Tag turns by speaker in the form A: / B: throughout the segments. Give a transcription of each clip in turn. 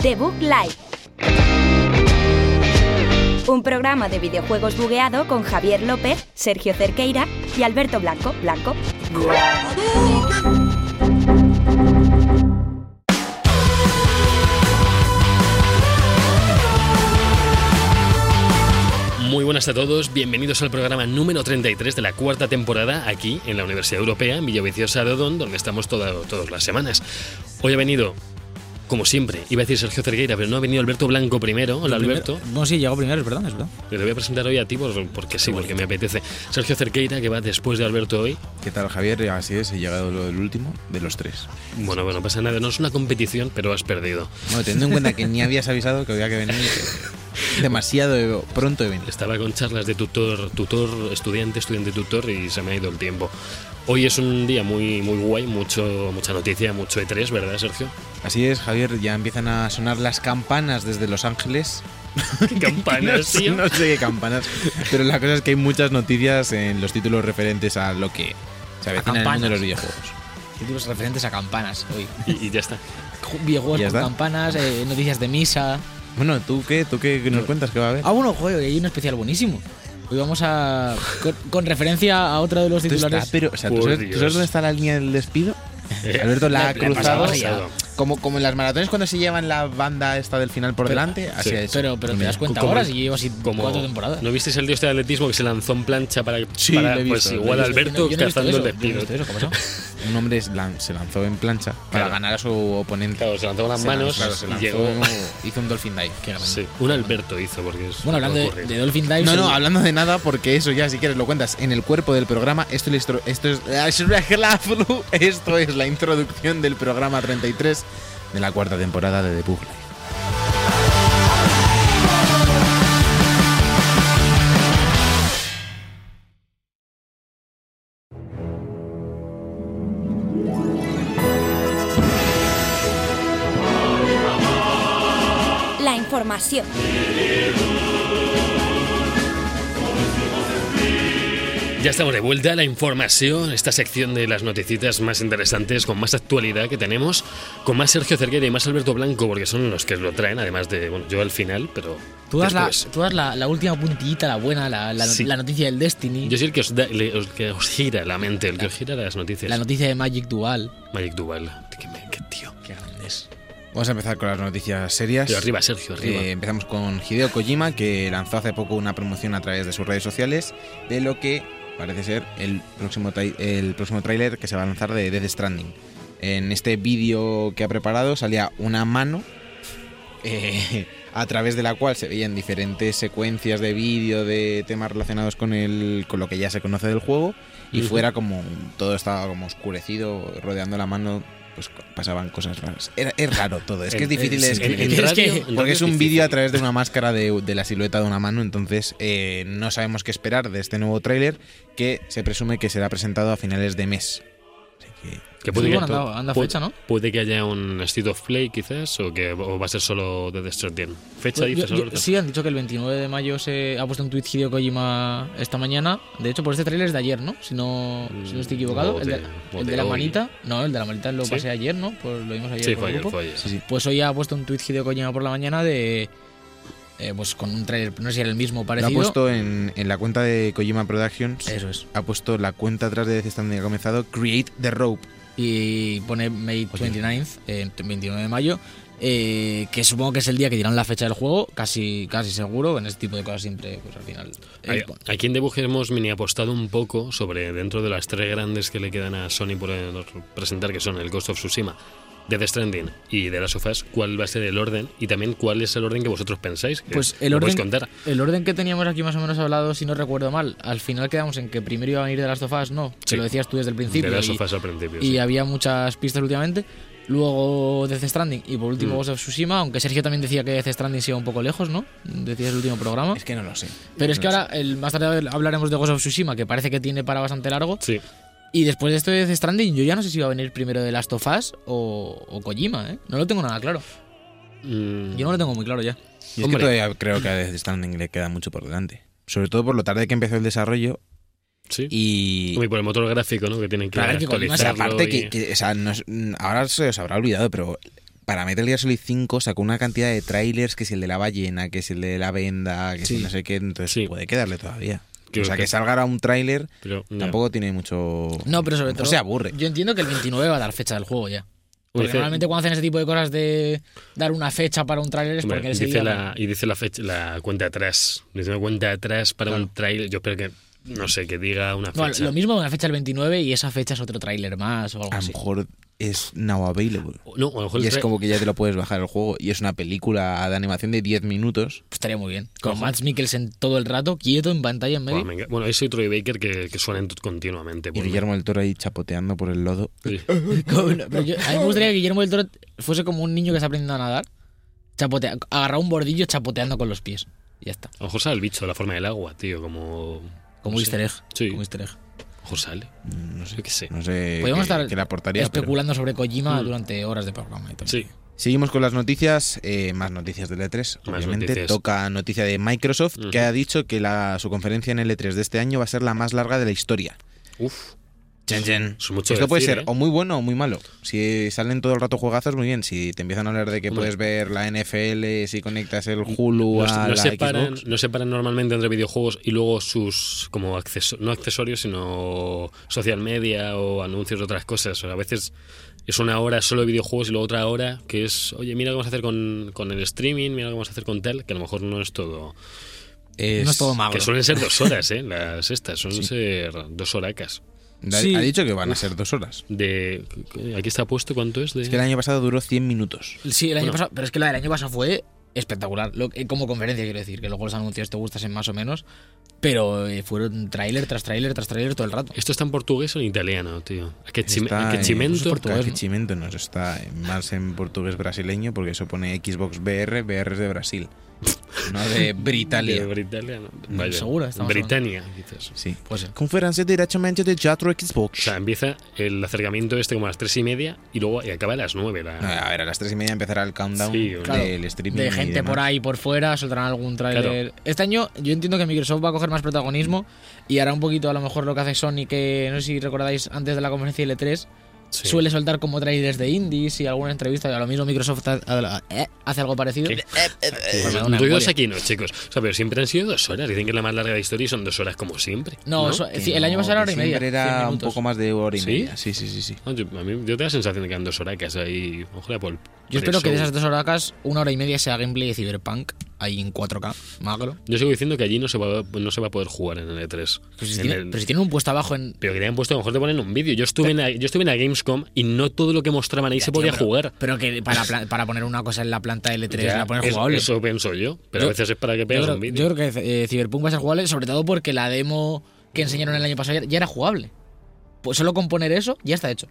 A: Live. Un programa de videojuegos bugueado con Javier López, Sergio Cerqueira y Alberto Blanco. Blanco.
B: Muy buenas a todos, bienvenidos al programa número 33 de la cuarta temporada aquí en la Universidad Europea, en Villaviciosa de Odón, donde estamos toda- todas las semanas. Hoy ha venido, como siempre, iba a decir Sergio Cerqueira, pero no ha venido Alberto Blanco primero. Hola
C: Primero-
B: Alberto.
C: No, sí, llegó primero, es verdad, es verdad.
B: Te lo voy a presentar hoy a ti por- porque sí, porque me apetece. Sergio Cerqueira, que va después de Alberto hoy.
D: ¿Qué tal, Javier? Así es, he llegado lo del último de los tres.
B: Bueno, bueno, no pasa nada, no es una competición, pero has perdido.
D: Bueno, teniendo en cuenta que ni habías avisado que había que venir demasiado pronto de venir.
B: Estaba con charlas de tutor, tutor, estudiante, estudiante, tutor y se me ha ido el tiempo. Hoy es un día muy, muy guay, mucho, mucha noticia, mucho E3, ¿verdad, Sergio?
D: Así es, Javier, ya empiezan a sonar las campanas desde Los Ángeles.
B: Campanas,
D: no, sé-
B: tío.
D: no sé qué campanas, pero la cosa es que hay muchas noticias en los títulos referentes a lo que se avecina en el mundo de
C: campanas.
D: los videojuegos.
C: Títulos referentes a campanas hoy.
B: Y, y ya está.
C: Videojuegos
D: Ya
C: con
D: está.
C: campanas, eh, noticias de misa.
D: Bueno, ¿tú qué? ¿Tú qué nos cuentas que va a haber?
C: Ah, bueno, joder, hay un especial buenísimo. Hoy vamos a. con, con referencia a otro de los
D: Esto está,
C: titulares.
D: pero, o sea, ¿tú
B: Por
D: sabes, tú
B: Dios. Eh,
D: sabes dónde está la línea del despido? Alberto la
C: la
D: ha cruzado.
C: pasamos ya.
D: Como, como en las maratones cuando se llevan la banda esta del final por
C: Pero-
D: delante, así
B: sí,
D: es.
C: Pero, pero te
D: Mira,
C: das cuenta
B: como-
C: ahora si llevo así
B: Como,
C: cuatro temporadas.
B: ¿No visteis el dios de atletismo que se lanzó en plancha para,
D: Sí,
B: para-
D: lo he
B: pues
D: visto, lo he
B: igual
D: visto.
B: Alberto
C: Yo no he visto
B: cazando el
C: eso, yo no he
B: despido?
C: visto eso, ¿cómo son?
D: Un hombre es lan- se lanzó en plancha para
B: Claro.
D: ganar a su oponente.
B: Claro, se lanzó con las
D: Se
B: manos
D: lanzó- claro, se
B: y
D: lanzó,
B: llegó.
D: hizo un dolphin dive. que era
B: Sí, un Alberto hizo porque es
C: Bueno, hablando de,
B: ocurre.
C: de Dolphin Dives. eh,
D: No, no,
C: el-
D: hablando de nada, porque eso ya si quieres lo cuentas en el cuerpo del programa. Esto, es la estro- esto, es, esto es la introducción del programa 33 de la cuarta temporada de The Pug Life.
A: La información.
B: Ya estamos de vuelta a la información, esta sección de las noticitas más interesantes, con más actualidad que tenemos, con más Sergio Cerqueira y más Alberto Blanco, porque son los que lo traen, además de, bueno, yo al final, pero
C: Tú das, la,
B: después.
C: tú das la, la última puntillita, la buena, la, la-
B: Sí.
C: la noticia del Destiny.
B: Yo soy el que os, da- le- os- que os gira la mente, el que os gira las noticias.
C: la noticia de Magic Dual.
B: Magic Duval, qué, me- qué tío.
C: Qué grande es.
D: Vamos a empezar con las noticias serias.
B: Pero arriba, Sergio, arriba.
D: Eh, empezamos con Hideo Kojima, que lanzó hace poco una promoción a través de sus redes sociales de lo que parece ser el próximo, trai- el próximo tráiler que se va a lanzar de Death Stranding. En este vídeo que ha preparado salía una mano eh, a través de la cual se veían diferentes secuencias de vídeo de temas relacionados con, el, con lo que ya se conoce del juego y
B: Ujú.
D: fuera como un- todo estaba como oscurecido rodeando la mano pues co- pasaban cosas raras. Era- es raro todo, es que es
B: En-
D: difícil de
B: en-
D: describir.
B: en
C: Es
B: radio-
C: que-
B: en radio
D: Porque es un
B: difícil.
D: vídeo a través de una máscara de, de la silueta de una mano, entonces eh, no sabemos qué esperar de este nuevo tráiler que se presume que será presentado a finales de mes. Así que
B: Que puede, que,
C: Fútbol anda- anda
B: puede-
C: fecha, ¿no?
B: puede que haya un State of Play, quizás, o que o va a ser solo de Destruction. Fecha,
C: Pues Yo-
B: dices,
C: yo-
B: Alberto.
C: sí, han dicho que el 29 de mayo se ha puesto un tweet Hideo Kojima esta mañana. De hecho, por este tráiler es de ayer, ¿no? Si no, si no estoy equivocado.
B: O
C: el de,
B: de- o
C: el
B: de
C: de la
B: Mm, hoy.
C: manita. No, el de la manita lo
B: ¿Sí?
C: pasé ayer, ¿no? Pues lo vimos ayer.
B: Sí,
C: por
B: fue
C: el
B: ayer,
C: grupo.
B: fue ayer.
D: sí, sí.
C: Pues hoy ha puesto un tweet Hideo Kojima por la mañana de. eh, pues con un tráiler, no sé si era el mismo
D: Lo ha
C: parecido.
D: puesto en, en la cuenta de Kojima Productions.
C: Eso es.
D: Ha puesto la cuenta atrás de Death Stranding ha comenzado Create the Rope.
C: Y pone May
B: Pues
C: 29th, eh, 29 de mayo. eh, que supongo que es el día que dirán la fecha del juego, casi casi seguro. En este tipo de cosas siempre, pues al final. eh,
B: Ahí-
C: pon-
B: Aquí en Debug hemos mini apostado un poco sobre dentro de las tres grandes que le quedan a Sony por eh, presentar, que son el Ghost of Tsushima, Death Stranding y The Last of Us, cuál va a ser el orden y también cuál es el orden que vosotros pensáis. que
C: Pues el
B: Eh, lo
C: orden,
B: podéis contar.
C: el orden que teníamos aquí más o menos hablado, si no recuerdo mal, al final quedamos en que primero iba a venir de las tofás, no,
B: Sí.
C: se lo decías tú desde el
B: The
C: principio.
B: Last
C: y
B: of Us al principio.
C: y
B: sí.
C: había muchas pistas últimamente. Luego Death Stranding y por último
B: Mm.
C: Ghost of Tsushima, aunque Sergio también decía que Death Stranding se iba un poco lejos, ¿no? Decías el último programa.
D: Es que no lo sé.
C: Pero es que
D: no
C: ahora el, más tarde hablaremos de Ghost of Tsushima, que parece que tiene para bastante largo.
B: Sí.
C: Y después de esto de Death Stranding, yo ya no sé si va a venir primero de Last of Us o, o Kojima, ¿eh? No lo tengo nada claro.
B: Mm,
C: Yo no lo tengo muy claro ya.
D: Y es
B: Hombre.
D: que todavía creo que a Death Stranding le queda mucho por delante. Sobre todo por lo tarde que empezó el desarrollo
B: sí.
D: y.
B: Hombre, por el motor gráfico, ¿no? Que tienen que
C: Pero a ver, que Kojima se
D: Pero
B: actualizarlo.
D: aparte,
B: y-
D: que, que, o sea, no es- mm, ahora se os habrá olvidado, pero para Metal Gear Solid 5 sacó una cantidad de trailers que si el de la ballena, que si el de la venda, que si
C: Sí.
D: no sé qué, entonces
B: Sí.
D: puede quedarle todavía.
B: Creo
D: o sea,
B: que-
D: que, salga ahora un tráiler
B: Pero, ya.
D: tampoco tiene mucho...
C: No, pero sobre
D: no
C: todo.
D: se aburre.
C: Yo entiendo que el 29 va a dar fecha del juego ya.
B: Uy,
C: Porque
B: dice-
C: normalmente cuando hacen ese tipo de cosas de dar una fecha para un tráiler es
B: Hombre,
C: porque ese
B: dice
C: día.
B: la, y dice la fecha, la cuenta atrás. Dice una cuenta atrás para un trailer. Yo espero que, no sé, que diga una
C: No,
B: fecha. Ah,
C: lo mismo una fecha el 29 y esa fecha es otro tráiler más o algo
D: A lo
C: así.
D: mejor es now available.
B: O- No, a lo mejor el
D: Y es
B: tra-
D: como que ya te lo puedes bajar el juego. Y es una película de animación de 10 minutos.
C: Pues estaría muy bien. Con
B: Ojo.
C: Max Mikkelsen todo el rato, quieto en pantalla en medio.
B: Buah, me enga- Bueno, ese y Troy Baker que, que suenan t- continuamente.
D: Y
B: por-
D: Guillermo del Toro ahí chapoteando por el lodo.
B: Sí.
C: Con- pero yo- a mí me gustaría que Guillermo del Toro fuese como un niño que está aprendiendo a nadar. Chapotea, agarra un bordillo chapoteando con los pies. Y ya está.
B: A lo mejor sale el bicho, la forma del agua, tío, como...
C: Como
B: no sé.
C: easter egg.
B: Sí.
C: Como easter egg.
B: A
D: este.
B: lo mejor sale.
D: Mm, No sé.
B: Yo qué sé.
D: No sé
C: Podríamos
D: qué,
C: estar
D: qué le aportaría. pero-
C: Especulando sobre Kojima
B: Mm.
C: durante horas de programa. y todo.
B: Sí.
D: Seguimos con las noticias. eh, más noticias del E3.
B: Más
D: Obviamente
B: noticias.
D: toca noticia de Microsoft
B: Ujú.
D: que ha dicho que la, su conferencia en el E3 de este año va a ser la más larga de la historia.
B: Uf.
D: Chen, chen.
B: Es mucho
D: Esto puede
B: decir,
D: ser
B: ¿eh?
D: o muy bueno o muy malo. Si salen todo el rato juegazos, muy bien. Si te empiezan a hablar de que
B: Hombre.
D: puedes ver la NFL, si conectas el Hulu
B: No,
D: a
B: no
D: la
B: separan,
D: Xbox.
B: no separan normalmente entre videojuegos y luego sus como acceso- no accesorios, sino social media o anuncios de otras cosas. O sea, a veces es una hora solo de videojuegos y luego otra hora que es, oye, mira lo que vamos a hacer con, con el streaming, mira lo que vamos a hacer con tal, que a lo mejor no es todo.
C: No es todo malo.
B: Que suelen ser dos horas, ¿eh? Las estas, suelen ser dos horacas.
D: Da-
C: Sí.
D: Ha dicho que van a ser dos horas.
B: De, aquí está puesto cuánto es de...
D: Es que el año pasado duró 100 minutos.
C: Sí, el año
B: Bueno.
C: pasado, pero es que la del año pasado fue espectacular. Lo- eh, como conferencia, quiero decir, que luego los anuncios te gustasen más o menos. Pero eh, fueron tráiler tras tráiler tras tráiler todo el rato.
B: ¿Esto está en portugués o en italiano, tío? ¿A qué, chime-
D: Está
B: a qué
D: en-
B: chimento? pues
C: portugués, ¿no?
D: Cachimento nos está más en portugués brasileño porque eso pone Xbox BR, BR es de Brasil, no de
B: De
D: Britalia.
B: Britania, ¿no? Vaya.
C: Mm, seguro, estamos
B: Britania, quizás.
D: Sí.
C: Pues eh,
D: Conferencia directamente de Jatro
B: O
D: Xbox.
B: sea, empieza el acercamiento este como a las tres y media y luego y acaba a las nueve. La...
D: No,
C: Ah,
D: a ver, a las 3 y media empezará el countdown
B: Sí, o-
C: Claro,
D: del streaming.
C: de
D: y
C: gente
D: demás.
C: por ahí, por fuera, soltarán algún tráiler. Este año yo entiendo que Microsoft va a coger más protagonismo y hará un poquito a lo mejor lo que hace Sony, que no sé si recordáis antes de la conferencia de L3,
B: Sí.
C: suele soltar como trailers de indies y alguna entrevista. Y a lo mismo Microsoft ha- ha- eh, hace algo parecido.
B: ¿Qué?
C: Pues me da una
B: Ruidos
C: embolia.
B: aquí no, chicos. O sea, pero siempre han sido dos horas. Dicen que es la más larga de la historia y son dos horas como siempre.
C: No, eso-
D: Que
C: el año
D: no,
C: pasado era hora
D: que
C: y media.
D: siempre
C: 100
D: era un
C: minutos.
D: poco más de hora y
B: ¿Sí?
D: media. Sí, sí, sí, sí.
B: No, Ah, yo, a mí yo tengo la sensación de que eran dos horacas ahí. Ojalá por.
C: Yo espero que de esas
B: dos...
C: dos horacas, una hora y media sea gameplay de Cyberpunk, ahí en 4K, magro.
B: Yo sigo diciendo que allí no se va, no se va a poder jugar en el E3.
C: Pero Pues si,
B: En
C: tiene-
B: el-
C: pero si tienen un puesto abajo en...
B: Pero que le han puesto, a lo mejor te ponen un vídeo. Yo estuve, en la, yo estuve en la Gamescom y no todo lo que mostraban ahí se
C: Tío,
B: podía
C: pero-
B: jugar.
C: Pero que para, pla- para poner una cosa en la planta L3
B: Ya,
C: la ponen
B: es-
C: jugable.
B: Eso pienso yo. Pero
C: Yo-
B: a veces es para que
C: yo,
B: pegas
C: creo,
B: un vídeo.
C: yo creo que eh, Cyberpunk va a ser jugable, sobre todo porque la demo que enseñaron el año pasado ya, ya era jugable. Pues solo con poner eso ya está hecho,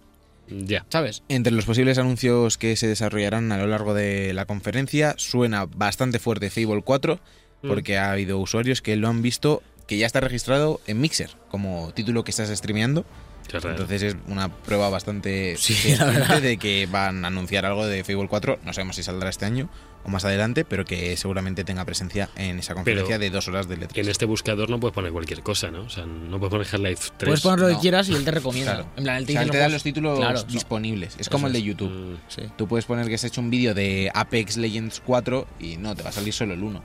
B: Ya.
C: ¿sabes?
D: Entre los posibles anuncios que se desarrollarán a lo largo de la conferencia, suena bastante fuerte Fable 4,
C: Mm.
D: porque ha habido usuarios que lo han visto que ya está registrado en Mixer como título que estás streameando.
B: Qué raro.
D: Entonces es una prueba bastante
C: Sí,
D: fehaciente
C: la verdad.
D: de que van a anunciar algo de Fable 4. No sabemos si saldrá este año o más adelante, pero que seguramente tenga presencia en esa conferencia de dos horas de letras.
B: en este buscador no puedes poner cualquier cosa, ¿no? O sea, no puedes poner Half-Life 3.
C: Puedes poner lo que
D: no.
C: quieras y él te recomienda.
D: Claro.
C: En plan, él
D: O
C: te
D: sea,
C: dice
D: te
C: los
D: dan los
C: juegos-
D: títulos
C: Claro, no.
D: disponibles. Es como el de YouTube.
B: Mm,
C: Sí.
D: Tú puedes poner que has hecho un vídeo de Apex Legends 4 y no, te va a salir solo el 1.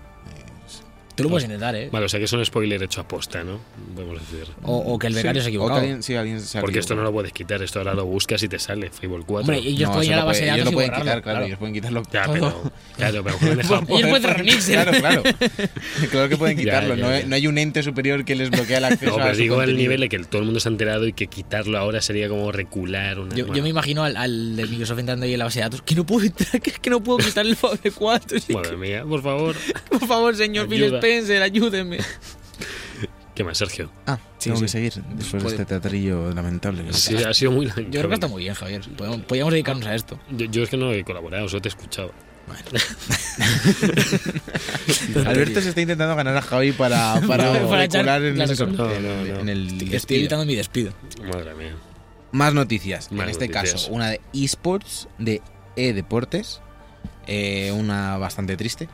C: Tú lo puedes intentar, ¿eh?
B: Vale, o sea que es un spoiler hecho a posta, ¿no? Podemos decir.
C: O, o que el becario se ha
D: O que
C: equivocado.
D: alguien- sí, alguien se ha
B: Porque esto no
D: equivocado.
B: lo puedes quitar, esto ahora lo buscas y te sale. Fable 4.
C: Hombre, y- ellos
D: No,
C: pueden
D: eso
C: ir a la
D: lo
C: base de
D: puede-
C: datos
D: Ellos
C: y
D: lo pueden
C: borrarlo,
D: quitar, claro,
C: claro.
D: ellos pueden quitarlo.
B: ya, pero. Claro, pero lo han dejado.
C: Ellos pueden hacer remixes.
D: Claro, claro. claro que pueden
B: Ya,
D: quitarlo.
B: ya,
D: no, hay-
B: ya.
D: no hay un ente superior que les bloquea el acceso
B: No,
D: a
B: pero
D: su
B: digo al
D: contenido.
B: nivel de que el- todo el mundo se ha enterado y que quitarlo ahora sería como recular una.
C: Yo, yo
B: bueno,
C: me imagino al, al de Microsoft entrando ahí en la base de datos. Que no puedo entrar, que, es que no puedo quitar el de 4.
B: Madre mía, por favor.
C: Por favor, señor Bill
B: Ayuda.
C: Spencer, ayúdenme.
B: ¿Qué más, Sergio?
D: Ah, tengo que seguir después
C: Puede-
D: de este teatrillo lamentable.
B: Sí, ha sido muy.
C: Yo creo que está muy bien, Javier. Podemos, podríamos dedicarnos a esto.
B: Yo, yo es que no he colaborado, solo te he escuchado.
D: Alberto se está intentando ganar a Javi para, para,
C: Para
D: para
C: echar-
D: en,
C: claro,
D: ese
C: claro.
D: sorteo,
B: No, no, no.
D: en el
C: Estoy
D: despido.
C: evitando mi despido.
B: Madre mía.
D: Más noticias.
B: Más
D: en este
B: noticias.
D: caso, una de esports, de e-deportes. eh, una bastante triste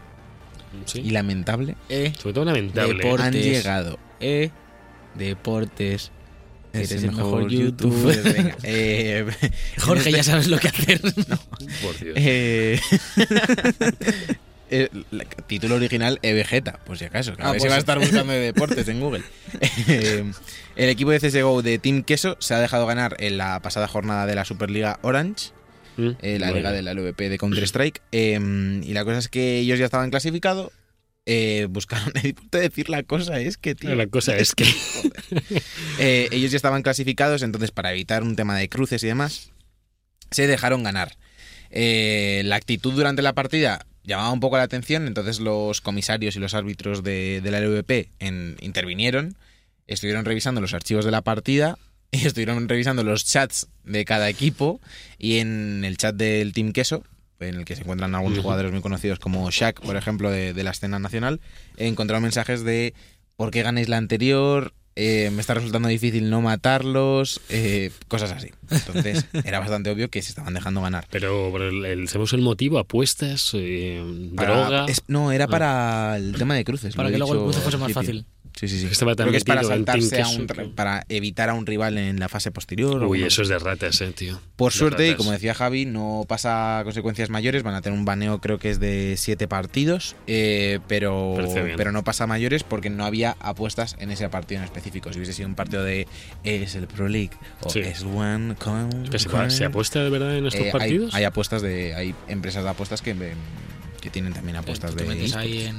D: y
B: Sí.
D: lamentable.
C: Eh,
B: Sobre todo lamentable.
C: Deporte.
D: Han
C: Deportes.
D: llegado
C: eh, deportes.
D: Es
C: Eres
D: el mejor youtuber. Venga, eh,
C: Jorge,
D: en
C: ya
D: este-
C: sabes lo que hacer.
B: Por Dios.
D: eh, eh, la- título original E Vegeta, por si acaso. A
C: Ah,
D: ver
C: pues
D: si va a
C: sí.
D: estar buscando de deportes en Google. Eh, el equipo de CSGO de Team Queso se ha dejado ganar en la pasada jornada de la Superliga Orange.
B: Mm,
D: eh, la
B: bueno.
D: liga de la LVP de Counter-Strike. eh, y la cosa es que ellos ya estaban clasificados. eh, buscaron te decir la cosa es que tío,
B: La cosa es que
D: eh, ellos ya estaban clasificados entonces para evitar un tema de cruces y demás se dejaron ganar Eh, la actitud durante la partida llamaba un poco la atención entonces los comisarios y los árbitros de, de la LVP en- intervinieron estuvieron revisando los archivos de la partida y estuvieron revisando los chats de cada equipo y en el chat del Team Queso, en el que se encuentran algunos
B: Ujú.
D: jugadores muy conocidos como Shaq, por ejemplo, de, de la escena nacional, he encontrado mensajes de ¿por qué ganáis la anterior? Eh, me está resultando difícil no matarlos, eh, cosas así. Entonces era bastante obvio que se estaban dejando ganar.
B: Pero por el, el- ¿sabemos el motivo? ¿Apuestas? Eh,
D: Para-
B: ¿Droga? Mm.
D: es- no, era para el tema de cruces.
C: Para
D: lo he
C: que luego el
D: dicho
C: cruce
D: al
C: fuese más
D: principio.
C: fácil.
D: Sí, sí, sí.
B: Estaba tan
D: Creo que es para
B: metido en Team
D: saltarse a un,
B: Queso
D: tra-
B: que-
D: para evitar a un rival en la fase posterior.
B: Uy,
D: o bueno.
B: eso es de ratas, eh, tío.
D: Por
B: De
D: suerte, y
B: ratas.
D: como decía Javi, no pasa a consecuencias mayores. Van a tener un baneo, creo que es de siete partidos, eh, pero,
B: Parece bien.
D: pero no pasa a mayores porque no había apuestas en ese partido en específico. Si hubiese sido un partido de es el Pro League o
B: Sí.
D: es One Con.
B: Espera, ¿se-
D: Con-
B: ¿Se apuesta de verdad en estos
D: Eh, hay-
B: partidos?
D: Hay, apuestas de. Hay empresas de apuestas que, ven- que tienen también apuestas
C: Tú
D: de.
C: te metes ahí en,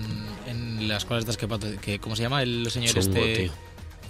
C: en las cosas estas que, pato- que- ¿Cómo se llama el señor
B: Chungo,
C: este?
B: tío.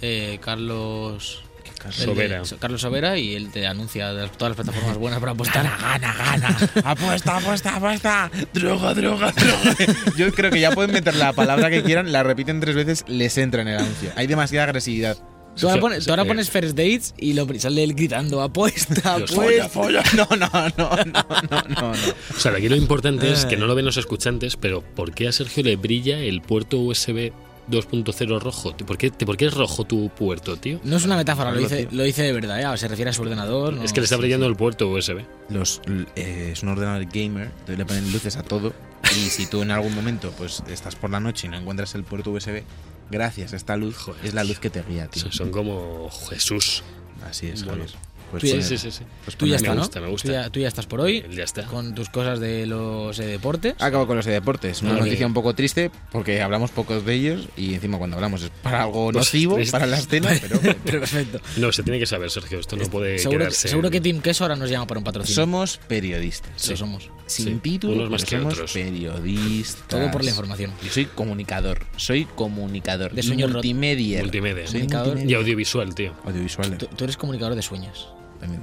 C: Eh, Carlos...
D: ¿Qué caso?
C: el de-
B: Sobera.
C: So- Carlos Sobera y él te anuncia de las- todas las plataformas buenas para apostar.
D: gana, gana. Apuesta, apuesta, apuesta. Droga, droga, droga. Yo creo que ya pueden meter la palabra que quieran, la repiten tres veces, les entra en el anuncio. Hay demasiada agresividad.
C: Tú ahora,
B: Sí,
C: pones,
B: sí,
C: tú ahora
B: eh.
C: pones first dates y lo pri- sale él gritando apuesta,
D: Pues
B: Dios,
C: apuesta.
D: No, no, no, no, no, no, no.
B: O sea, aquí lo importante es
D: Eh.
B: que no lo ven los escuchantes, pero ¿por qué a Sergio le brilla el puerto USB 2.0 rojo? ¿Por qué, ¿Por qué es rojo tu puerto, tío?
C: No es una metáfora, lo
D: Algo,
C: dice,
D: tío.
C: lo dice de verdad, ¿eh? se refiere a su ordenador. no-
B: es que le está brillando el puerto USB.
D: Los, l- eh, es un ordenador gamer, entonces le ponen luces a todo. Y si tú en algún momento pues estás por la noche y no encuentras el puerto USB, gracias a esta luz
B: Joder,
D: es la luz
B: tío.
D: que te guía, tío.
B: Son- Son como Jesús.
D: Así es,
B: Bueno.
D: Javier. Pues
C: Tú ya-
B: Sí, sí,
D: poner-
B: sí. sí.
D: pues
C: Tú ya
D: poner-
B: Me
C: estás, ¿no?
B: gusta, me gusta.
C: Tú ya, tú ya estás por hoy,
B: Ya está.
C: con tus cosas de los eh, deportes.
D: Acabo con los de deportes. Una
B: Ah,
D: noticia
B: bien.
D: un poco triste porque hablamos pocos de ellos y encima cuando hablamos es para algo
B: Pues
D: nocivo,
B: triste.
D: para la escena, pero
C: Perfecto.
B: No, se tiene que saber, Sergio. Esto no puede
C: Seguro, que-
B: quedarse.
C: seguro que
B: en-
C: Team Queso ahora nos llama para un patrocinio.
D: somos periodistas.
C: Lo somos.
D: Sin
B: Sí,
D: título,
B: unos más
D: pero
B: que
D: somos
B: otros.
D: periodistas.
C: Todo por la información.
D: Yo soy comunicador, soy comunicador.
C: De
D: y
C: sueño rot-
D: multimedia.
B: Multimedia.
D: Soy
C: Comunicador.
D: multimedia.
B: Y audiovisual, tío.
D: Audiovisual
C: Tú, tú eres comunicador de sueños.
D: también.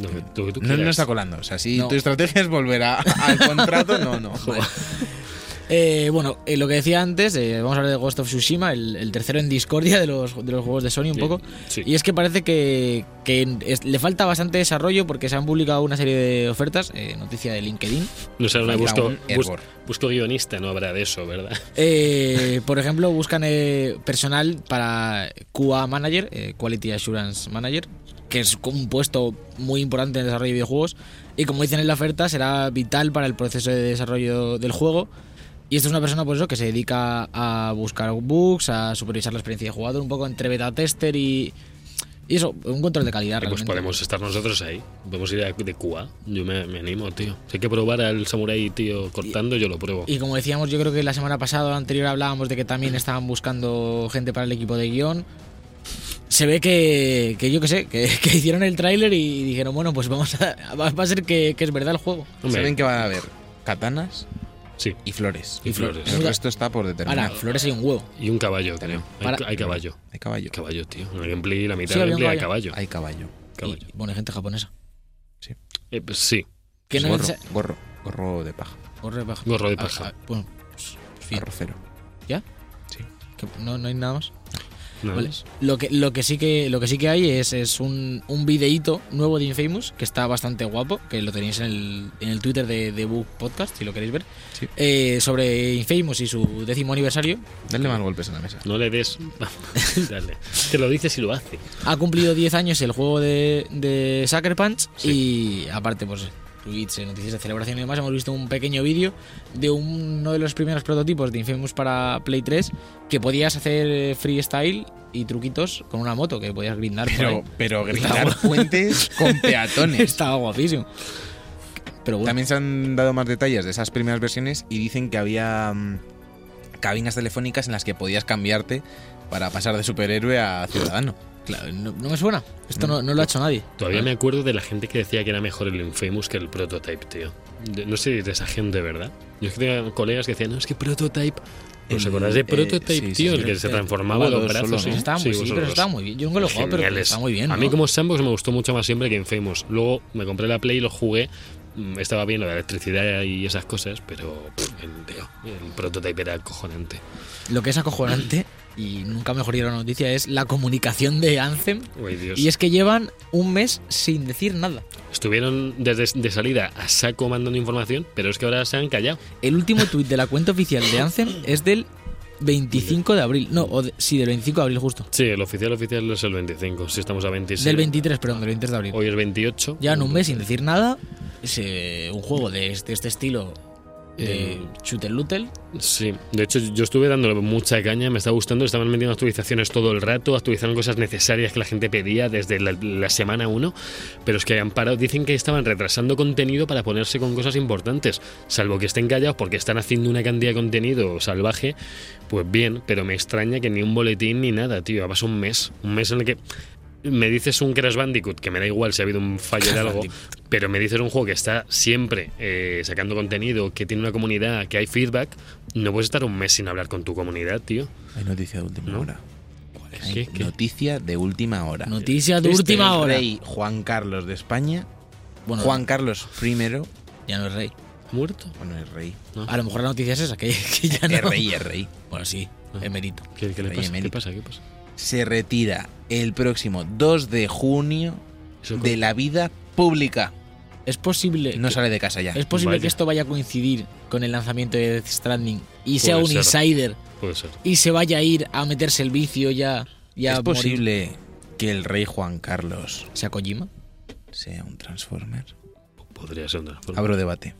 B: No, tú- tú
D: No, no
B: quieras.
D: está colando. O sea, si
C: No.
D: tu estrategia es volver a- al contrato, no, no.
C: Eh, bueno, eh, lo que decía antes, eh, vamos a hablar de Ghost of Tsushima, el, el tercero en discordia de los, de los juegos de Sony un
B: Sí,
C: poco.
B: sí.
C: Y es que parece que, que es- le falta bastante desarrollo porque se han publicado una serie de ofertas, eh, noticia de LinkedIn.
B: No sé, ahora
D: Falta
B: busco,
D: un
B: bus-
D: hervor.
B: busco guionista, no habrá de eso, ¿verdad?
C: Eh, por ejemplo, buscan eh, personal para QA Manager, eh, Quality Assurance Manager, que es un puesto muy importante en el desarrollo de videojuegos. Y como dicen en la oferta, será vital para el proceso de desarrollo del juego. Y esto es una persona por eso, que se dedica a buscar bugs, a supervisar la experiencia de jugador, un poco entre beta tester y, y eso, un control de calidad.
B: Pues
C: realmente.
B: podemos estar nosotros ahí. Podemos ir a- de Cuba. Yo me, me animo, tío. Si hay que probar al samurái, tío, cortando, yo lo pruebo.
C: Y como decíamos, yo creo que la semana pasada o la anterior hablábamos de que también estaban buscando gente para el equipo de guión. Se ve que, que yo qué sé, que, que hicieron el tráiler y dijeron, bueno, pues vamos a, va va a ser que, que es verdad el juego.
B: Hombre,
D: Saben que van a haber katanas
B: Sí.
D: y flores.
B: Y flores.
D: El resto está por determinar.
C: Ahora, Flores hay un huevo.
B: Y un caballo, creo. Hay,
C: Para-
B: hay caballo.
D: Hay caballo.
B: Caballo, tío. En el gameplay, la mitad
C: Sí,
B: del
C: había un
B: gameplay hay caballo.
D: Hay caballo.
B: Caballo.
C: Y, bueno, hay gente japonesa.
B: Eh, pues sí.
C: Que no
D: gorro,
C: necesita-
D: gorro, gorro de paja,
C: Gorro de paja.
B: Gorro de
C: Ah,
B: paja.
C: ah, bueno, pues, fin.
D: arrocero.
C: ¿Ya?
D: Sí.
C: Que no, no hay nada más.
B: No.
C: Vale. Lo que, lo que sí que lo que sí que hay es, es un, un videíto nuevo de Infamous que está bastante guapo, que lo tenéis en el, en el Twitter de, de Book Podcast, si lo queréis ver,
D: Sí.
C: eh, sobre Infamous y su décimo aniversario.
D: Dale más golpes en la mesa.
B: No le des. Dale. Te lo dices y lo hace.
C: Ha cumplido 10 años el juego de, de Sucker Punch y aparte pues tweets, eh, noticias de celebración y demás, hemos visto un pequeño vídeo de uno de los primeros prototipos de Infamous para Play 3 que podías hacer eh, freestyle y truquitos con una moto que podías grindar. por
D: Pero,
C: ahí.
D: pero
C: Está
D: gritar
C: guap-
D: puentes con peatones.
C: Estaba guapísimo. Pero bueno,
D: También se han dado más detalles de esas primeras versiones y dicen que había mm, cabinas telefónicas en las que podías cambiarte para pasar de superhéroe a ciudadano.
C: claro, no, no me suena. Esto no, no lo ha hecho nadie.
B: Todavía me acuerdo de la gente que decía que era mejor el Infamous que el Prototype, tío. De- no sé de esa gente, ¿verdad? Yo es que tenía colegas que decían, no, es que Prototype. ¿Os
D: El-
B: acordáis de
D: eh,
B: Prototype,
D: sí, sí,
B: tío?
D: sí.
B: el que se
D: Eh,
B: transformaba los
D: jugaba dos
B: brazos. ¿eh?
D: solo,
B: sí,
D: ¿no?
C: Estaba muy, sí,
B: vosotros
C: pero
B: dos.
C: estaba muy bien. Yo nunca lo he jugado, pero
B: Geniales.
C: está muy bien.
B: A mí
C: ¿no?
B: como sandbox me gustó mucho más siempre que Infamous. Luego me compré la Play y lo jugué. Mm, Estaba bien lo de electricidad y esas cosas, pero pff, el, tío, el Prototype era acojonante.
C: Lo que es acojonante, y nunca mejor dieron la noticia, es la comunicación de Anthem.
B: Uy, Dios.
C: Y es que llevan un mes sin decir nada.
B: Estuvieron desde de salida a saco mandando información, pero es que ahora se han callado.
C: El último tuit de la cuenta oficial de Anthem es del 25 de abril. No, o de- sí, del 25 de abril justo.
B: Sí, el oficial oficial es el 25, si estamos a 26.
C: Del 23, perdón, del 23 de abril.
B: Hoy es 28.
C: Llevan un mes sin decir nada. Es, eh, un juego de este, este estilo de
B: Eh,
C: shooter looter.
B: Sí, de hecho yo estuve dándole mucha caña, me está gustando, estaban metiendo actualizaciones todo el rato, actualizaron cosas necesarias que la gente pedía desde la, la semana 1, pero es que han parado, dicen que estaban retrasando contenido para ponerse con cosas importantes, salvo que estén callados porque están haciendo una cantidad de contenido salvaje, pues bien, pero me extraña que ni un boletín ni nada, tío, ha pasado un mes, un mes en el que me dices un Crash Bandicoot, que me da igual si ha habido un fallo de algo, pero me dices un juego que está siempre eh, sacando contenido, que tiene una comunidad, que hay feedback, no puedes estar un mes sin hablar con tu comunidad, tío.
D: Hay noticia de última
B: ¿No?
D: hora.
B: ¿Qué, qué?
D: Noticia de última hora.
C: Noticias de
D: Este,
C: última
D: el
C: hora.
D: rey Juan Carlos de España.
C: Bueno,
D: Juan Carlos I. Bueno,
C: ya no es rey.
B: ¿Muerto?
D: es rey.
C: A lo mejor la noticia es esa, que, que ya
D: Es
C: no.
D: rey, es rey.
C: Bueno, sí,
B: Ah.
C: emerito.
B: ¿Qué, qué le
D: Rey
B: pasa? ¿Qué
D: emérito.
B: pasa? ¿Qué pasa?
D: Se retira el próximo 2 de junio
B: Eso
D: de la vida pública.
C: Es posible.
D: No
C: Eh, que-
D: sale de casa ya.
C: es posible
B: Vaya.
C: que esto vaya a coincidir con el lanzamiento de Death Stranding y sea
B: Puede
C: un
B: ser.
C: insider
B: puede ser.
C: y se vaya a ir a meterse el vicio ya. ya
D: es
C: morir.
D: posible que el rey Juan Carlos
C: ¿Sea Kojima?
D: sea un Transformer.
B: Podría ser una forma.
D: Abro debate.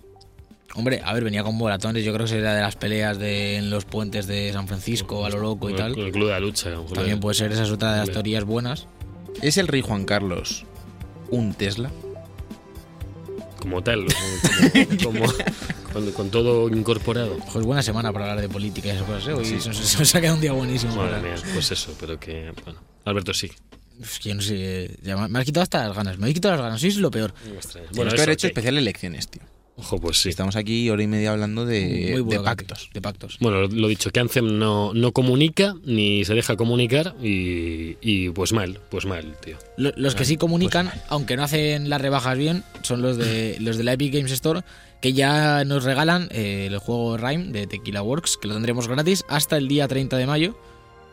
C: Hombre, a ver, venía con moratones. Yo creo que sería de las peleas de, en los puentes de San Francisco, a lo loco y
D: Pues
B: Con el- con
C: tal.
B: el club de la lucha. a lo mejor.
C: También puede ser, esa es otra de las
B: Hombre.
C: teorías buenas.
D: ¿Es el rey Juan Carlos un Tesla?
B: Como tal, o como, como- con, con todo incorporado.
C: Pues buena semana para hablar de política y esas cosas, ¿eh? Hoy se, nos- se nos ha quedado un día buenísimo.
B: Madre
C: para-
B: mía, pues eso, pero que. Bueno, Alberto sí.
C: Es que yo no sé, ya me me has quitado hasta las ganas. Me habéis quitado las ganas, sois lo peor.
B: Me extraña.
D: Bueno, que
B: eso,
D: haber hecho
B: que-
D: especial elecciones, tío.
B: Ojo, pues sí.
D: Estamos aquí hora y media hablando de,
C: Muy
D: Eh, de
C: bueno,
D: pactos.
C: De pactos.
B: Bueno, lo- lo dicho, que Anthem no, no comunica ni se deja comunicar y, y pues mal, pues mal, tío.
C: Lo- Los que
D: pues
C: sí comunican, aunque no hacen las rebajas bien, son los de los de la Epic Games Store, que ya nos regalan eh, el juego Rhyme de Tequila Works, que lo tendremos gratis hasta el día 30 de mayo.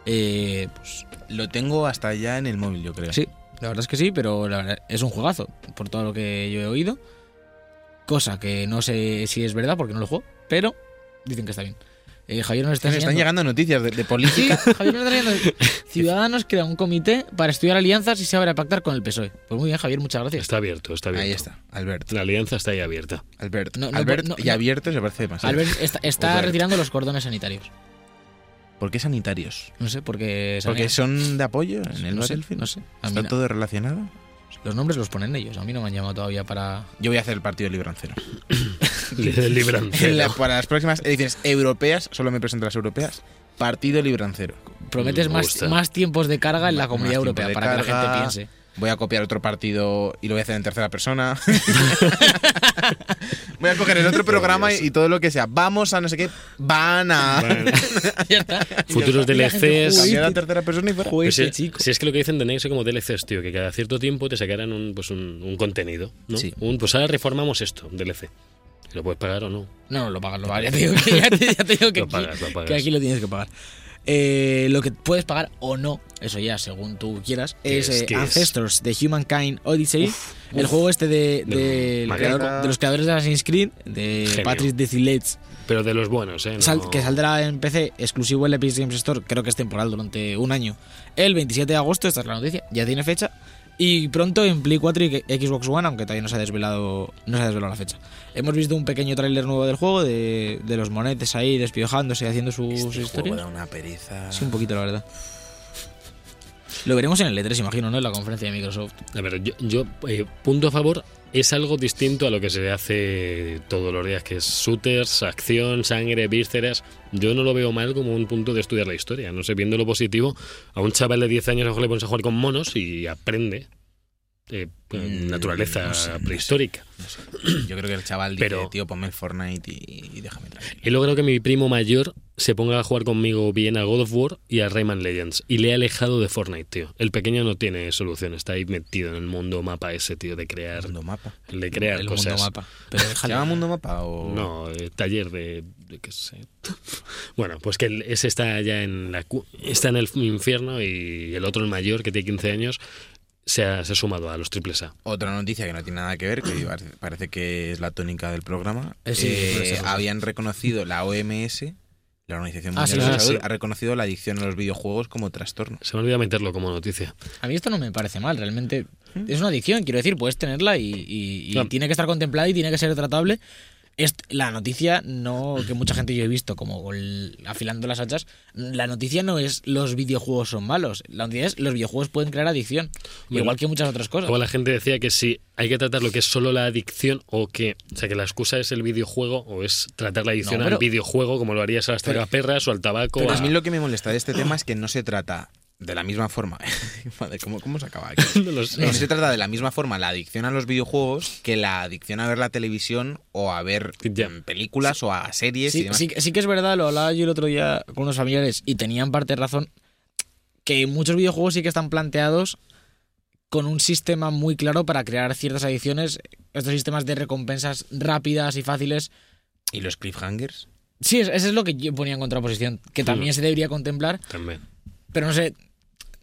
C: Eh, pues
D: Lo tengo hasta allá en el móvil, yo creo.
C: sí, la verdad es que sí, pero la verdad es un juegazo, por todo lo que yo he oído. Cosa que no sé si es verdad porque no lo juego, pero dicen que está bien. Eh, Javier nos está
D: Nos están
C: enseñando-
D: llegando noticias de, de
C: Sí,
D: política.
C: Javier nos está leyendo. Ciudadanos crea un comité para estudiar alianzas y se abre a pactar con el PSOE. Pues muy bien, Javier, muchas gracias.
B: Está abierto, está abierto.
D: Ahí está, Albert.
B: La alianza está ahí abierta.
D: Albert.
C: No, no,
D: Albert
C: no,
D: y
C: no.
D: abierto se parece demasiado.
C: Albert está, está
D: Albert.
C: retirando los cordones sanitarios.
D: ¿Por qué sanitarios?
C: No sé, porque...
D: Porque son de apoyo en el
C: no sé,
D: Battlefield.
C: no sé. A mí
D: ¿Está
C: no-
D: todo relacionado?
C: Los nombres los ponen ellos. A mí no me han llamado todavía para...
D: Yo voy a hacer el partido librancero. En la-
B: Librancero.
D: para las próximas ediciones europeas, solo me presento a las europeas, partido librancero.
C: Prometes
B: Me
C: más,
B: gusta.
C: más tiempos de carga en la
D: Más
C: Comunidad
D: tiempo
C: Europea
D: de
C: para que la
D: carga.
C: gente piense.
D: Voy a copiar otro partido y lo voy a hacer en tercera persona. voy a coger el otro programa y, y todo lo que sea. Vamos a no sé qué. Van a.
B: Bueno,
C: Ya está.
B: Futuros
C: Y la gente,
B: DLCs.
C: "Uy,
D: Cambiar a tercera persona y fuera.
C: Joder,
B: Pues
C: este
B: si,
C: chico.
B: si es que lo que dicen tenéis que ser como DLCs, tío, que cada cierto tiempo te sacarán un, pues un, un contenido, ¿no?
D: Sí.
B: Un, pues ahora reformamos esto, un DLC. Y ¿Lo puedes pagar o no?
C: No, no, lo pagas, lo pagas. Ya te digo que, ya te- ya te digo que
B: Lo
C: aquí-
B: pagas, lo pagas.
C: que aquí lo tienes que pagar. Eh, lo que puedes pagar o no, eso ya según tú quieras,
B: ¿Qué
C: es,
B: es?
C: eh,
B: ¿Qué es?
C: Ancestors de Humankind Odyssey, el juego este de,
B: Del
C: del
B: Magreta.
C: creador- de los creadores de Assassin's Creed, de
B: Genio.
C: Patrick Desilets,
B: Pero de los buenos, ¿eh? No-
C: sal- que saldrá en PC exclusivo en la Epic Games Store, creo que es temporal durante un año. El 27 de agosto, esta es la noticia, ya tiene fecha. Y pronto en Play 4 y Xbox One, aunque todavía no se ha desvelado, no se ha desvelado la fecha. Hemos visto un pequeño tráiler nuevo del juego, de, de los monetes ahí despiojándose y haciendo sus
D: Este juego
C: historias.
D: da una pereza.
C: Sí, un poquito, la verdad. Lo veremos en el E3, imagino, ¿no? En la conferencia de Microsoft.
B: A ver, yo, yo, eh, punto a favor, es algo distinto a lo que se hace todos los días, que es shooters, acción, sangre, vísceras. Yo no lo veo mal como un punto de estudiar la historia. No sé, viendo lo positivo, a un chaval de 10 años a lo mejor le pones a jugar con monos y aprende. eh,
D: Mm,
B: naturaleza
D: no sé, no sé.
B: prehistórica.
D: No sé. Yo creo que el chaval dice,
B: Pero-
D: tío, ponme el Fortnite y, y déjame tranquilo.
B: He logrado que mi primo mayor se ponga a jugar conmigo bien a God of War y a Rayman Legends. Y le he alejado de Fortnite, tío. El pequeño no tiene solución. Está ahí metido en el mundo mapa ese, tío, de crear,
D: Mundo mapa.
B: de crear
C: el
B: cosas.
C: mundo mapa. Pero
D: ¿Se
C: déjale.
D: llama Mundo Mapa o...?
B: No, eh, taller de, de qué sé. Bueno, pues que el- ese está ya en la cu- está en el infierno y el otro el mayor que tiene 15 años se ha, se ha sumado a los triples A.
D: Otra noticia que no tiene nada que ver, que parece- parece que es la tónica del programa.
C: Eh, sí,
D: Eh,
C: puede ser, puede
D: habían reconocido la OMS, la Organización
C: Ah,
D: Mundial
C: sí,
D: de la
B: ah,
D: Salud,
B: sí.
D: ha reconocido la adicción a los videojuegos como trastorno.
B: Se me olvidó meterlo como noticia.
C: A mí esto no me parece mal, realmente. Es una adicción, quiero decir, puedes tenerla y, y- y
B: Claro.
C: tiene que estar contemplada y tiene que ser tratable. Es la noticia, no que mucha gente yo he visto como el- afilando las hachas, la noticia no es los videojuegos son malos, la noticia es los videojuegos pueden crear adicción,
B: Bueno,
C: igual que muchas otras cosas.
B: Luego la gente decía que si hay que tratar lo que es solo la adicción o que, o sea, que la excusa es el videojuego o es tratar la adicción
C: No,
B: al
C: pero-
B: videojuego como lo harías a las
C: pero-
B: tragaperras o al tabaco.
D: Pero
B: a-
D: a mí lo que me molesta de este tema es que no se trata de la misma forma. Madre, ¿cómo, cómo se acaba aquí?
B: no lo sé.
D: No se trata de la misma forma la adicción a los videojuegos que la adicción a ver la televisión o a ver
B: Ya.
D: mm, películas o a series y
C: Sí,
D: demás.
C: sí, sí que es verdad, lo hablaba yo el otro día con unos familiares y tenían parte de razón, que muchos videojuegos sí que están planteados con un sistema muy claro para crear ciertas adicciones, estos sistemas de recompensas rápidas y fáciles.
D: ¿Y los cliffhangers?
C: Sí, es- eso es lo que yo ponía en contraposición, que también se debería contemplar,
B: También.
C: pero no sé,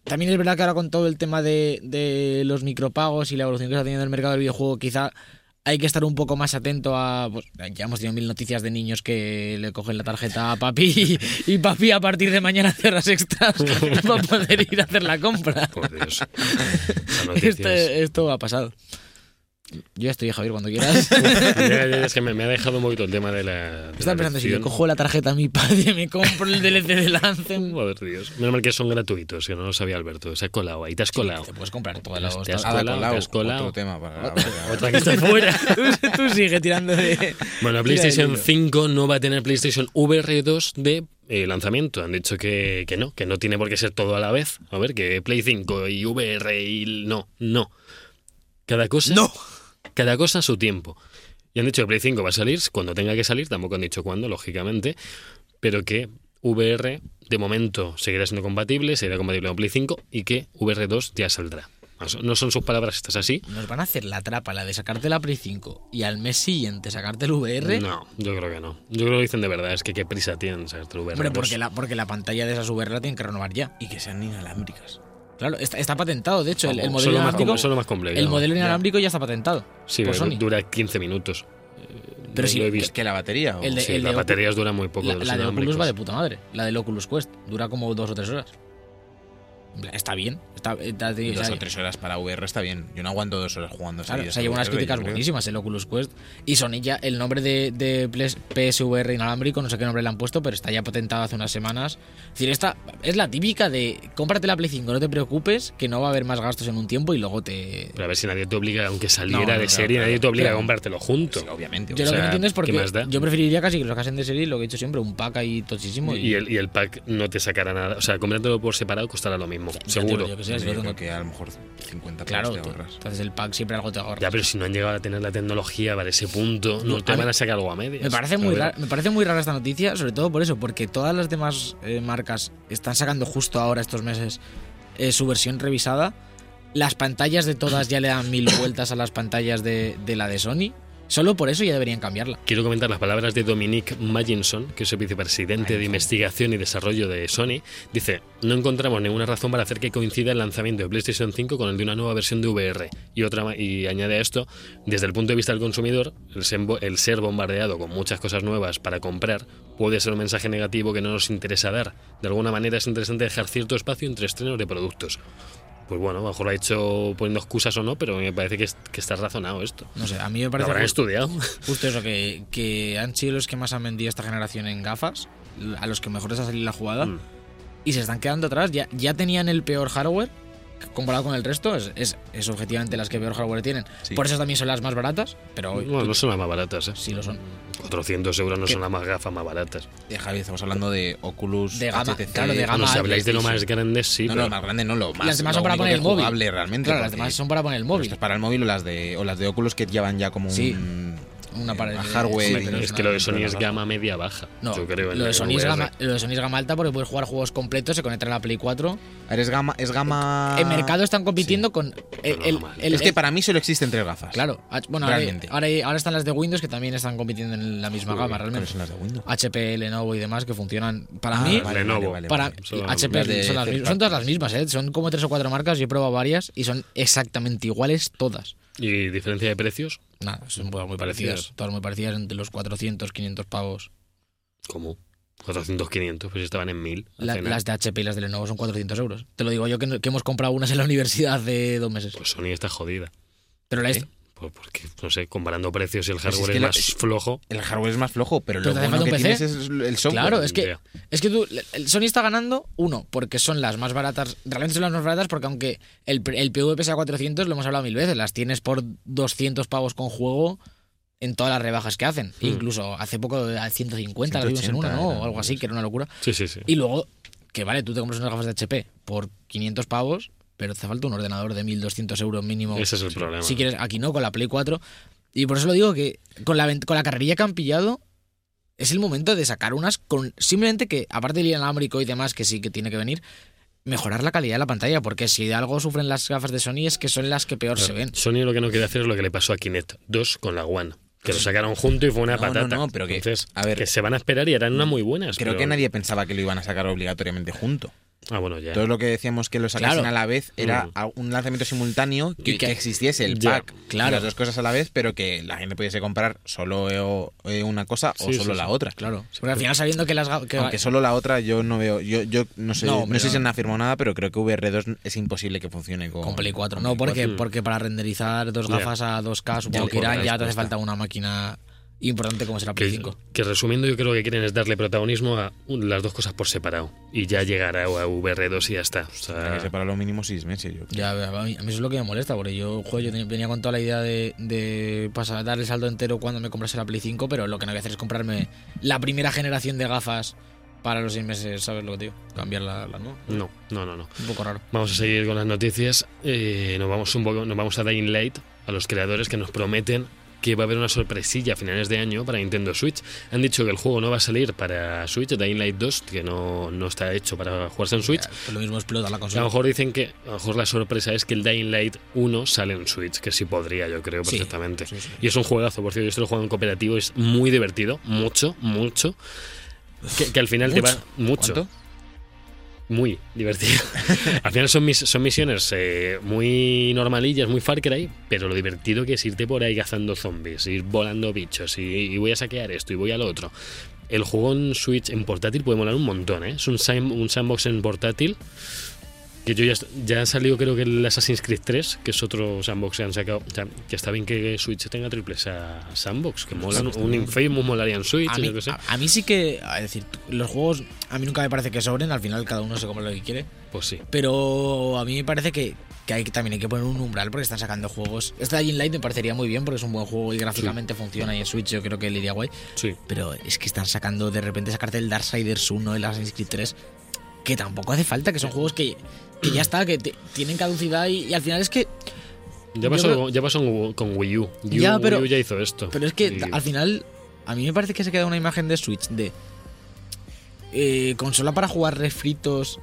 C: también es verdad que ahora con todo el tema de, de los micropagos y la evolución que está teniendo el mercado del videojuego, quizá hay que estar un poco más atento a... pues, ya hemos tenido mil noticias de niños que le cogen la tarjeta a papi y, y papi a partir de mañana hace horas extras para poder ir a hacer la compra.
B: Por Dios. Esa noticia
C: Esto,
B: es-
C: esto ha pasado. Yo ya estoy, Javier, cuando quieras.
B: Ya, ya, ya, es que me, me ha dejado un poquito el tema de la. de
C: Estaba
B: la
C: pensando, si le
B: adicción.
C: cojo la tarjeta a mi padre, me compro el DLC del Anthem...
B: Madre de Dios. Menos mal que son gratuitos, que no lo sabía Alberto. Se ha colado ahí, te has colado.
C: Te puedes comprar todos
B: Te has-
C: los- Ah,
B: te has
C: todos-
D: Ada
B: colado,
D: Colau,
B: te has colado.
D: Otro tema para-
B: Otra que está fuera.
C: tú, tú sigue tirando de.
B: Bueno,
C: Tira del
B: PlayStation
C: hilo.
B: 5 no va a tener PlayStation VR 2 de eh, lanzamiento. Han dicho que, que no, que no tiene por qué ser todo a la vez. A ver, que Play 5 y VR y. l- No, no. Cada cosa.
D: ¡No!
B: Cada cosa a su tiempo. Y han dicho que Play 5 va a salir cuando tenga que salir, tampoco han dicho cuándo, lógicamente, pero que VR de momento seguirá siendo compatible, seguirá compatible con Play 5 y que VR2 ya saldrá. No son sus palabras estas así.
C: Nos van a hacer la trapa, la de sacarte la Play 5 y al mes siguiente sacarte el VR.
B: No, yo creo que no. Yo creo que lo dicen de verdad, es que qué prisa tienen sacar VR.
C: Hombre, porque la, porque la pantalla de esas VR la tienen que renovar ya.
D: Y que sean inalámbricas.
C: Claro, está, está patentado, de hecho, el, el
B: Solo
C: modelo
B: más
C: inalámbrico.
B: com- solo más complejo,
C: el
B: ya.
C: modelo inalámbrico ya está patentado.
B: Sí,
C: por
B: pero
C: Sony. Eh,
B: dura 15 minutos. Yo
C: Pero sí,
B: lo he
D: ¿Es
B: visto.
D: que la batería? o-
C: El de-
B: Sí, las
C: Ocu-
B: baterías duran muy poco.
C: La,
B: los
C: la de Oculus
B: inalámbricos.
C: va de puta madre. La del Oculus Quest dura como dos o tres horas. En plan, Está bien. Está, eh, está- o
D: Dos
C: sea,
D: o tres horas para VR está bien. Yo no aguanto dos horas jugando.
C: Claro,
D: seguidas
C: se
D: a
C: lleva unas
D: VR,
C: críticas
D: yo creo.
C: buenísimas el Oculus Quest. Y Sony ya, el nombre de, de Ples- PSVR inalámbrico, no sé qué nombre le han puesto, pero está ya patentado hace unas semanas. Es decir, esta es la típica de cómprate la Play 5, no te preocupes, que no va a haber más gastos en un tiempo y luego te.
B: Pero a ver si nadie te obliga, aunque saliera
D: No, no,
B: de
D: claro,
B: serie,
D: claro.
B: nadie te obliga
C: Pero-
B: a comprártelo junto.
D: Sí, obviamente.
C: Yo
D: o
C: lo que no
D: sea,
B: sea,
C: entiendo es
B: ¿qué
C: porque
B: más da?
C: yo preferiría casi que lo sacasen de serie, lo que he hecho siempre, un pack ahí tochísimo. Y,
B: Y el, y el pack no te sacará nada. O sea, comprándolo por separado costará lo mismo,
C: Ya, tío,
B: seguro.
C: yo que sé,
D: yo
C: si lo
D: creo
C: tengo-
D: que a lo mejor 50
C: Claro,
D: te
C: te-
D: ahorras.
C: entonces el pack siempre algo te ahorra.
B: Ya, pero si no han llegado a tener la tecnología para ese punto, no
C: No,
B: te
C: a mí-
B: van a sacar algo a medias.
C: Me parece,
B: A
C: muy
B: ver,
C: rara, me parece muy rara esta noticia, sobre todo por eso, porque todas las demás eh, marcas están sacando justo ahora estos meses eh, su versión revisada. Las pantallas de todas ya le dan mil vueltas a las pantallas de, de la de Sony. Solo por eso ya deberían cambiarla.
B: Quiero comentar las palabras de Dominique Maginson, que es el vicepresidente de investigación y desarrollo de Sony. Dice, no encontramos ninguna razón para hacer que coincida el lanzamiento de PlayStation 5 con el de una nueva versión de VR. Y, otra, ma- y añade a esto, desde el punto de vista del consumidor, el, sembo- el ser bombardeado con muchas cosas nuevas para comprar puede ser un mensaje negativo que no nos interesa dar. De alguna manera es interesante dejar cierto espacio entre estrenos de productos. Pues bueno, a lo mejor lo ha hecho poniendo excusas o no, pero me parece que, es- que está razonado esto.
C: No sé, a mí me
B: ¿Lo
C: parece
B: habrán
C: ju-
B: estudiado?
C: justo eso, que, que han sido los que más han vendido esta generación en gafas, a los que mejor les ha salido la jugada.
B: Mm.
C: y se están quedando atrás. Ya, ya tenían el peor hardware comparado con el resto, es, es, es objetivamente las que peor hardware tienen.
D: Sí.
C: Por eso también son las más baratas, pero
B: Bueno, no son las más baratas, ¿eh?
C: sí lo son.
B: 400 euros no
C: ¿Qué?
B: son las más gafas más baratas.
D: Eh, Javi, estamos hablando de Oculus,
C: De gama,
D: HTC.
C: claro, de
B: Bueno,
C: gama
B: si
C: alta,
B: habláis de lo más grande, sí,
D: No,
B: pero
D: no, más grande no, lo más.
C: las demás
D: lo
C: son para
D: único
C: poner
D: que
C: el
D: es
C: móvil.
D: jugable realmente.
C: Claro, las
D: porque
C: demás son para poner el móvil.
D: Esto es para el móvil o las de, o las de Oculus que llevan ya como
C: Sí,
D: un.
C: una
D: eh,
C: pared de-
D: hardware.
C: sí, pero
D: y-
B: es que lo de Sony es
D: Claro.
B: gama media baja.
C: No,
B: yo creo. en
C: lo, de
B: el
C: Sony es
B: VR.
C: gama, lo de Sony es gama alta porque puedes jugar juegos completos, se conectan a la Play 4.
D: Eres gama. Es gama.
C: en mercado están compitiendo con. El, el-
B: normal.
C: el-
D: es que para mí solo existen tres gafas.
C: Claro, ah, bueno, ahora,
D: Realmente.
C: ahora, ahora están las de Windows que también están compitiendo en la misma gama,
D: Pero
C: realmente.
D: son las de Windows.
C: HP, Lenovo y demás que funcionan para
D: Ah,
C: mí.
D: vale,
B: Lenovo.
D: vale, vale,
C: para
D: vale.
B: son
C: HP
D: las de
C: son, las
D: third
C: mismas- son todas las mismas, ¿eh? son como tres o cuatro marcas, yo he probado varias y son exactamente iguales todas.
B: ¿Y diferencia de precios?
C: Nada, son todas muy
B: Parecidas.
C: parecidas, todas muy parecidas entre los 400, 500 pavos.
B: ¿Cómo? 400, 500, pues estaban en 1000. hace
C: La-
B: nada.
C: las de HP y las de Lenovo son 400 euros. Te lo digo yo que, no- que hemos comprado unas en la universidad hace dos meses.
B: Pues Sony está jodida.
C: Pero la est-
B: Pues porque, no sé, comparando precios y el
D: Pues es
B: hardware
D: que
B: es
D: la-
B: más flojo.
D: El hardware es más flojo, pero,
C: Pero
D: lo
C: te hace
D: bueno que
C: falta un
D: tienes
C: PC.
D: es el software.
C: Claro, es que,
B: idea.
C: es que tú, el Sony está ganando, uno, porque son las más baratas, realmente son las más baratas porque aunque el, pre- el PVP sea 400, lo hemos hablado mil veces, las tienes por 200 pavos con juego en todas las rebajas que hacen.
B: Hmm.
C: Incluso hace poco a 150 la vimos en
D: 180
C: una, ¿no?
D: eran
C: O algo así, que era una locura.
B: Sí, sí, sí.
C: Y luego, que vale, tú te compras unas gafas de HP por 500 pavos, pero te hace falta un ordenador de 1200 euros mínimo.
B: Ese es el problema.
C: Si quieres, aquí no, con la Play 4. Y por eso lo digo que con la, ven- con la carrerilla que han pillado, es el momento de sacar unas con. Simplemente que, aparte del inalámbrico y demás, que sí que tiene que venir, mejorar la calidad de la pantalla. Porque si de algo sufren las gafas de Sony es que son las que peor se ven.
B: Sony lo que no quiere hacer es lo que le pasó a Kinect 2 con la One. Que lo sacaron junto y fue una
D: No, no,
B: patata.
D: no, pero que-
B: Entonces,
D: a ver.
B: que se van a esperar y harán unas muy buenas.
D: Creo
B: pero-
D: que nadie pensaba que lo iban a sacar obligatoriamente junto.
B: Ah, bueno, ya.
D: Todo lo que decíamos que lo sacasen
C: Claro.
D: a la vez era
B: Mm.
D: a- un lanzamiento simultáneo que,
C: Que- que-
D: que existiese el
B: Ya,
D: pack.
C: claro.
D: Las dos cosas a la vez, pero que la gente pudiese comprar solo eh, o- eh, una cosa o
B: Sí,
D: solo
B: sí,
D: la
B: sí.
D: otra.
C: Claro. Porque al final, sabiendo que las ga- que
D: Aunque solo la otra yo no veo, yo, yo no sé,
C: No,
D: no,
C: hombre,
D: sé si
C: no.
D: han afirmado nada, pero creo que VR2 es imposible que funcione con,
C: Con Play 4.
D: con
C: No,
D: Play
C: porque,
B: 4.
C: porque para renderizar dos
B: Ya.
C: gafas a 2K, supongo
B: Ya,
C: que irán, ya te hace
D: respuesta.
C: falta una máquina importante como será Play
B: que,
C: 5.
B: que resumiendo, yo creo que quieren es darle protagonismo a un- las dos cosas por separado. Y ya llegará a VR2 y ya está. O sea,
D: Tiene que separar lo mínimo seis meses. Yo creo.
C: Ya, a mí, a mí eso es lo que me molesta, porque yo, joder, yo tenía- venía con toda la idea de, de pasar, dar el saldo entero cuando me comprase la Play 5, pero lo que no voy a hacer es comprarme la primera generación de gafas para los seis meses, ¿sabes lo que te digo? Cambiarla, la- ¿no?
B: no, no, no, no.
C: Un poco raro.
B: Vamos a seguir con las noticias. Eh, nos vamos un poco, nos vamos a Dying Light, a los creadores que nos prometen que va a haber una sorpresilla a finales de año para Nintendo Switch. Han dicho que el juego no va a salir para Switch, Dying Light 2, que no, no está hecho para jugarse en Switch.
C: Ya, pues lo mismo explota la
B: A lo
C: consola.
B: mejor dicen que, a lo mejor la sorpresa es que el Dying Light 1 sale en Switch, que sí podría, yo creo,
C: Sí,
B: perfectamente.
C: sí, sí.
B: Y es un juegazo, por cierto, yo estoy jugando en cooperativo, es muy divertido, mucho, mucho. Que, que al final te va
C: ¿Mucho?
B: mucho
C: ¿Cuánto?
B: muy divertido. Al final son, mis, son misiones eh, muy normalillas, muy Far Cry, pero lo divertido que es irte por ahí cazando zombies, ir volando bichos, y, y voy a saquear esto y voy al otro. El juego en Switch en portátil puede molar un montón, ¿eh? Es un, sim- un sandbox en portátil. Que yo ya, est- ya ha salido, creo que el Assassin's Creed 3, que es otro sandbox que han sacado. O sea, que está bien que Switch tenga triples a sandbox, que mola. Un Infamous molaría en Switch,
C: A
B: yo
C: mí,
B: qué sé.
C: a- a mí sí que, a decir, los juegos a mí nunca me parece que sobren, al final cada uno se compra lo que quiere.
B: Pues sí.
C: Pero a mí me parece que, que hay, que- también hay que poner un umbral porque están sacando juegos. Este Dying Light me parecería muy bien porque es un buen juego y gráficamente funciona y en Switch yo creo que le iría guay.
B: Sí.
C: Pero es que están sacando de repente sacarte el Darksiders 1, el Assassin's Creed 3, que tampoco hace falta, que son juegos que, que ya está, que te- tienen caducidad y, y al final es que.
B: Ya
C: Yo
B: pasó,
C: creo-
B: ya pasó con- con Wii U. Wii U-
C: Ya, pero-
B: Wii U ya hizo esto.
C: Pero es que
B: Y-
C: al final a mí me parece que se queda una imagen de Switch de. eh, consola para jugar refritos.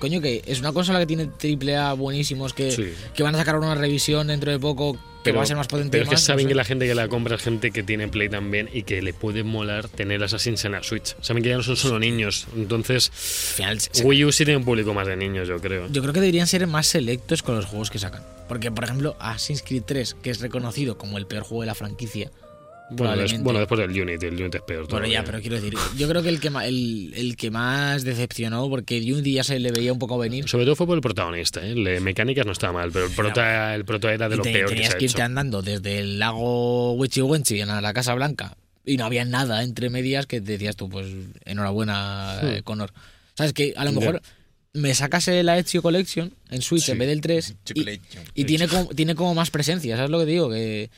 C: Coño, que es una consola que tiene triple A buenísimos que.
B: Sí.
C: que van a sacar una revisión dentro de poco que
B: Pero-
C: va a ser más potente. y
B: Pero es que
C: más, no
B: saben
C: sé.
B: que la gente que la compra es gente que tiene Play también y que le puede molar tener Assassin's en la Switch. Saben que ya no son solo niños. Entonces,
C: Al final, se- se-
B: Wii U sí tiene un público más de niños, yo creo.
C: yo creo que deberían ser más selectos con los juegos que sacan. Porque, por ejemplo, Assassin's Creed 3, que es reconocido como el peor juego de la franquicia.
B: Bueno, des-
C: probablemente-
B: bueno, después del Unity, el Unity es peor.
C: Bueno,
B: todavía.
C: ya, pero quiero decir, yo creo que el que, ma- el, el que más decepcionó, porque Unity ya se le veía un poco venir.
B: Sobre todo fue por el protagonista, ¿eh? El de mecánicas no estaba mal, pero el prota, el prota era de
C: y
B: lo
C: te-
B: peor que se
C: tenías
B: ha
C: que irte
B: hecho.
C: andando desde el lago Wichi Wenchi a la Casa Blanca y no había nada entre medias que te decías tú, pues enhorabuena, eh, Connor. ¿Sabes que A lo
B: Ya.
C: mejor me sacase la Ezio Collection en Switch
B: Sí.
C: en vez del 3 y,
D: Chocolation.
C: y tiene, como, tiene como más presencia, ¿sabes lo que digo? Que,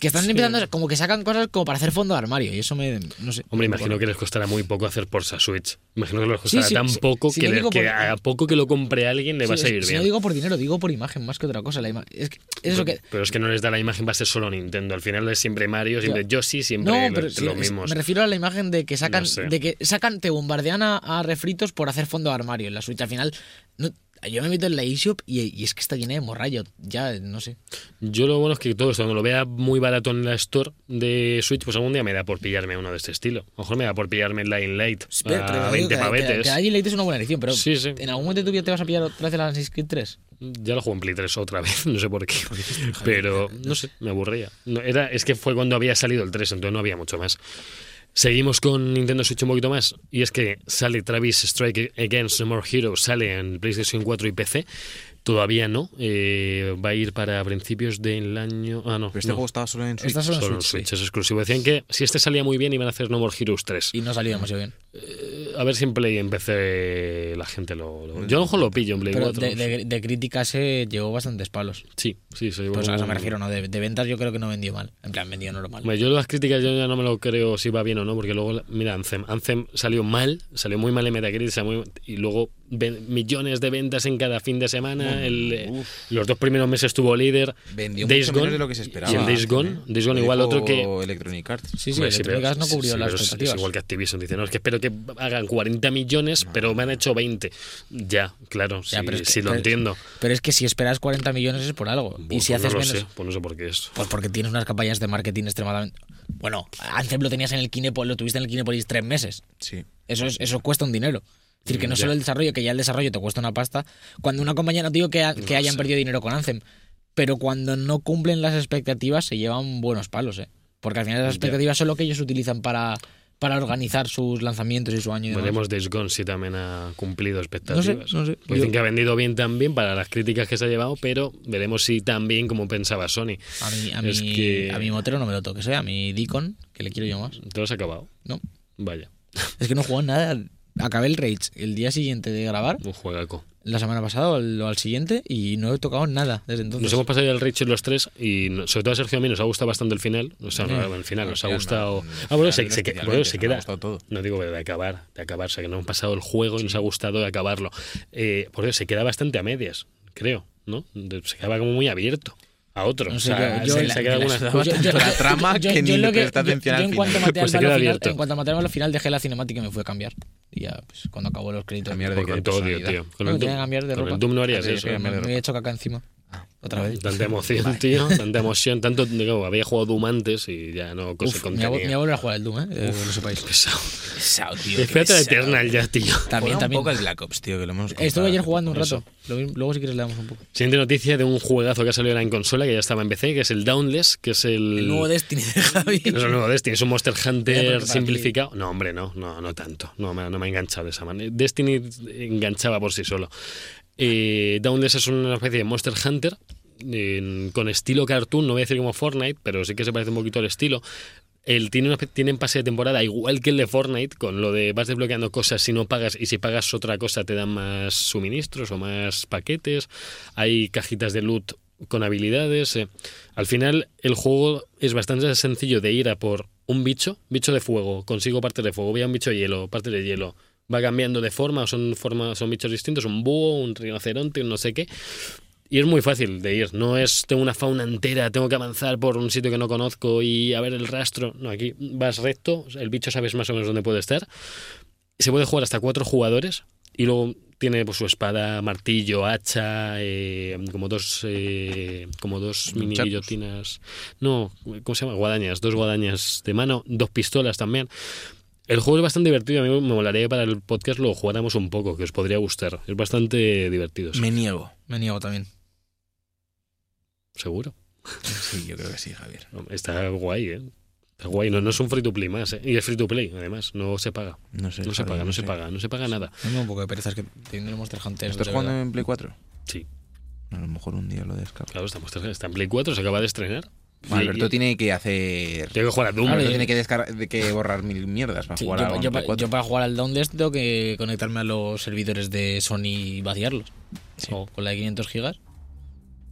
C: que están
B: Sí.
C: empezando, como que sacan cosas como para hacer fondo de armario y eso me, no sé.
B: Hombre,
C: me
B: imagino que les costará muy poco hacer Porsa Switch. Imagino que les costará
C: sí,
B: tan
C: sí,
B: poco
C: sí,
B: que,
C: yo
B: le-
C: digo
B: que
C: por-
B: a poco que lo compre alguien le va a
C: Sí,
B: salir
C: si
B: bien.
C: no digo por dinero, digo por imagen más que otra cosa. La ima- es que es eso que...
B: Pero es que no les da la imagen, va a ser solo Nintendo. Al final es siempre Mario, siempre Yoshi, siempre
C: No,
B: lo-
C: pero
B: los,
C: sí, es-
B: mismos.
C: me refiero a la imagen de que sacan,
B: No sé.
C: de que sacan, te bombardean a, a refritos por hacer fondo de armario en la Switch. Al final, no- yo me meto en la eShop y, y es que está llena de morralla. Ya, no sé.
B: Yo lo bueno es que todo esto, cuando lo vea muy barato en la store de Switch, pues algún día me da por pillarme uno de este estilo. A lo mejor me da por pillarme el Dying Light
C: Pero te
B: a
C: digo
B: 20
C: que- Que,
B: pavetes.
C: que Dying Light es una buena elección, pero
B: Sí, sí.
C: en algún momento tú ya te vas a pillar otra vez el Assassin's Creed 3.
B: Ya lo jugué en Play 3 otra vez, no sé por qué.
C: eh,
B: Pero no sé, me aburría. No, era, es que fue cuando había salido el 3, entonces no había mucho más. Seguimos con Nintendo Switch un poquito más. Y es que sale Travis Strike Against No More Heroes, sale en PlayStation 4 y PC. Todavía no. eh, va a ir para principios del año. Ah, no.
D: Pero este
B: no,
D: juego estaba solo en Switch.
C: Está solo en
B: Solo en
C: Switch,
B: Switch, es exclusivo. Decían que si este salía muy bien iban a hacer No More Heroes 3.
C: Y no salió demasiado bien.
B: A ver si en Play en PC la gente lo. lo- Yo a lo mejor lo pillo en Play
C: Mm. Pero
B: 4.
C: de, de- de crítica se llevó bastantes palos.
B: Sí, sí, se llevó
C: Pues a eso me
B: un-
C: refiero, ¿no? De, de ventas yo creo que no vendió mal. En plan, vendió normal.
B: Hombre, yo las críticas yo ya no me lo creo si va bien o no, porque luego, la- mira, Anthem, Anthem salió mal, salió muy mal en Metacritic, salió muy- y luego ven- millones de ventas en cada fin de semana, el, eh, los dos primeros meses estuvo líder,
D: Vendió
B: Days
D: mucho
B: Gone
D: menos de lo que se esperaba.
B: y el Days Gone, Days Gone igual otro que...
D: O Electronic Arts.
C: ¿eh? Sí, sí,
B: Hombre, sí,
C: Electronic
B: pero-
C: Arts no
B: sí,
C: cubrió
B: sí,
C: las
B: pero es-
C: expectativas.
B: Es igual que Activision, dice, no, es que espero que hagan 40 millones, pero me han hecho 20. Ya, claro,
C: Ya,
B: sí,
C: pero es que-
B: sí lo
C: pero-
B: entiendo.
C: Pero es que si esperas 40 millones es por algo. y
B: Buah,
C: si
B: pues
C: haces
B: no lo
C: menos.
B: sé, pues no sé por qué es.
C: Pues porque tienes unas campañas de marketing extremadamente. Bueno, Anthem lo tenías en el Kinepo, lo tuviste en el Kinepolis tres meses.
D: Sí.
C: Eso, es- eso cuesta un dinero. Es decir, que no
B: Mm, Ya.
C: solo el desarrollo, que ya el desarrollo te cuesta una pasta. Cuando una compañía, no digo que, ha- que hayan perdido dinero con Anthem, pero cuando no cumplen las expectativas se llevan buenos palos, ¿eh? Porque al final las expectativas son lo que ellos utilizan para, para organizar sus lanzamientos y su año. y demás.
B: Veremos Days Gone si también ha cumplido expectativas.
C: No sé, no sé.
B: Pues dicen
C: Yo-
B: que ha vendido bien también para las críticas que se ha llevado, pero veremos si tan bien como pensaba Sony.
C: A mí, a, mí,
B: Es que-
C: a mi motero no me lo toques, ¿eh? A mi Deacon, que le quiero yo más.
B: Te lo has acabado.
C: No.
B: Vaya,
C: Es que no jugó nada. Acabé el Rage el día siguiente de grabar,
B: un juegaco.
C: la semana pasada o al, o al siguiente, y no he tocado nada desde entonces.
B: Nos hemos pasado ya el Richard los tres y no- sobre todo a Sergio a mí nos ha gustado bastante el final. O sea, no, el final nos ha
D: final,
B: gustado.
D: no,
B: Ah, bueno,
D: el
B: se,
D: final
B: se que-
D: especialmente,
B: bueno, se
D: nos ha
B: queda.
D: gustado todo.
B: No digo de acabar, de acabar, o sea, que no hemos pasado el juego y nos ha gustado de acabarlo. Eh, por eso se queda bastante a medias, creo, ¿no? De- Se quedaba como muy abierto a otro.
C: No sé,
B: o sea,
C: yo-
B: se,
C: yo-
B: se queda
D: me la
B: alguna-
D: sudaba tanto la trama que ni
C: yo
D: le
C: lo
D: presté
C: yo-
D: atención
C: yo
D: al
C: en cuanto
D: final.
C: maté al
B: Pues se
C: malo
B: queda
C: al final-
B: abierto.
C: en cuanto maté al malo al final, dejé la cinemática y me fui a cambiar. Y ya, pues cuando acabó los créditos.
D: Cambiar de
B: Joder,
D: qué
B: cuánto odio,
D: personalidad.
B: tío. Con
C: No,
B: el
C: me tenía
B: Doom-
C: que cambiar de
B: con el
C: ropa.
B: Doom no harías
D: Ah, sí,
B: eso. ¿eh?
D: sí,
C: me,
D: cambiar de
C: me he hecho caca encima.
B: Ah,
C: Otra vez.
B: Tanta emoción, tío. Tanta emoción. Tanto, digo, había jugado Doom antes y ya no se Pues
C: Uf, me
B: contenía.
C: voy me voy a volver a jugar el Doom, ¿eh? eh que lo sepáis.
B: Pesado.
D: Pesado, tío.
B: Espérate a Eternal ya, tío.
C: También, también.
D: un poco el Black Ops, tío, que lo hemos
C: Estuve ayer jugando un
D: Eso.
C: rato. Lo mismo- luego, si quieres, le damos un poco.
B: Siguiente noticia de un juegazo que ha salido ahora en consola, que ya estaba en PC, que es el Downless, que es el...
C: Destiny de Javi.
B: No es el nuevo Destiny, es un Monster
C: Ya, pero
B: Hunter
C: para ti.
B: simplificado. No, hombre, no, no, no tanto. No me, no me ha enganchado de esa manera. Destiny enganchaba por sí solo. Eh, Downless es una especie de Monster Hunter en- con estilo cartoon, no voy a decir como Fortnite, pero sí que se parece un poquito al estilo. El, tiene, una, espe- tienen pase de temporada igual que el de Fortnite, con lo de vas desbloqueando cosas si no pagas y si pagas otra cosa te dan más suministros o más paquetes. Hay cajitas de loot con habilidades. eh. Al final el juego es bastante sencillo de ir a por un bicho, bicho de fuego, consigo parte de fuego, voy a un bicho de hielo, parte de hielo. Va cambiando de forma, son, forma, son bichos distintos, un búho, un rinoceronte, un no sé qué. Y es muy fácil de ir, no es tengo una fauna entera, tengo que avanzar por un sitio que no conozco y a ver el rastro. No, aquí vas recto, el bicho sabes más o menos dónde puede estar. Se puede jugar hasta cuatro jugadores y luego tiene pues, su espada, martillo, hacha, eh, como dos, eh, como dos mini
D: Nunchakus.
B: guillotinas. No, ¿cómo se llama? Guadañas, dos guadañas de mano, dos pistolas también. El juego es bastante divertido, a mí me molaría que para el podcast lo jugáramos un poco, que os podría gustar. Es bastante divertido,
D: Me niego.
C: Me niego también.
B: seguro.
D: Sí, yo creo que sí, Javier.
B: Está guay, ¿eh? Está guay, no, no es un free to play más, ¿eh? Y es free to play, además, no se paga.
D: No sé.
B: No se
D: Javier,
B: paga, no se
D: sé.
B: paga, no se paga nada.
C: Me da un poco de pereza, es que teniendo el Monster Hunter.
D: ¿Estás
C: de
D: jugando
C: verdad.
D: en Play 4?
B: Sí.
D: A lo mejor un día lo descargo.
B: Claro, estamos, está en Play 4, se acaba de estrenar.
D: Bueno,
B: Sí,
D: Alberto
B: y-
D: tiene que hacer.
B: Tengo que jugar a Doom. ¿eh?
D: Alberto
C: Claro,
D: tiene que, descargar- de que borrar mil mierdas para
C: Sí,
D: jugar
C: yo,
D: a
C: yo
D: One
C: pa-
D: Play 4.
C: yo para jugar al Down Desk tengo que conectarme a los servidores de Sony y vaciarlos. O con la de 500 gigas.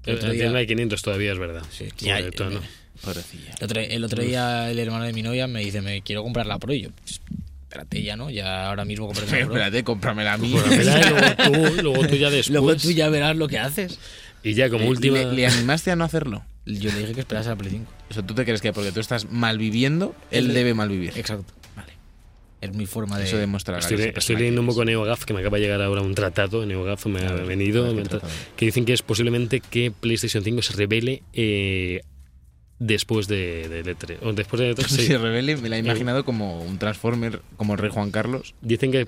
B: El
C: El otro día-
B: Tienda de 500 todavía es verdad.
C: Sí,
B: Joder,
C: hay-
B: todo, ¿no?
D: Pobrecilla.
C: El otro, el otro día el hermano de mi novia me dice, me quiero comprar la Pro. Y yo, "Pues, espérate ya, ¿no? Ya ahora mismo compré la Pro.
D: Espérate, cómpramela a mí.
B: Bueno, vela y luego tú, luego tú ya después.
C: Luego tú ya verás lo que haces.
B: Y ya como
D: Le-
B: última.
D: le, le animaste a no hacerlo?
C: Yo le dije que esperase a la Play 5.
D: O sea, ¿tú te crees que porque tú estás malviviendo, él
C: Él-
D: debe malvivir?
C: Exacto. Vale. Es mi forma de...
D: Eso demuestra
B: Eh, Estoy, le- estoy leyendo un poco NeoGAF, que me acaba de llegar ahora un tratado, NeoGAF me ha venido,
D: qué
B: me ha tra-
D: tratado.
B: que dicen que es posiblemente que PlayStation 5 se revele eh, después de, de E3. O después de E3, sí.
D: Se revele, me la he imaginado como un Transformer, como el Rey Juan Carlos.
B: Dicen que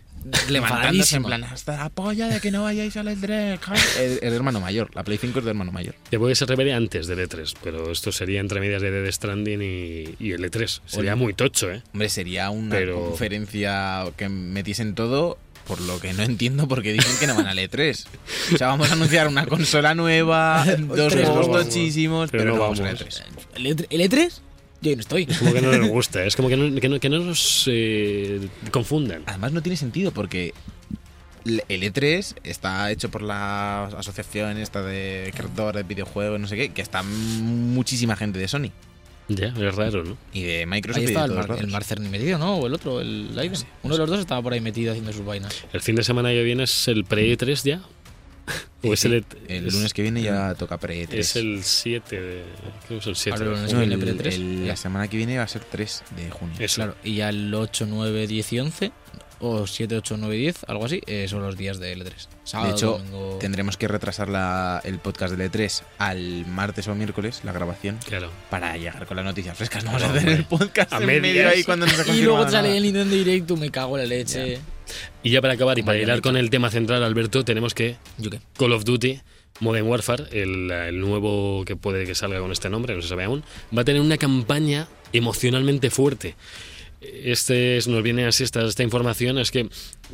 D: Levantándose en
C: Enfadadísimo.
D: plan, hasta la polla de que no vayáis al E3. ja". el, el hermano mayor, la Play 5 es de hermano mayor.
B: que puede que se revele antes del E3, pero esto sería entre medias de Dead Stranding y, y el E3. Sería
D: Oye.
B: muy tocho, ¿eh?
D: Hombre, sería una
B: Pero-
D: conferencia que metiesen todo, por lo que no entiendo por qué dicen que no van al E3. O sea, vamos a anunciar una consola nueva, dos
C: Pero no
D: juegos
B: vamos.
D: tochísimos,
B: Pero
D: pero,
B: no
D: no vamos al E
B: vamos.
D: E3.
C: ¿El E3? ¿El E3? Yo ahí no estoy.
B: Como que no les gusta, es como que no, que no, que no nos eh, confundan.
D: Además no tiene sentido porque l- el E3 está hecho por la asociación esta de creadores de videojuegos, no sé qué, que está muchísima gente de Sony
B: Ya, es raro, ¿no?
D: y de Microsoft
C: Ahí
D: y de
C: estaba el,
D: todos
C: Mar-
D: lados.
C: el Marcerni metido, ¿no? O el otro, el Aiden. Uno de los dos estaba por ahí metido haciendo sus vainas.
B: El fin de semana que viene es el pre-E3 ya. O es Pues
D: Sí,
B: el,
D: el,
B: E3?
D: lunes que viene ya toca pre-E3.
B: Es el 7 de. Creo que E es el 7 de
C: Ahora lo
B: junio.
D: No,
C: viene
D: el-
C: pre-E3,
D: el-
C: ya.
D: la semana que viene va a ser 3 de junio.
B: Eso.
C: Claro, y ya el 8, 9, 10 y 11, o 7, 8, 9, 10, algo así, eh, son los días de L3. Sábado,
D: de hecho,
C: domingo-
D: tendremos que retrasar la- el podcast del E3 al martes o miércoles, la grabación,
B: Claro.
D: para llegar con las noticias frescas. No vamos a
B: Hombre.
D: hacer el podcast
B: A
D: en medio
B: medias.
D: ahí cuando nos ha
C: Y luego
D: confirmado
C: te sale
D: nada.
C: el Nintendo Direct, tú me cago en la leche.
B: Y ya para acabar y
C: Como
B: para
C: ya
B: hilar
C: he
B: con el tema central, Alberto, tenemos que
C: ¿Yo qué?
B: Call of Duty Modern Warfare, el, el nuevo que puede que salga con este nombre, no se sabe aún, va a tener una campaña emocionalmente fuerte. Este es- nos viene así esta, esta información, es que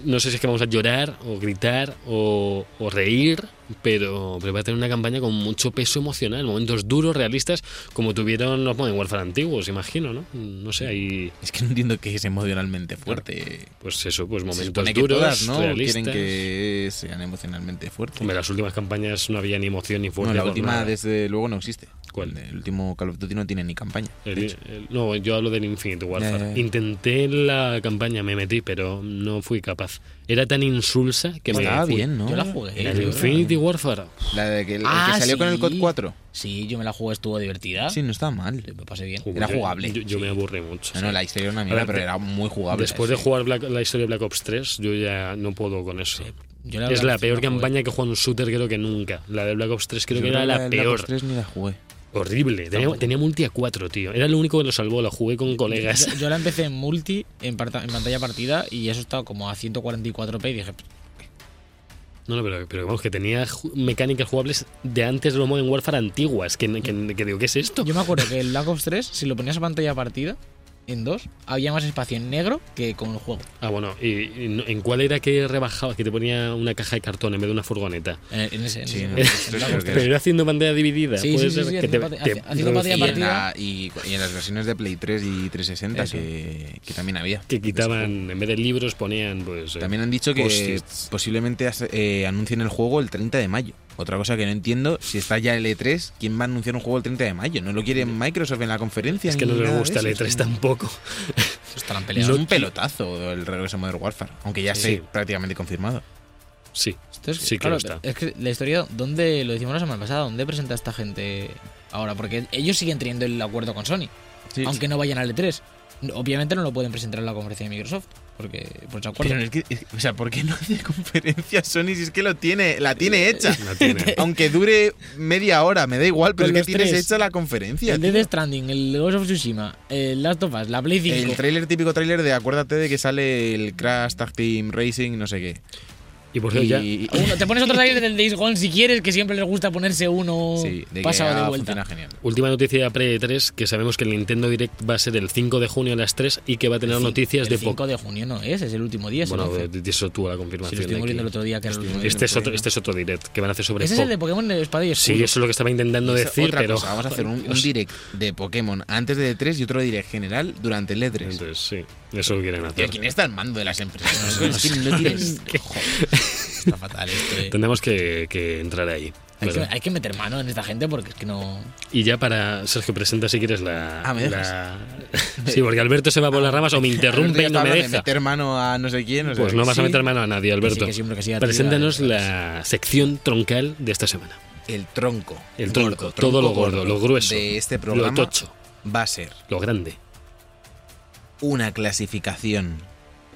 B: no sé si es que vamos a llorar o gritar o, o reír, pero, pero va a tener una campaña con mucho peso emocional, momentos duros, realistas, como tuvieron los Modern Warfare antiguos, imagino, ¿no? No sé, hay
D: Es que no entiendo qué es emocionalmente fuerte.
B: pues eso, pues
D: Se
B: momentos
D: supone que
B: duros,
D: todas, ¿no?
B: realistas.
D: Quieren que sean emocionalmente fuertes.
B: Hombre, las últimas campañas no había ni emoción ni fuerza.
D: no, la
B: por
D: última
B: nada.
D: desde luego no existe.
B: ¿Cuál?
D: El último Call of Duty no tiene ni campaña. de
B: El-
D: hecho.
B: el- no, yo hablo del Infinite Warfare.
D: Ya, ya, ya.
B: Intenté la campaña, me metí, pero no fui capaz. Era tan insulsa que me.
D: Estaba
B: fui.
D: bien, ¿no?
C: Yo la jugué.
B: El
C: yo-
B: Infinity Warfare.
D: La de que, el, el
C: Ah,
D: que salió con el
C: sí.
D: COD 4.
C: Sí, yo me la jugué, estuvo
B: ¿Ah?
C: divertida.
D: Sí, no estaba mal.
C: Me pasé bien.
B: Joder,
D: Era
B: yo-
D: jugable,
B: Yo, yo me aburrí mucho.
D: No,
B: sí.
D: no, la historia era una mierda,
B: ver,
D: pero
B: de-
D: era muy jugable.
B: Después de
D: sí.
B: jugar Black- la historia de Black Ops 3, yo ya no puedo con eso.
C: Yo la
B: es
C: verdad
B: la
C: que
B: peor
C: jugué.
B: campaña que he jugado en un shooter, creo que nunca. La de Black Ops 3 creo
D: Yo
B: que era
D: del
B: la
D: Black Ops
B: peor.
D: 3 ni la jugué.
B: Horrible. Tenía,
C: Tampoco.
B: tenía multi a 4, tío. Era lo único que lo salvó. Lo jugué con colegas.
C: Yo, yo la empecé en multi, en, parta- en pantalla partida, y eso estaba como a 144p y dije,
B: No, no, pero, pero vamos, que tenía ju- mecánicas jugables de antes de los Modern Warfare antiguas. Que,
C: Mm.
B: que- que digo, ¿qué es esto?
C: Yo me acuerdo que el Black Ops 3, si lo ponías a pantalla partida, en dos, había más espacio en negro que con el juego.
B: Ah, bueno, ¿y, y no- en cuál era que rebajabas? Que te ponía una caja de cartón en vez de una furgoneta.
C: Eh, En, el- en ese. en
D: Sí,
C: ese-
D: no,
C: en
D: yo
C: el Black
D: creo
C: Ops
D: que-
C: 3.
B: Pero era haciendo pantalla dividida.
C: Sí,
B: puede
C: sí, sí,
B: ser que
C: sí,
B: te,
C: haciendo
B: te
C: pantalla- haciendo pantalla
D: Y
B: reducían,
D: en,
C: partida.
D: la- y- y en las versiones de Play 3 y 360
C: Eso.
D: que, que también había.
B: Que
C: Pues,
B: quitaban, en vez de libros ponían pues... eh,
D: También han dicho que
B: Post-its.
D: posiblemente as- eh, anuncien el juego el 30 de mayo. Otra cosa que no entiendo, si está ya el E3, ¿quién va a anunciar un juego el 30 de mayo? ¿No lo quiere Microsoft en la conferencia?
B: es que
D: ni
B: no les
D: nada de
B: gusta el
D: eso?
B: E3
D: Es un-
B: tampoco.
C: Estarán
D: Es
C: peleados.
D: un pelotazo el regreso a Modern Warfare, aunque ya
B: Sí.
D: esté prácticamente confirmado.
B: Sí,
C: Esto es-
B: sí que
C: claro,
B: lo está.
C: Es que la historia, ¿dónde lo decimos la semana pasada? ¿Dónde presenta esta gente ahora? Porque ellos siguen teniendo el acuerdo con Sony, aunque no vayan al E3. No, Obviamente no lo pueden presentar en la conferencia de Microsoft, porque por ese acuerdo.
D: Pero es que, es- o sea, ¿por qué no hace conferencia Sony si es que lo tiene, la
C: Eh,
D: tiene hecha?
B: No tiene.
D: Aunque dure media hora, me da igual, pero
C: Con
D: es
C: los
D: que tienes
C: tres.
D: hecha la conferencia.
C: el
D: tío.
C: Death Stranding, el Ghost of Tsushima, el Last of Us, la Play 5.
D: El tráiler, típico tráiler de acuérdate de que sale el Crash Tag Team Racing, no sé qué.
B: Y por cierto, ya.
D: Y-
C: Uno, te pones otro trailer del Days Gone si quieres, que siempre les gusta ponerse uno
D: Sí, de que
C: pasado Oh, de
D: ha
C: vuelta.
D: funcionado genial.
B: Última noticia pre-3, que sabemos que el Nintendo Direct va a ser el 5 de junio a las 3 y que va a tener noticias
C: el
B: de
C: 5
B: poco.
C: de junio no es, es el último día. es el
B: Bueno,
C: 11.
B: de- de eso tú a la
C: si
B: confirmación.
C: lo estoy
B: de
C: muriendo el
B: que-
C: otro día, que era el último día.
B: este, es otro, este es otro Direct que van a hacer sobre
C: Ese es
B: Pop.
C: el de Pokémon de Espada y
B: Sí,
C: Escudo.
B: eso es lo que estaba intentando
D: Esa-
B: decir,
D: otra
B: pero.
D: cosa, vamos a hacer un, un direct de Pokémon antes de E3 y otro direct general durante el E E3.
B: Entonces, sí, eso quieren
D: Tío,
B: hacer.
D: ¿Quién está al mando de las empresas? No, sé, es que no tienes- Joder, está fatal esto. eh.
B: Tendremos que, que entrar ahí.
C: Hay,
B: claro.
C: que, hay que meter mano en esta gente porque es que no.
B: Y ya para Sergio, presenta si quieres la.
D: Ah, ¿me dejas?
B: la- Sí, porque Alberto se va por las ramas o me interrumpe y
D: Ahorita
B: no me
D: hablan de
B: deja.
D: meter mano a no sé quién. o sea,
B: Pues no vas a
D: sí.
B: meter mano a nadie, Alberto.
C: que sí, hombre, que sí, a ti,
B: Preséntanos
C: a-
B: la sección troncal de esta semana.
D: El tronco.
B: El tronco, todo lo gordo, lo grueso,
D: De este programa
B: lo tocho.
D: va a ser
B: Lo grande.
D: una clasificación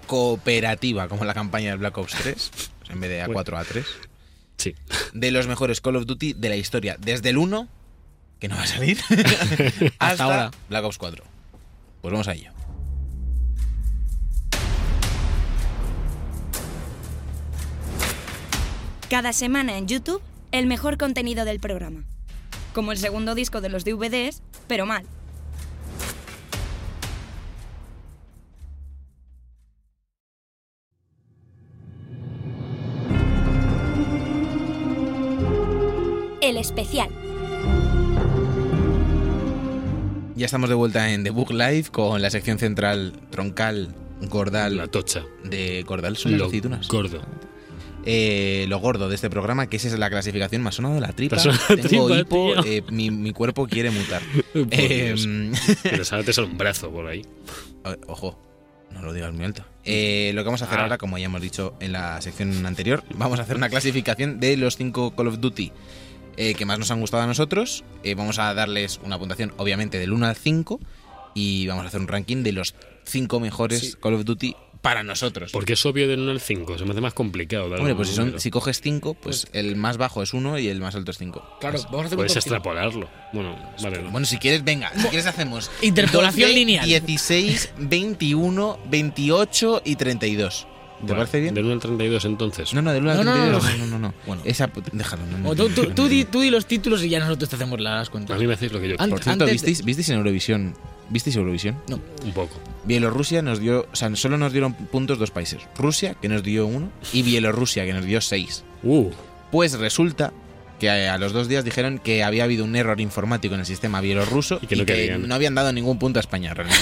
D: cooperativa, como la campaña del Black Ops 3, pues en vez de A4 a 3,
B: Sí.
D: de los mejores Call of Duty de la historia, desde el 1, que no va a salir, hasta,
C: ahora.
D: Black Ops 4. Pues vamos a ello.
A: Cada semana en YouTube, el mejor contenido del programa. Como el segundo disco de los DVDs, pero mal. El especial.
D: Ya estamos de vuelta en The Book Live con la sección central troncal,
B: La
D: gordal,
B: tocha.
D: de gordal son las
B: Lo
D: aceitunas.
B: gordo.
D: eh, lo gordo de este programa, que esa es la clasificación más sonado de la tripa.
B: Te ha sonado la
D: Tengo
B: tripa,
D: hipo,
B: tío.
D: eh, mi, mi cuerpo quiere mutar.
B: Por
D: Eh,
B: Dios. Pero sálate solo un brazo por ahí.
D: A ver, Ojo, no lo digas muy alto. Eh, lo que vamos a hacer
B: Ah.
D: ahora, como ya hemos dicho en la sección anterior, vamos a hacer una clasificación de los 5 Call of Duty eh, que más nos han gustado a nosotros. Eh, vamos a darles una puntuación, obviamente, del 1 al 5 y vamos a hacer un ranking de los 5 mejores Call of Duty para nosotros.
B: Porque es obvio del 1 al 5. Se me hace más complicado. dar
D: Hombre,
B: un
D: pues si, son-
B: número.
D: si coges 5, pues, el más bajo es 1 y el más alto es 5.
C: Claro, vamos a hacer
B: Puedes extrapolarlo. Bueno, vale. no.
D: Bueno, si quieres, venga, si quieres hacemos
C: Interpolación
D: 12,
C: lineal.
D: 16, 21, 28 y 32. ¿Te
B: Vale,
D: parece bien?
B: Del 1 al 32 entonces.
D: No, no, del 1 al
C: No, no, no,
D: 32.
C: no.
D: No, no, no. Bueno, esa, pu- déjalo. no, no,
C: O tú,
D: no,
C: tú-
D: no,
C: tú
D: no.
C: di, tú di los títulos y ya nosotros te hacemos las
B: A
C: cuentas.
B: mí me hacéis lo que yo
C: An-
D: Por cierto,
C: antes de-
D: ¿visteis, ¿visteis en Eurovisión? ¿Visteis Eurovisión?
C: No.
B: un poco.
D: Bielorrusia nos dio, o sea, solo nos dieron puntos dos países. Rusia, que nos dio uno, y Bielorrusia, que nos dio seis.
B: Uh,
D: Pues resulta que a los dos días dijeron que había habido un error informático en el sistema bielorruso
B: Y que no querían.
D: no habían dado ningún punto a España realmente.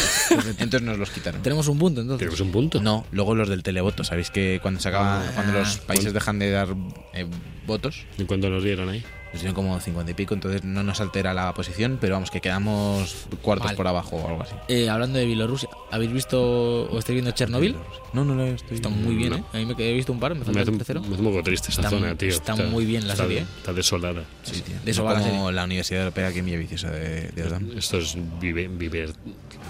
D: Entonces nos los quitaron.
C: Tenemos un punto entonces.
B: tenemos un punto.
D: No, luego los del televoto. Sabéis que cuando se acaba,
C: Ah.
D: cuando los países dejan de dar eh, votos,
B: ¿Y cuánto nos dieron ahí?
D: Nos dieron Pues como 50 y pico, entonces no nos altera la posición, pero vamos, que quedamos cuartos
C: Vale.
D: por abajo o algo así.
C: Eh, hablando de Bielorrusia, ¿habéis visto o estáis viendo Chernobyl?
D: No, no lo estoy.
C: Está muy bien,
B: No.
C: ¿eh? A mí me he visto un par, me
B: Me
C: falta
B: hace,
C: el
B: un,
C: tercero.
B: me hace un poco triste esta
C: Está
B: zona,
C: mu-
B: tío.
C: está muy bien la
B: está
C: serie,
B: de-
C: ¿eh?
B: Está desolada.
D: Sí, tío.
C: De eso
D: No
C: va la
D: como
C: serie.
D: la Universidad Europea que envía viciosa de, de Odam.
B: Esto es vive, viver-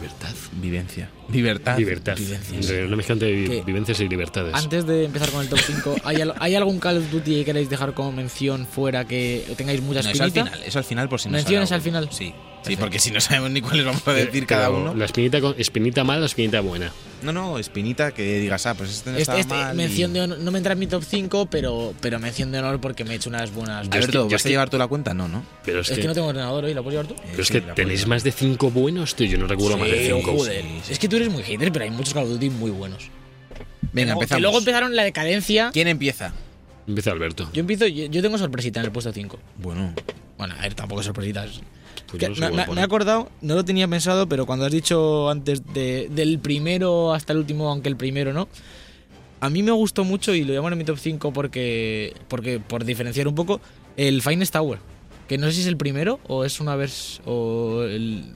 B: libertad.
D: Vivencia. Libertad.
B: Libertad.
C: vivencias.
B: Entre Una mezcla entre vi-
C: Que-
B: vivencias y libertades.
C: Antes de empezar con el top 5, ¿hay, al- hay algún Call of Duty que queráis dejar como mención fuera que tengáis
D: No,
C: muchas
D: es al final, es al final por si no
C: Menciones
D: sale algo.
C: al final.
D: Sí. Sí, porque si no sabemos ni cuáles vamos a
B: Eh,
D: decir cada
B: pero
D: uno.
B: La espinita, con- espinita mala o espinita buena.
D: No, no, espinita que digas, ah, pues este no
C: Este,
D: estaba
C: este,
D: mal. y-
C: mención de honor- no me entra en mi top 5, pero, pero mención de honor porque me he hecho unas
B: Yo
C: buenas.
B: es que-
D: Alberto,
B: yo
D: ¿vas
B: es
D: a
B: que-
D: llevar tú la cuenta? No, no.
B: Pero es,
C: es que,
B: que,
C: no tengo ordenador hoy, ¿la puedo llevar tú?
B: pero es
D: Sí,
B: que
D: la
B: tenéis
D: cuenta.
B: más de cinco buenos, tío. Yo no recuerdo más de
C: Sí,
B: cinco.
C: joder. Es que tú eres muy hater, pero hay muchos Call of Duty muy buenos. Luego-
D: Venga,
C: Oh, que
D: empezamos.
C: luego empezaron la decadencia.
D: ¿Quién empieza?
B: Empieza Alberto.
C: Yo empiezo, yo, yo tengo sorpresita en el puesto 5.
D: Bueno,
C: Bueno, a ver, tampoco sorpresitas.
B: Pues
C: Que
B: yo no sé
C: me-
B: cómo
C: me,
B: lo pone.
C: me he acordado, no lo tenía pensado, pero cuando has dicho antes de- del primero hasta el último, aunque el primero no, a mí me gustó mucho y lo llamo en mi top 5 porque, porque por diferenciar un poco, el Finest Tower, que no sé si es el primero o es una vez o el-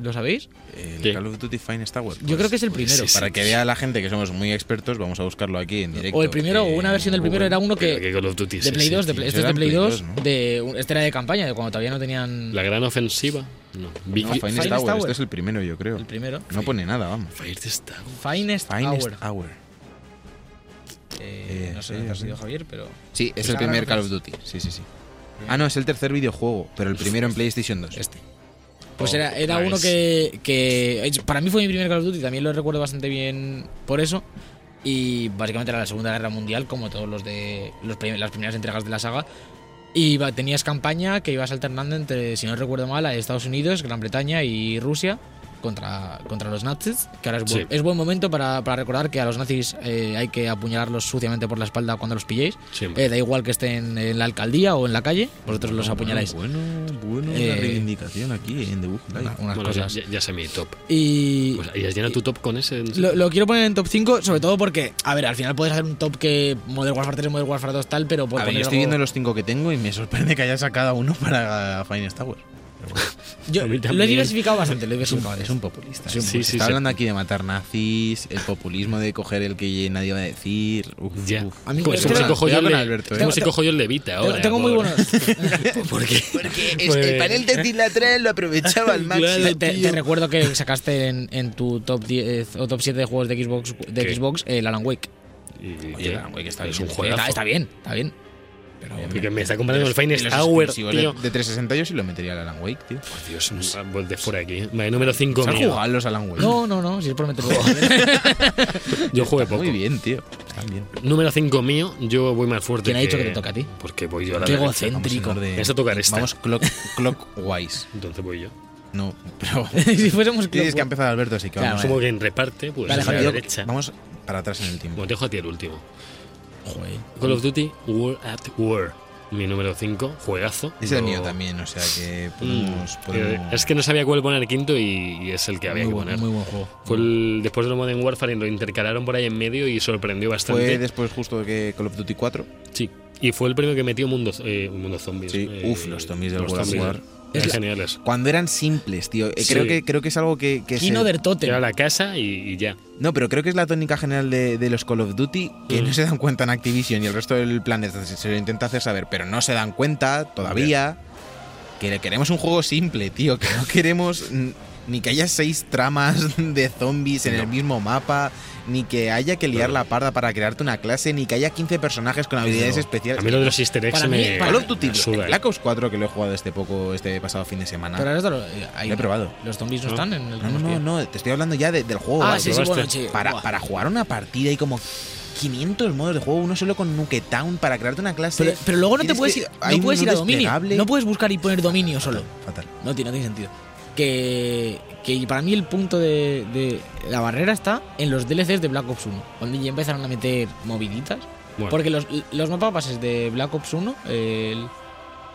C: ¿Lo sabéis?
D: el
B: ¿Qué?
D: Call of Duty Finest Tower.
C: Yo creo que
D: pues,
C: es el primero.
B: sí, sí.
D: Para que vea la gente que somos muy expertos, vamos a buscarlo aquí en directo. Eh,
C: O el primero, o una versión del primero
B: Uy,
C: era uno
B: pero
C: que...
B: Call of Duty es
C: De Play
B: ese,
C: 2, de
B: tío?
C: Play, este
D: tío,
C: es de
D: eran
C: Play
D: Play
C: 2,
D: 2, ¿no?
C: de, este era de campaña, de cuando todavía no tenían
B: La gran ofensiva. No. Big-
D: No, Finest
C: Finest
D: Hour,
C: Hour.
D: este es el primero, yo creo.
C: el primero.
D: No pone nada, vamos.
B: Fire Star.
C: Finest,
D: Finest
C: Hour.
D: Hour.
C: Eh,
D: Eh,
C: no sé
D: sí,
C: dónde has
D: sí.
C: ido, Javier, pero...
D: Sí, es
C: Esa
D: el primer
C: gran
D: Call of Duty. Sí, sí, sí. Ah, no, es el tercer videojuego, pero el primero en PlayStation 2.
C: Pues Este. Pues
B: Oh,
C: era, era
B: nice.
C: uno que, que- Para mí fue mi primer Call of Duty, también lo recuerdo bastante bien por eso. y básicamente era la Segunda Guerra Mundial, como todos los de los prim- las primeras entregas de la saga. Y va- tenías campaña que ibas alternando entre, si no recuerdo mal, a Estados Unidos, Gran Bretaña y Rusia contra, contra los nazis. Que ahora es, bu-
B: Sí.
C: es buen momento para, para recordar que a los nazis eh, hay que apuñalarlos suciamente por la espalda cuando los pilléis.
B: Siempre.
C: Eh, da igual que estén en la alcaldía o en la calle, vosotros los apuñaláis.
D: Ah, Bueno, bueno,
C: Eh,
D: la reivindicación aquí en The Book Live.
C: Una- unas
B: Bueno, ya,
C: cosas.
B: ya, ya sé mi top.
C: Y,
B: Pues ahí has llenado tu top con ese.
C: Lo, lo quiero poner en top 5, sobre todo porque, a ver, al final puedes hacer un top que Modern Warfare 3, Modern Warfare 2, tal, pero por
D: A ver, yo
C: poner
D: estoy
C: algo-
D: viendo los cinco que tengo y me sorprende que haya sacado uno para Finest Tower. Pero bueno,
C: Yo
B: A mí
C: lo he
B: también.
C: diversificado bastante, lo he
D: es, un,
C: diversificado.
D: es un populista.
C: Sí,
D: ¿eh?
B: sí,
D: Se
B: sí,
D: está
B: sí.
D: hablando aquí de matar nazis, el populismo de coger el que nadie va a decir. Uf,
B: Ya.
D: uf.
C: A mí
B: Pues
C: creo-
B: como si
C: creo-
B: cojo yo
D: cuidado
B: el
D: con
B: de-
D: Alberto, ¿eh?
B: como
D: Tengo-
B: si cojo yo el levita
C: Tengo-
B: ahora.
C: tengo muy
B: por-
C: buenos.
B: ¿Por qué?
D: Porque
B: es- el panel
D: de lateral lo aprovechaba
B: al máximo, Pues- Claro,
C: Te, te recuerdo que sacaste en, en tu top 10 o top 7 de juegos de Xbox, de
B: ¿Qué?
C: Xbox el Alan Wake.
B: Y-
D: Oye, Alan Wake está
B: Es
D: bien.
B: un
C: Está,
B: juegazo.
C: está bien, está bien.
B: Porque me está comparando con el
D: Los
B: Finest Hour,
D: exclusivos
B: tío.
C: eh.
D: De, de 360 yo sí lo metería al Alan Wake, tío.
B: Por Dios, de fuera aquí. Vale, número 5
D: ¿Se han jugado los Alan Wake?
C: No, no, no, si es por meterlo.
B: Yo jugué poco.
D: Muy bien, tío. Están bien.
B: Número 5 mío, yo voy más fuerte.
C: ¿Quién ha dicho que te toca a ti?
B: Porque voy yo a la
C: Qué
B: derecha.
D: Vamos en
C: egocéntrico.
D: orden.
B: Vas a tocar esta.
D: Vamos clock, clockwise.
B: Entonces voy yo.
D: No, pero...
C: si fuésemos
D: Tienes que ha
C: Clockwork.
D: empezado Alberto, así que
C: Claro,
D: vamos.
B: Supongo que en reparte, pues
C: Vale,
B: a la
C: Javier.
B: derecha.
D: Vamos para atrás en el tiempo.
B: Bueno, te dejo a ti el último.
C: Joder.
B: Call of Duty World at War. Mi número 5, juegazo.
D: Es el
B: Lo-
D: mío también, o sea que
B: Mm,
D: podemos...
B: eh,
D: podemos-
B: Es que no sabía cuál poner quinto y, y es el que había
C: muy,
B: que
C: buen,
B: poner.
C: muy buen juego.
B: Fue el- después de Modern Warfare lo intercalaron por ahí en medio y sorprendió bastante.
D: Fue después justo que Call of Duty 4.
B: Sí. Y fue el premio que metió Mundo, eh, mundo Zombies.
D: Sí.
B: Eh,
D: Uf, los zombies del World of
B: zombies.
D: War.
B: Eran
C: Es la-
B: geniales.
D: Cuando eran simples, tío. Eh,
B: Sí.
D: Creo, que, creo que es algo que... que se-
C: Kino del
B: Era
C: Totem.
B: la casa y, y ya.
D: No, pero creo que es la tónica general de, de los Call of Duty que
B: Mm.
D: no se dan cuenta en Activision y el resto del planeta se, se lo intenta hacer saber, pero no se dan cuenta todavía que le queremos un juego simple, tío, que no queremos mm, ni que haya seis tramas de zombies en el mismo mapa, ni que haya que liar
B: Claro.
D: la parda para crearte una clase, ni que haya 15 personajes con habilidades especiales.
B: A mí lo de los easter eggs
C: Para mí-
B: me,
D: Call of Duty,
B: me suda,
D: el
B: eh.
D: Black Ops 4 que lo he jugado este poco, este pasado fin de semana.
C: Pero ahora esto lo- eh, ahí
D: Lo he probado.
C: Los zombies no
B: No.
C: están en el
D: no, no, no, no, te estoy hablando ya de- del juego.
C: Ah,
D: ¿vale?
C: sí, sí,
B: probaste.
C: bueno, sí.
D: para,
C: Buah.
D: para jugar una partida y como 500 modos de juego, uno solo con Nuketown para crearte una clase.
C: Pero, pero luego no te
D: Tienes
C: puedes
D: que-
C: ir,
D: hay
C: no
D: un
C: puedes ir a
D: menú
C: dominio.
D: desplegable.
C: No puedes buscar y poner dominio solo.
D: Fatal.
C: No tiene, no tiene sentido. Que, que para mí el punto de, de la barrera está en los DLCs de Black Ops 1, cuando ya empezaron a meter moviditas.
B: Bueno,
C: Porque los, los mapapases de Black Ops 1, el-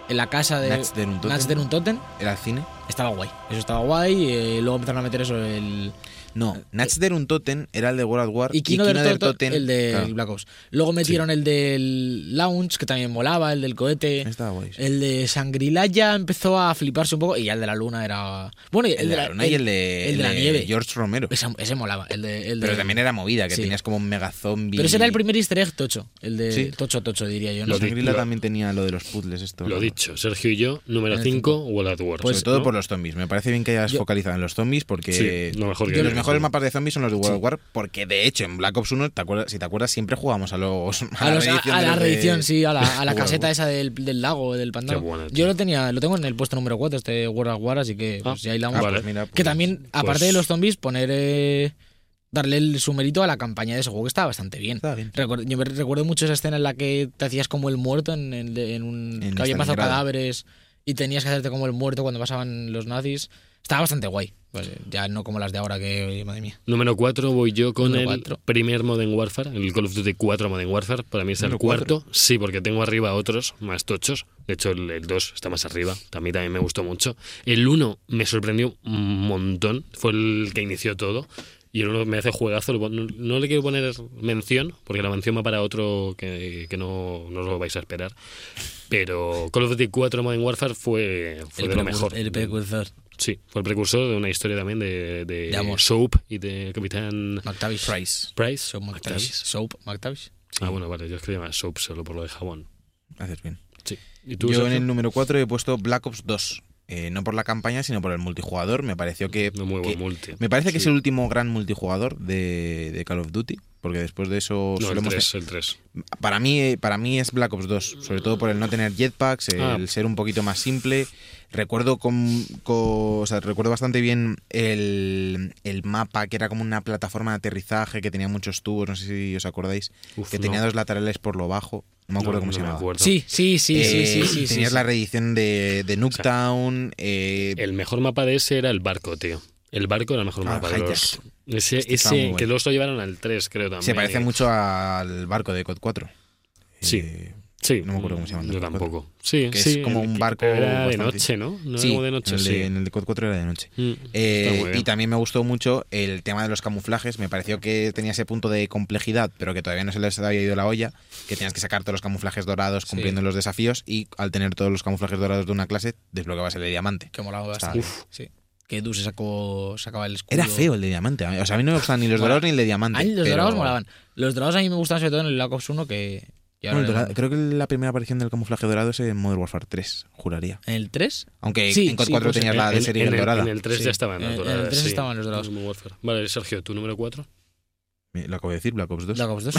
C: en la casa de
D: Nats de Nuntoten.
C: Nats de Nuntoten,
D: ¿Era al cine?
C: estaba guay. Eso estaba guay. eh, luego empezaron a meter eso, el,
D: No, Nats der un Totem era el de World at War
C: Eh, Y Kino, del
D: der
C: Toto, el de
D: claro,
C: Black Ops. Luego metieron el del Lounge, que también molaba, el del cohete.
D: Estaba guay. sí.
C: El de Shangri-La ya empezó a fliparse un poco. Y ya el de la luna era. Bueno, y el,
D: El de la luna y el de,
C: el de la
D: el de
C: nieve.
D: George Romero.
C: Ese, ese molaba. El de, el de-
D: Pero también era movida, que
C: Sí.
D: tenías como un mega zombie.
C: Pero ese era el primer easter egg tocho. El de
D: Sí.
C: tocho tocho, diría yo. ¿no?
B: Lo di-
D: Shangri-La
B: lo-
D: también tenía lo de los puzzles, esto.
B: lo dicho, Sergio y yo, número
C: El
B: 5, World at War.
D: Sobre Pues todo por los zombies. Me parece bien que hayas
C: Pues Yo-
D: focalizado en los zombies porque
B: Sí, lo mejor que
D: los
B: tiene.
D: mejores mapas de zombies son los de World of War porque de hecho en Black Ops 1, ¿te acuerdas, si te acuerdas, siempre jugamos a los
C: A, los- a- a
D: de
C: la
D: los de-
C: reedición, sí, a la, a la
D: World
C: caseta
D: War.
C: esa del, del lago, del pantano.
B: Qué bueno, tío.
C: yo lo tenía, lo tengo en el puesto número 4, este World of War, así que
B: Ah,
C: pues, ya ahí la
D: Ah,
C: vamos.
D: pues
B: Vale.
D: mira, pues-
C: Que también, aparte de los zombies, poner. eh, darle el sumerito a la campaña de ese juego que estaba bastante bien.
D: Estaba bien.
C: Recuer- yo me recuerdo mucho esa escena en la que te hacías como el muerto en, en- en un.
D: En
C: que había pasado
D: Stalingrado.
C: cadáveres y tenías que hacerte como el muerto cuando pasaban los nazis. Estaba bastante guay. Pues, ya no como las de ahora que. oye, madre mía.
B: Número 4 voy yo con
C: Número
B: el
C: cuatro.
B: primer Modern Warfare, el Call of Duty 4 Modern Warfare. Para mí es el
D: Número
B: cuarto. Sí, porque tengo arriba otros más tochos. De hecho, el, 2 está más arriba. A mí también me gustó mucho. El 1 me sorprendió un montón. Fue el que inició todo. Y el 1 me hace juegazo. Lo pon- No, le quiero poner mención, porque la mención va para otro que, que no, no os lo vais a esperar. Pero Call of Duty 4 Modern Warfare fue, fue de lo
C: precu-
B: mejor.
C: El precursor.
B: Sí, fue el precursor de una historia también de, de,
C: De amor.
B: Soap y de Capitán
C: McTavish.
D: Price.
B: Price.
C: Soap McTavish.
B: McTavish.
C: Soap McTavish.
B: Ah, bueno, vale, yo es que llamaba Soap solo por lo de jabón.
D: Haces bien.
B: Sí. ¿Y tú,
D: Yo en
B: Sergio?
D: el número 4 he puesto Black Ops 2. Eh, no por la campaña, sino por el multijugador. Me pareció que.
B: No, muy
D: que-
B: buen multi.
D: me parece que
B: Sí.
D: es el último gran multijugador de, de Call of Duty. porque después de eso
B: No, el
D: solemos
B: 3, el 3.
D: para mí, eh, para mí es Black Ops 2, sobre todo por el no tener jetpacks, el
B: Ah.
D: ser un poquito más simple. Recuerdo con, co- o sea, recuerdo bastante bien el, el mapa, que era como una plataforma de aterrizaje que tenía muchos tubos, no sé si os acordáis,
B: Uf,
D: que
B: no.
D: tenía dos laterales por lo bajo. No me acuerdo cómo se
B: me
D: llamaba.
B: acuerdo.
C: Sí, sí, sí, sí,
D: Eh,
C: sí, sí, sí.
D: Tenías
C: sí.
D: la reedición de, de Nuketown, eh,
B: El mejor mapa de ese era el barco, tío. El barco era el mejor
D: Ah,
B: mapa de los. Ese,
D: Este
B: ese
D: estaba muy bueno.
B: que luego se lo llevaron al 3, creo también.
D: se parece mucho al barco de COD 4.
B: Sí.
D: Eh,
B: Sí.
D: no me acuerdo cómo se llama,
B: Yo
D: tampoco.
B: tampoco. Sí,
D: Que es
B: sí,
D: como
B: el
D: un
B: que-
D: barco
B: Era de
D: bastante-
B: noche, ¿no? No
D: sí,
B: era como de noche,
D: en el
B: sí.
D: en el de COD 4 era de noche.
B: Mm,
D: Eh,
B: está muy bien.
D: y también me gustó mucho el tema de los camuflajes. Me pareció que tenía ese punto de complejidad, pero que todavía no se les había ido la olla. Que tenías que sacar todos los camuflajes dorados cumpliendo los desafíos. Y al tener todos los camuflajes dorados de una clase, desbloqueabas el de diamante.
C: Que molaba
D: Está
C: bastante. Sí. Que Duse sacó, sacaba el escudo.
D: Era feo el de diamante. a mí- O sea, a mí no me gustaban ni los
C: Mola.
D: dorados ni el de diamante.
C: A mí los
D: pero-
C: dorados molaban. Los dorados a mí me gustan sobre todo en el Black Ops 1 que... que
D: Bueno,
C: ahora
D: el
C: le
D: dorado-
C: mando.
D: creo que la primera aparición del camuflaje dorado es en Modern Warfare 3, juraría.
C: ¿En el 3?
D: Aunque
C: Sí,
D: en COD
C: sí,
D: 4
C: pues
D: tenías la de
B: En-
D: serie
B: en el-
D: dorada.
B: En el 3
C: Sí. Eh,
B: ya estaban
C: En- en
B: las
C: el
B: doradas.
C: 3
B: sí.
C: estaban los dorados.
B: Modern Warfare. Vale, Sergio, ¿tu número 4?
D: Lo acabo de decir, Black Ops 2.
C: Black Ops 2.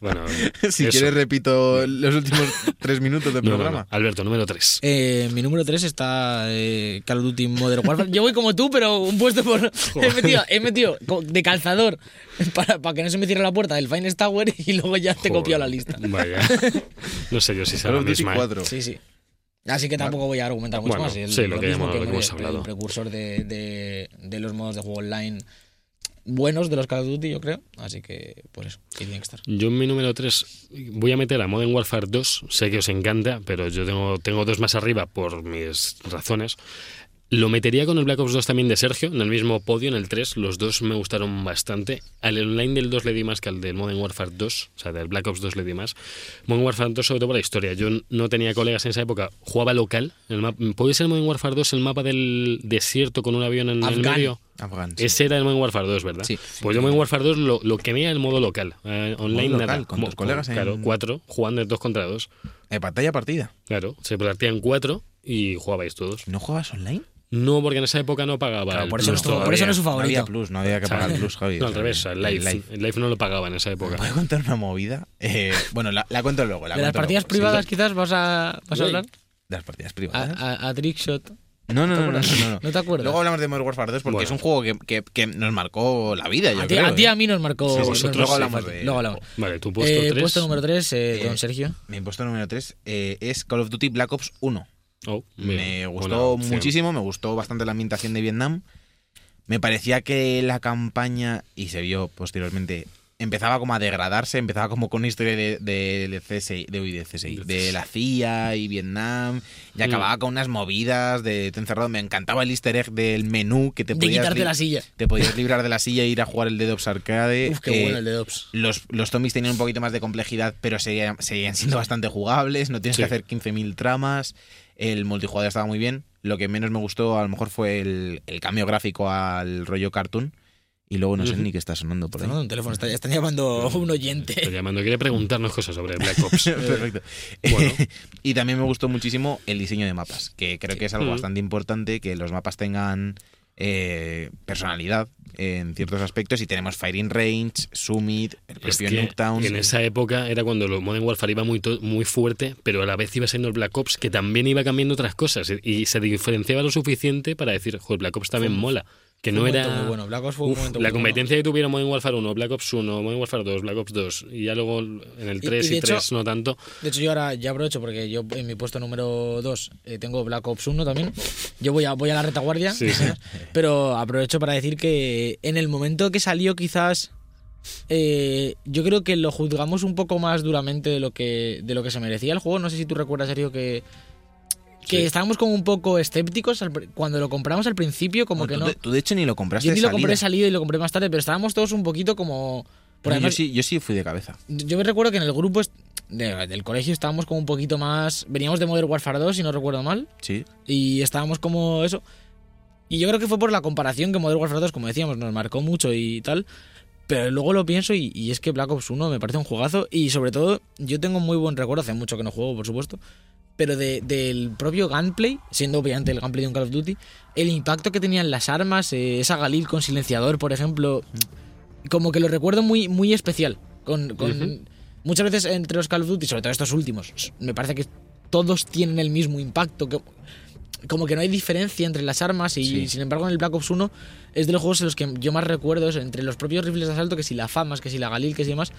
B: Bueno,
D: si
B: Eso.
D: quieres, repito los últimos tres minutos del
B: no, no,
D: programa.
B: no. Alberto, número 3.
C: Eh, mi número 3 está eh, Call of Duty Modern Warfare. Yo voy como tú, pero un puesto por. He metido, he metido co- de calzador para, para que no se me cierre la puerta del Finest Tower y luego ya te he copiado la lista.
B: Vaya. No sé yo si será
D: Call
B: la
D: of Duty
B: misma. ¿eh?
D: 4.
C: Sí, sí. Así que tampoco voy a argumentar mucho
B: Bueno,
C: más. El-
B: sí, lo que
C: mismo
B: hemos- lo que
C: me-
B: hemos hablado.
C: El precursor de, de- de los modos de juego online buenos de los Call of Duty, yo creo. Así que, por eso, que tiene que estar.
B: Yo en mi número 3 voy a meter a Modern Warfare 2. Sé que os encanta, pero yo tengo, tengo dos más arriba por mis razones. Lo metería con el Black Ops 2 también de Sergio, en el mismo podio, en el 3. Los dos me gustaron bastante. Al online del 2 le di más que al del Modern Warfare 2, o sea, del Black Ops 2 le di más. Modern Warfare 2 sobre todo por la historia. Yo n- no tenía colegas en esa época, jugaba local. El map- ¿Puede ser Modern Warfare 2 el mapa del desierto con un avión en el
C: Afgan.
B: medio?
D: Afgan, sí.
B: Ese era el Modern Warfare 2, ¿verdad?
D: Sí.
B: Pues yo Modern Warfare 2 lo, lo quemé al modo local. eh, online
D: Modo local,
B: nada.
D: con tus colegas en-
B: Claro, cuatro, jugando en dos contra dos.
D: Eh, pantalla partida.
B: Claro, se partían cuatro y jugabais todos.
D: ¿No jugabas online?
B: No, porque en esa época no pagaba
C: Claro,
B: el
C: por eso no
B: plus
C: estuvo- por
B: todavía.
C: eso no es su
D: No había
C: favorito.
D: plus, no había que pagar el plus, Javi.
B: No, al
D: O sea,
B: revés, el
D: el
B: live, el live no lo pagaba en esa época.
D: ¿Puedo contar una movida? Eh, bueno, la, la cuento luego. La
C: de las
D: cuento
C: partidas
D: luego, sí.
C: privadas, quizás vas a, vas a
B: Uy.
C: hablar.
D: De las partidas
C: A,
D: privadas.
C: a- a Trickshot.
D: no, no, no, no, no, no.
C: ¿No te acuerdas?
D: Luego hablamos de Modern Warfare 2 porque
B: Bueno.
D: es un juego que, que, que nos marcó la vida, yo
C: a ti
D: creo.
C: a, ti y
D: eh.
C: a mí nos marcó.
D: Sí,
C: nos
D: vosotros
C: marcó
D: sí.
C: bastante.
D: Hablamos de-
C: Luego hablamos.
B: Vale, tu puesto
C: Eh,
B: tres.
C: puesto número 3,
D: Eh,
C: don Sergio.
D: Mi puesto número 3 es Call of Duty Black Ops 1.
B: Oh, bien,
D: Me
B: buena
D: gustó
B: opción.
D: muchísimo, me gustó bastante la ambientación de Vietnam. Me parecía que la campaña, y se vio posteriormente, empezaba como a degradarse, empezaba como con una historia de, de, de CSI, de, uy, de CSI, de la CIA y Vietnam,
B: Mm.
D: y acababa con unas movidas de te encerrado. Me encantaba el easter egg del menú que te
C: De
D: podías,
C: quitarte
D: li-
C: la silla.
D: te podías librar de la silla e ir a jugar el Dead Ops Arcade.
C: Uf, qué
D: eh,
C: bueno el de Dops.
D: los, los zombies tenían un poquito más de complejidad, pero seguían, seguían siendo bastante jugables. No tienes
B: Sí.
D: que hacer 15.000 tramas. El multijugador estaba muy bien. Lo que menos me gustó, a lo mejor, fue el, el cambio gráfico al rollo cartoon. Y luego no sé
B: Ujú.
D: ni qué está sonando por ahí.
C: No, un teléfono, está- están llamando un
B: Estoy
C: oyente.
B: llamando, quería preguntarnos cosas sobre Black Ops.
D: Perfecto.
B: Bueno.
D: y también me gustó muchísimo el diseño de mapas, que creo que es algo
B: Ujú.
D: bastante importante, que los mapas tengan eh, personalidad en ciertos aspectos. Y tenemos Firing Range, Summit, el
B: Es
D: propio
B: que
D: Nuketown.
B: en esa época era cuando lo Modern Warfare iba muy, to- muy fuerte, pero a la vez iba siendo el Black Ops, que también iba cambiando otras cosas. y- Y se diferenciaba lo suficiente para decir, joder, Black Ops también mola. Que no
C: Fue un
B: era.
C: momento muy bueno. Black Ops fue un
B: Uf,
C: momento
B: la
C: muy bueno.
B: competencia que tuvieron Modern Warfare 1, Black Ops 1, Modern Warfare 2, Black Ops 2, y ya luego en el
C: Y-
B: 3
C: y
B: y,
C: de hecho-
B: 3 no tanto.
C: De hecho, yo ahora ya aprovecho porque yo en mi puesto número 2 tengo Black Ops 1 también. Yo voy a, voy a la retaguardia.
B: Sí.
C: Pero aprovecho para decir que en el momento que salió, quizás. eh, yo creo que lo juzgamos un poco más duramente de lo que, de lo que se merecía el juego. No sé si tú recuerdas, Sergio, que. Que
B: Sí.
C: estábamos como un poco escépticos al pri- cuando lo compramos al principio, como
D: Bueno,
C: que
D: tú,
C: no.
D: de- tú de hecho ni lo compraste.
C: Yo ni
D: de
C: lo compré
D: salida.
C: salido y lo compré más tarde, pero estábamos todos un poquito como. Por
D: No, yo,
C: además,
D: sí, yo sí fui de cabeza.
C: yo me recuerdo que en el grupo est- de- del colegio estábamos como un poquito más. Veníamos de Modern Warfare 2, si no recuerdo mal.
D: Sí.
C: Y estábamos como eso. Y yo creo que fue por la comparación que Modern Warfare 2, como decíamos, nos marcó mucho y tal. Pero luego lo pienso y, y es que Black Ops 1 me parece un juegazo. Y sobre todo, yo tengo muy buen recuerdo, hace mucho que no juego, por supuesto. Pero de- del propio gameplay, siendo obviamente el gameplay de un Call of Duty, el impacto que tenían las armas, eh, esa Galil con silenciador, por ejemplo, como que lo recuerdo muy, muy especial. Con, con-
B: Ujú.
C: Muchas veces entre los Call of Duty, sobre todo estos últimos, s- me parece que todos tienen el mismo impacto. que- como que no hay diferencia entre las armas y
D: Sí.
C: sin embargo en el Black Ops 1 es de los juegos en los que yo más recuerdo eso, entre los propios rifles de asalto, que si la Famas, que si la Galil, que si demás,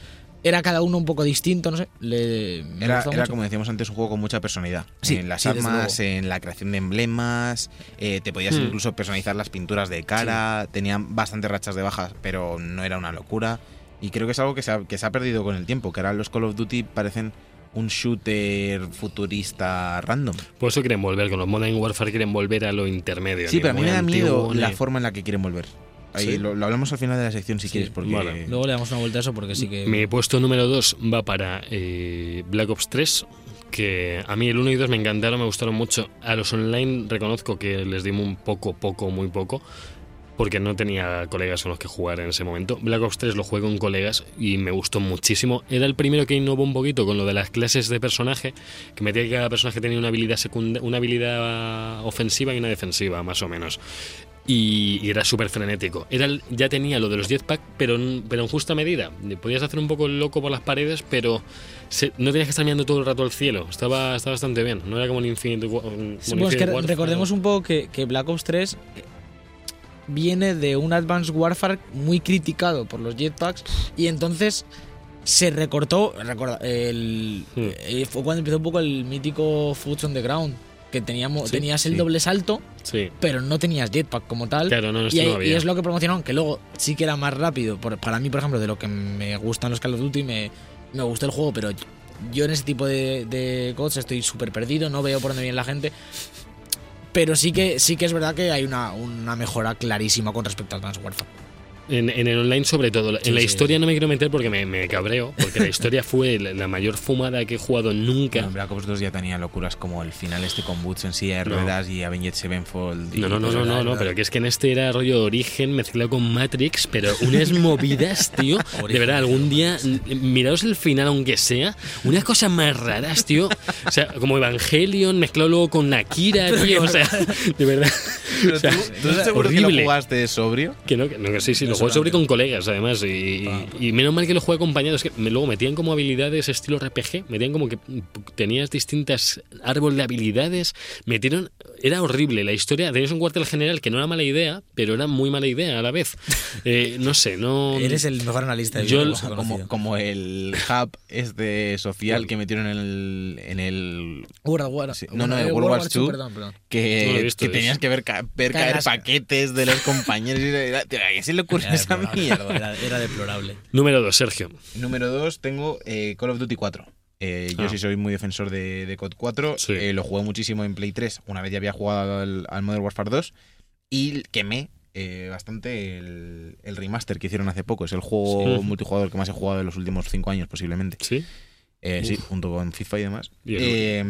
C: era cada uno un poco distinto, no sé. Le, me
D: Era,
C: gustó
D: era
C: mucho.
D: como decíamos antes, un juego con mucha personalidad.
C: Sí,
D: en las
C: sí, desde
D: armas, en la creación de emblemas, eh, te podías
B: Hmm.
D: incluso personalizar las pinturas de cara, tenían bastantes rachas de bajas, pero no era una locura. Y creo que es algo que se ha, que se ha perdido con el tiempo, que ahora los Call of Duty parecen un shooter futurista random.
B: Por eso quieren volver, con los Modern Warfare quieren volver a lo intermedio.
D: Sí,
B: ni
D: pero a mí
B: muy
D: me da miedo
B: antiguo, eh.
D: la
B: ni-
D: forma en la que quieren volver. Ahí
B: Sí.
D: lo, lo hablamos al final de la sección si quieres, porque
B: vale.
C: Luego le damos una vuelta a eso porque sí que...
B: Mi puesto número 2 va para eh, Black Ops 3, que a mí el 1 y 2 me encantaron, me gustaron mucho. A los online reconozco que les di un poco, poco, muy poco, porque no tenía colegas con los que jugar en ese momento. Black Ops 3 lo jugué con colegas y me gustó muchísimo. Era el primero que innovó un poquito con lo de las clases de personaje, que metía que cada personaje tenía una habilidad, secunda- una habilidad ofensiva y una defensiva, más o menos y, y era súper frenético. Era, el- ya tenía lo de los jetpack, pero, en- pero en justa medida. Podías hacer un poco el loco por las paredes, pero se- no tenías que estar mirando todo el rato al cielo. Estaba, estaba bastante bien. No era como un Infinite, Wa- un-
C: Sí,
B: un
C: bueno, es que
B: Infinite Warfare.
C: recordemos un poco que, que Black Ops 3 viene de un Advanced Warfare muy criticado por los jetpacks y entonces se recortó, recorda- el,
B: Hmm.
C: eh, fue cuando empezó un poco el mítico Foods on the Ground, que teníamos,
B: Sí,
C: tenías el
D: sí.
C: doble salto,
B: Sí,
C: pero no tenías jetpack como tal.
B: claro, no, esto
C: Y, ahí-
B: no
C: y
B: había.
C: es lo que promocionaron, que luego sí que era más rápido. Por- para mí, por ejemplo, de lo que me gustan los Call of Duty, me, me gustó el juego, pero yo en ese tipo de, de codes estoy súper perdido, no veo por dónde viene la gente. Pero sí que, sí que es verdad que hay una, una mejora clarísima con respecto al Advanced Warfare.
B: En, en el online sobre todo. En
C: Sí,
B: la
C: sí.
B: historia no me quiero meter porque me, me cabreo, porque la historia fue la la mayor fumada que he jugado nunca.
C: Ah.
D: en Black Ops 2 ya tenía locuras como el final este con Boots en silla de
B: No.
D: ruedas y Avenged Sevenfold. y
B: No, no, no,
D: cosas
B: no,
D: así.
B: no, no, pero que es que en este era rollo origen mezclado con Matrix, pero unas movidas, tío. De verdad, algún día, n- miraos el final, aunque sea, unas cosas más raras, tío. O sea, como Evangelion mezclado luego con Akira, tío. O sea, de verdad.
D: Pero
B: O sea,
D: tú, ¿tú seguro que
B: horrible.
D: lo jugaste sobrio?
B: Que no, que, no, que sí, sí, lo
C: Eso Ah.
B: jugué
C: no,
B: sobre
C: tío.
B: con colegas, además. Y, y- y menos mal que lo jugué acompañado. Es que me- luego metían como habilidades estilo RPG. Metían como que mm, tenías distintas árbol de habilidades. Metieron. Era horrible la historia. Tenías un cuartel general que no era mala idea, pero era muy mala idea a la vez. Eh, no sé, no.
C: Eres el mejor analista de
B: Yo-
C: videojuegos
B: o
C: que he
D: Como,
C: conocido.
D: como el hub este social que metieron en el, en el
C: World War-
D: Sí, no, no,
C: eh,
D: el World War
C: II,
D: II.
C: perdón, perdón.
B: No lo he
D: que,
B: visto
D: que
B: eso.
D: tenías que ver, ca- ver
C: Caer
D: caer
C: las-
D: paquetes de los compañeros y era- tío, ¿a qué se le ocurre
C: Era
D: esa
C: deplorable,
D: mierda?
C: era- era deplorable.
B: Número 2, Sergio.
D: Número 2 tengo eh, Call of Duty 4. Eh,
B: Ah.
D: Yo sí soy muy defensor de, de COD 4.
B: Sí.
D: Eh, lo jugué muchísimo en Play 3, una vez ya había jugado al, al Modern Warfare 2. Y quemé eh, bastante el, el remaster que hicieron hace poco. Es el juego
B: Sí.
D: multijugador que más he jugado en los últimos 5 años, posiblemente.
B: Sí.
D: Eh, sí, junto con FIFA y demás.
B: Y el
D: Eh,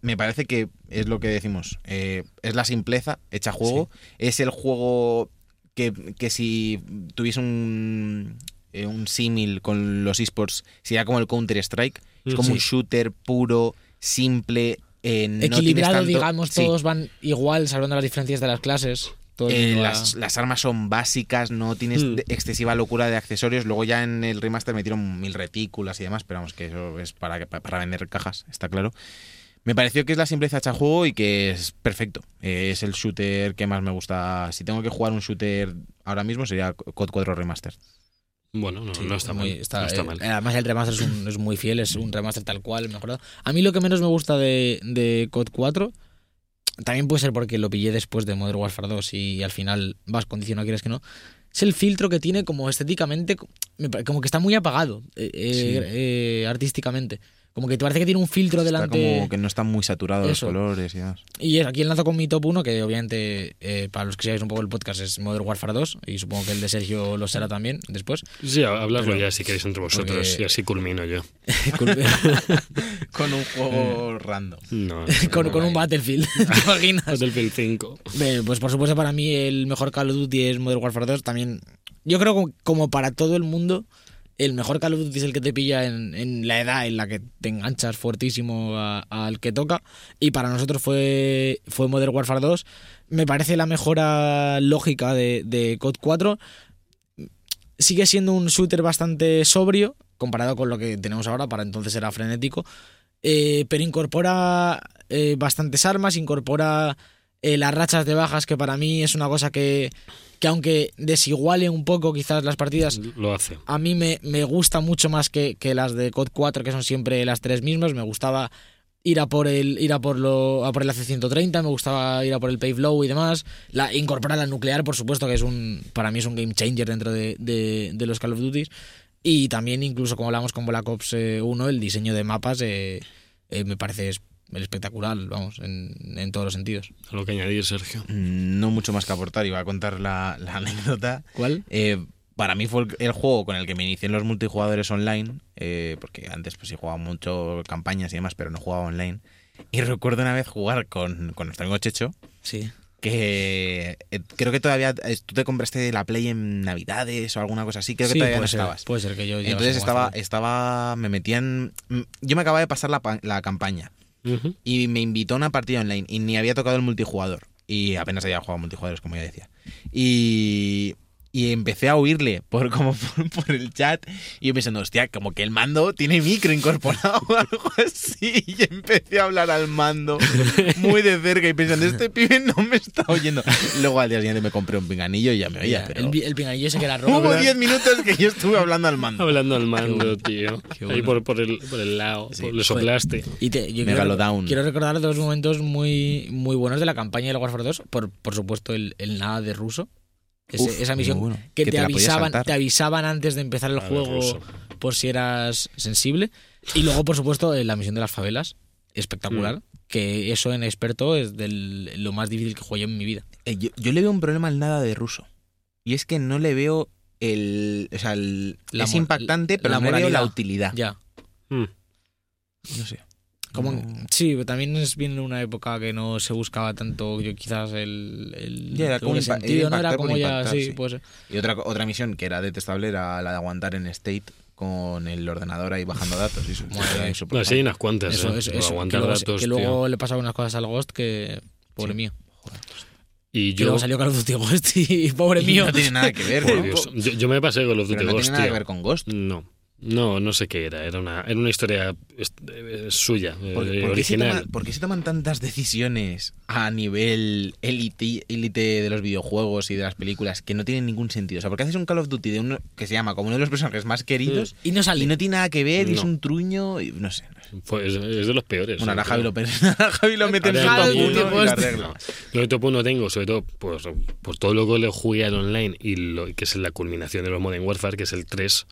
D: me parece que es lo que decimos. eh, es la simpleza hecha juego. Es el juego que, que si tuviese un, eh, un símil con los esports, sería como el Counter-Strike. Es
B: Mm,
D: como
B: sí.
D: un shooter puro, simple. eh, no tienes
C: Equilibrado,
D: tanto-
C: digamos,
D: sí,
C: todos van igual, salvando las diferencias de las clases. Todo el
D: eh,
C: mundo va-
D: las, las armas son básicas, no tienes
C: Hmm.
B: Mm.
D: de- excesiva locura de accesorios. Luego ya en el remaster metieron mil retículas y demás, pero vamos, que eso es para, para vender cajas, está claro. Me pareció que es la simpleza hecha juego y que es perfecto. Eh, es el shooter que más me gusta. Si tengo que jugar un shooter ahora mismo sería COD 4 Remaster.
B: Bueno, no,
C: Sí,
B: no está mal.
C: muy-
B: no está
C: eh,
B: mal.
C: Además, el remaster es, un- es muy fiel, es un remaster tal cual, mejorado. A mí lo que menos me gusta de, de COD 4 también puede ser porque lo pillé después de Modern Warfare 2 y al final vas condicionado, quieres que no. Es el filtro que tiene como estéticamente, me pare- como que está muy apagado eh, eh,
D: Sí.
C: eh, artísticamente. Como que te parece que tiene un filtro
D: Está
C: delante.
D: como que no están muy saturados
C: Eso.
D: los colores y demás.
C: Y eso, aquí enlazo con mi top 1, que obviamente eh, para los que seáis un poco el podcast es Modern Warfare 2 y supongo que el de Sergio lo será también después.
B: Sí, a- hablarlo
C: Pero-
B: ya si queréis entre vosotros
C: porque-
B: y así culmino yo.
D: Con un juego random.
B: No.
C: con, con un Battlefield, ¿te imaginas?
B: Battlefield 5.
C: Eh, Pues por supuesto para mí el mejor Call of Duty es Modern Warfare 2. También yo creo que como para todo el mundo el mejor Call of Duty es el que te pilla en, en la edad en la que te enganchas fuertísimo a- al que toca. Y para nosotros fue, fue Modern Warfare 2. Me parece la mejora lógica de, de COD 4. sigue siendo un shooter bastante sobrio, comparado con lo que tenemos ahora, para entonces era frenético, eh, pero incorpora eh, bastantes armas, incorpora eh, las rachas de bajas, que para mí es una cosa que, que aunque desiguale un poco quizás las partidas,
B: Lo hace.
C: a mí me, me gusta mucho más que, que las de COD 4, que son siempre las tres mismas. Me gustaba ir a por el, ir a por lo, a por el AC-130, me gustaba ir a por el Pave Low y demás. La, incorporar la nuclear, por supuesto, que es un para mí es un game changer dentro de, de- de los Call of Duty. Y también, incluso como hablamos con Black Ops eh, 1, el diseño de mapas eh, eh, me parece es- espectacular, vamos, en, en todos los sentidos.
B: Algo que añadir, Sergio.
D: Mm, No mucho más que aportar, iba a contar la, la anécdota.
C: ¿Cuál?
D: Eh, para mí fue el, el juego con el que me inicié en los multijugadores online, eh, porque antes pues sí jugaba mucho campañas y demás, pero no jugaba online. Y recuerdo una vez jugar con, con nuestro amigo Checho,
C: Sí.
D: que eh, creo que todavía eh, tú te compraste la Play en Navidades o alguna cosa así, creo que todavía
C: puede
D: no
C: ser,
D: estabas.
C: puede ser que yo llegase
D: Entonces
C: a jugar
D: estaba, estaba, me metían, yo me acababa de pasar la, pa- la campaña
B: Ujú.
D: y me invitó a una partida online y ni había tocado el multijugador. Y apenas había jugado multijugadores, como ya decía. Y, y empecé a oírle por, como por, por el chat. Y yo pensando, hostia, como que el mando tiene micro incorporado o algo así. Y empecé a hablar al mando muy de cerca y pensando, este pibe no me está oyendo. Luego al día siguiente me compré un pinganillo y ya me oía.
C: Ya,
D: pero ¡Oh,
C: el, pi- el pinganillo ese que era rojo.
D: hubo
C: ¿verdad?
D: 10 minutos que yo estuve hablando al mando.
B: Hablando al mando, tío.
C: bueno.
B: Ahí por, por el, por el lado.
D: Sí,
B: por- le
D: joder.
B: soplaste.
C: Y te- yo quiero,
D: Megalodown.
C: quiero recordar dos momentos muy, muy buenos de la campaña del Warfare 2. Por, por supuesto, el, el nada de ruso. Ese-
D: Uf,
C: esa misión
D: muy bueno.
C: que,
D: Que
C: te,
D: te la podías
C: avisaban,
D: saltar.
C: te avisaban antes de empezar el
B: de
C: juego
B: ruso.
C: por si eras sensible. Y luego, por supuesto, eh, la misión de las favelas. Espectacular.
B: Mm.
C: Que eso en experto es del, lo más difícil que jugué en mi vida.
D: Eh, Yo, yo le veo un problema al nada de ruso. Y es que no le veo el. O sea, el-
C: La
D: es
C: mor-
D: impactante, pero
C: la
D: no le veo la
C: moralidad.
D: utilidad.
C: Ya.
B: Mm.
D: No sé.
C: Como,
D: No.
C: Sí, pero también es bien una época que no se buscaba tanto, yo quizás el, el
D: Ya, era
C: el
D: como impa-
C: sentido, no
D: impactar
C: era
D: por
C: como ya,
D: impactar,
C: sí,
D: sí.
C: pues
D: Y otra, otra misión que era detestable era la de aguantar en state con el ordenador ahí bajando datos. Y eso
C: Madre
D: era
C: mía.
B: No,
D: insoportable.
B: sí, hay unas cuantas.
C: Eso,
B: ¿eh?
C: eso,
B: Por
C: eso, que
B: aguantar
C: luego,
B: datos,
C: que
B: tío.
C: luego le pasaban unas cosas al Ghost que. Pobre
D: Sí.
C: mío.
B: Y
C: Y
B: yo.
C: luego salió Call of Duty Ghost y pobre mío.
D: No tiene nada que ver,
B: Por
D: ¿no?
B: Dios, yo, yo me pasé con los
D: Pero
B: Duty
D: no
B: Ghost,
D: tiene nada que
B: tío.
D: ver con Ghost.
B: No, no, no sé qué era. Era una, era una historia est- eh, suya, eh,
D: ¿Por, por qué se
B: original.
D: toma- por qué se toman tantas decisiones a nivel élite élite de los videojuegos y de las películas que no tienen ningún sentido? O sea, porque haces un Call of Duty de uno que se llama como uno de los personajes más queridos
C: Y no
D: y
C: salió.
D: no tiene nada que ver, y es
B: No.
D: un truño, y no sé. no sé.
B: Fue- es, es de los peores. eh,
D: Bueno, ahora
B: yo
D: Javi
B: creo.
D: lo, pens- ahora Javi lo mete en su
B: Ahora
D: top
B: yo-
D: uno y lo
B: yo-
D: arregla.
B: Yo el top uno tengo, sobre todo por, por todo lo que le jugué al online y lo que es la culminación de los Modern Warfare, que es el 3.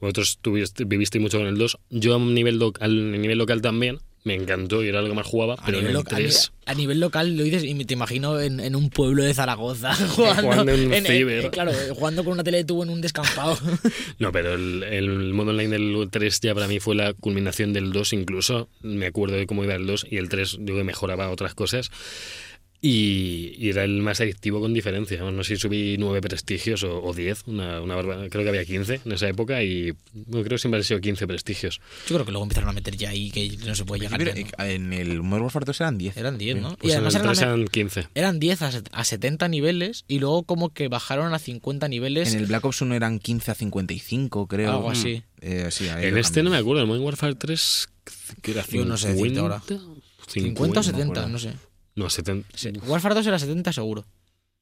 B: Vosotros tuviste, viviste mucho con el 2. Yo a nivel, loc- al nivel local también me encantó y era lo que más jugaba,
C: A
B: pero en
C: nivel,
B: el
C: loca- a ni-
B: 3.
C: a nivel local lo dices y me- te imagino en, en un pueblo de Zaragoza jugando,
B: Jugando en ciber.
C: claro, eh, jugando con una tele de tubo en un descampado.
B: No, pero el, el modo online del 3 ya para mí fue la culminación del 2 incluso. Me acuerdo de cómo iba el 2 y el 3 yo que mejoraba otras cosas. Y, y era el más adictivo con diferencia. Vamos, No sé si subí 9 prestigios o, o 10, una, una barba- creo que había 15 en esa época y bueno, creo que siempre han sido 15 prestigios.
C: Yo creo que luego empezaron a meter ya ahí que no se puede
D: Sí,
C: llegar.
D: pero,
C: ya, ¿no?
D: eh, En el Modern Warfare 2 eran 10.
C: Eran 10, ¿no?
B: Pues
C: y
B: en
C: además
B: el
C: eran,
B: 3 eran 15.
C: eran 10 a, set- a 70 niveles y luego como que bajaron a 50 niveles.
D: En el Black Ops 1 eran 15 a 55, creo.
C: Algo así.
D: Eh, sí, ha
B: En
D: ido
B: este no me
D: cambiando.
B: acuerdo, el Modern Warfare 3 que era 50.
C: Yo no sé decirte ahora. 50 o 70,
D: acuerdo.
C: no sé.
B: No, 70.
C: Se- Warfare 2 era 70 seguro.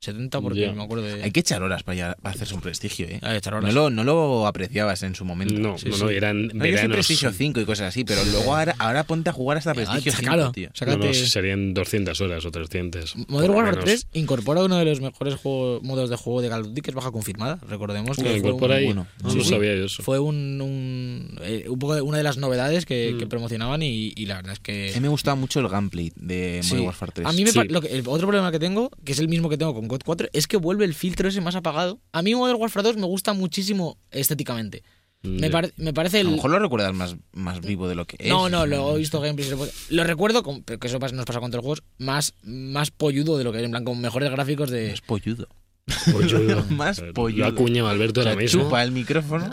C: 70 porque
B: Ya.
C: me acuerdo de... Ah,
D: Hay que echar horas para, ya- para hacerse un prestigio, ¿eh?
C: Hay que echar
D: No
C: horas.
D: lo, no lo apreciabas en su momento.
B: No,
C: Sí,
B: no,
C: sí.
B: no, eran
D: No, yo soy
B: veranos.
D: prestigio 5 y cosas así, pero luego ahora, ahora ponte a jugar hasta prestigio
C: Ah,
D: 5,
C: sácalo,
D: tío.
B: No,
C: sácate-
B: no, serían 200 horas o 300.
C: Modern
B: por lo
C: Warfare
B: menos.
C: 3 incorpora uno de los mejores juego- modos de juego de Call of Duty, que es baja confirmada. Recordemos
B: Lo
C: que fue,
B: incorpora
C: un,
B: ahí.
D: bueno.
B: No,
D: Sí,
B: no
D: sí.
B: sabía yo eso.
C: fue un- un- eh, un poco de- una de las novedades que,
B: Mm.
C: que promocionaban y, y la verdad es que...
D: A mí me gustaba mucho el gameplay de
C: sí.
D: Modern Warfare 3.
C: A mí me
B: Sí.
C: pa- lo que- el otro problema que tengo, que es el mismo que tengo con COD 4, es que vuelve el filtro ese más apagado. A mí Modern Warfare 2 me gusta muchísimo estéticamente. Me,
B: Ya.
C: pare- me parece
D: A
C: el...
D: lo mejor lo recuerdas más, más vivo de lo que es.
C: No, no, lo he visto gameplays. Lo lo recuerdo, con- pero que eso pasa- nos pasa con otros juegos, más, más polludo de lo que era en blanco, mejores gráficos
D: No
C: de.
D: Es polludo.
B: Polludo.
D: más
B: Lo
D: polludo.
B: ha acuñado Alberto ahora
D: O sea,
B: mismo.
D: Chupa el micrófono.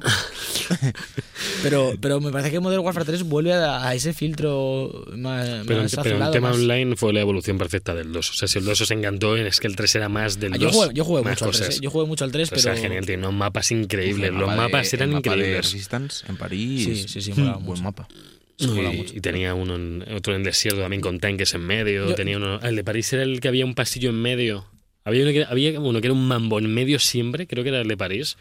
C: Pero, pero me parece que Modern Warfare 3 vuelve a, a ese filtro más,
B: Pero,
C: más
B: en- pero en
C: azulado,
B: tema
C: más-
B: online fue la evolución perfecta del 2. O sea, si el 2 os encantó, es que el 3 era más del
C: Ah,
B: 2.
C: yo, jugué, yo jugué
B: más
C: mucho al 3,
B: cosas.
C: ¿eh? yo jugué mucho al 3,
B: O
C: pero...
B: sea, genial, tiene unos mapas increíbles.
D: El
B: Los
D: mapa de-
B: mapas eran
D: el mapa de
B: increíbles.
D: Resistance en París.
C: Sí, sí, sí, molaba
D: Mm,
C: mucho.
D: Buen mapa.
C: se
B: No,
C: mola
B: y,
C: mucho.
B: y tenía uno en- otro en el desierto también con tanques en medio.
C: Yo-
B: tenía uno, el de París era el que había un pasillo en medio. Había uno, que, había uno que era un mambo en medio siempre, creo que era el de París,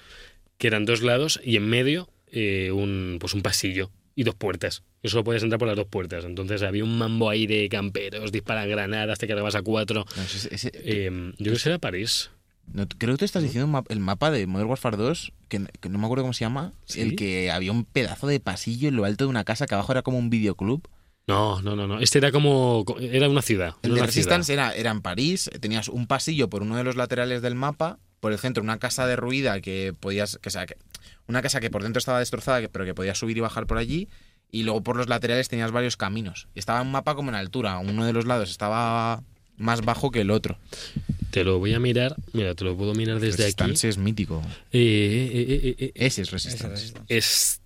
B: que eran dos lados y en medio eh, un, pues un pasillo y dos puertas. Y solo podías entrar por las dos puertas. Entonces había un mambo ahí de camperos, disparan granadas, te quedabas a cuatro.
D: No, ese- ese-
B: Eh, yo creo que ese era París.
D: no, creo que te estás diciendo un map- el mapa de Modern Warfare 2, que, n- que no me acuerdo cómo se llama,
B: ¿Sí?
D: el que había un pedazo de pasillo en lo alto de una casa que abajo era como un videoclub.
B: No, no, no, no. Este era como. Era una ciudad.
D: El
B: era una
D: de
B: ciudad.
D: Resistance era, era en París, tenías un pasillo por uno de los laterales del mapa, por el centro una casa derruida que podías, que, o sea, que- una casa que por dentro estaba destrozada, que- pero que podías subir y bajar por allí, y luego por los laterales tenías varios caminos. Estaba un mapa como en altura, uno de los lados estaba más bajo que el otro.
B: Te lo voy a mirar. Mira, te lo puedo mirar desde aquí.
D: Resistance es mítico.
B: Eh, eh, eh, eh, eh.
D: Ese es
C: Ese,
D: Resistance.
C: ese.
B: Es,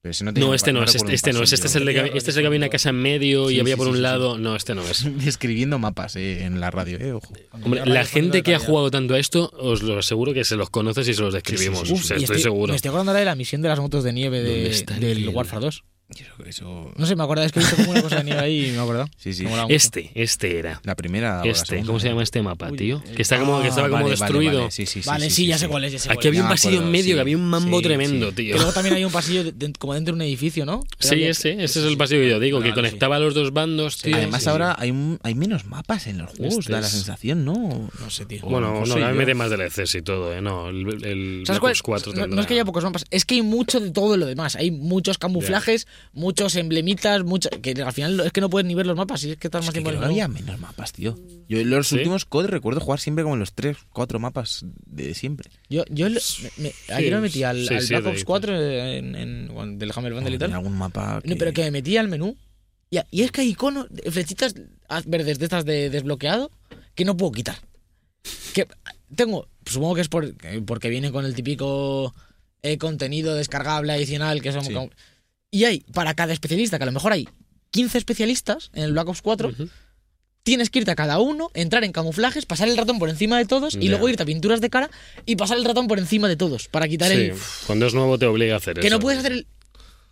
D: Pero ese no, tenía
B: no,
D: un
B: este
D: pa-
B: no es, este,
D: recuerdo un
B: este no es, este es
D: pasillo.
B: el, de que, había- este es el que había una casa en medio y
D: Sí,
B: había
D: sí,
B: por
D: sí,
B: un
D: sí.
B: lado. No, este no es.
D: Describiendo mapas eh, en la radio, eh, ojo.
B: Hombre, la gente que ha jugado tanto a esto, os lo aseguro que se los conoce si se los describimos.
C: Uf,
B: pues, O sea,
C: y
B: estoy seguro.
C: Me estoy acordando ahora de la misión de las motos de nieve de-
B: ¿Dónde está el
C: del
B: nieve?
C: Warfare 2.
D: Eso, eso-
C: No sé, me acordaba, es que he visto como una cosa de nieve ahí y me he acordado.
D: Sí, sí.
C: Me molaba mucho.
B: Este, este era.
D: La primera. o la
B: Este,
D: segunda,
B: ¿cómo se
D: ¿no?
B: llama este mapa,
C: Uy,
B: tío?
C: eh,
B: Que está como, que
D: Ah,
B: estaba como
D: vale, vale,
B: destruido.
D: vale, Sí, sí, sí.
C: Vale, sí, ya sé cuál es, ya sé
B: Aquí
C: cuál es.
B: había
D: Ya
B: un
D: me
B: pasillo en
D: acuerdo,
B: medio,
D: sí,
B: que había un mambo
D: sí,
B: tremendo,
D: sí.
B: tío.
C: Que luego también hay un pasillo de- de- como dentro de un edificio, ¿no?
B: Sí, ese, ese es el pasillo que yo digo, que conectaba a los dos bandos, tío.
D: Además,
B: Sí, sí.
D: ahora hay, un- hay menos mapas en los juegos,
B: Este
D: da la
B: es-
D: sensación, ¿no?
C: No sé, tío.
D: O a lo
B: Bueno,
D: mejor
B: no,
D: soy
B: ahora
D: yo.
B: meten más DLCs y todo, ¿eh? No, el, el
C: ¿Sabes
B: Black
C: cuál?
B: Ops 4
C: no,
B: tendrá-
C: no es que haya pocos mapas, es que hay mucho de todo lo demás. Hay muchos camuflajes, muchos emblemitas, muchos que al final lo- es que no puedes ni ver los mapas. Y es que estás más
D: Es que
C: tiempo en
D: creo
C: el
D: que
C: juego.
D: había menos mapas, tío. Yo en los
B: ¿Sí?
D: últimos COD recuerdo jugar siempre como en los 3, 4 mapas de siempre.
C: Yo, yo lo- me- me- ayer me metí al,
B: sí,
C: al
B: sí,
C: Black
B: de-
C: Ops 4 en, en- bueno, del Hammer Bundle y
D: Tenía
C: tal.
D: algún mapa.
C: No, pero que me metí al menú. Y, a- y es que hay iconos, flechitas ah, verdes de estas de desbloqueado que no puedo quitar. Que tengo, pues supongo que es por, porque viene con el típico eh, contenido descargable adicional que son
D: Sí.
C: como- Y hay, para cada especialista, que a lo mejor hay 15 especialistas en el Black Ops 4,
B: Ujú.
C: tienes que irte a cada uno, entrar en camuflajes, pasar el ratón por encima de todos y
B: Ya.
C: luego irte a pinturas de cara y pasar el ratón por encima de todos para quitar
B: Sí,
C: el...
B: cuando es nuevo te obliga a hacer
C: Que
B: eso.
C: no puedes hacer el-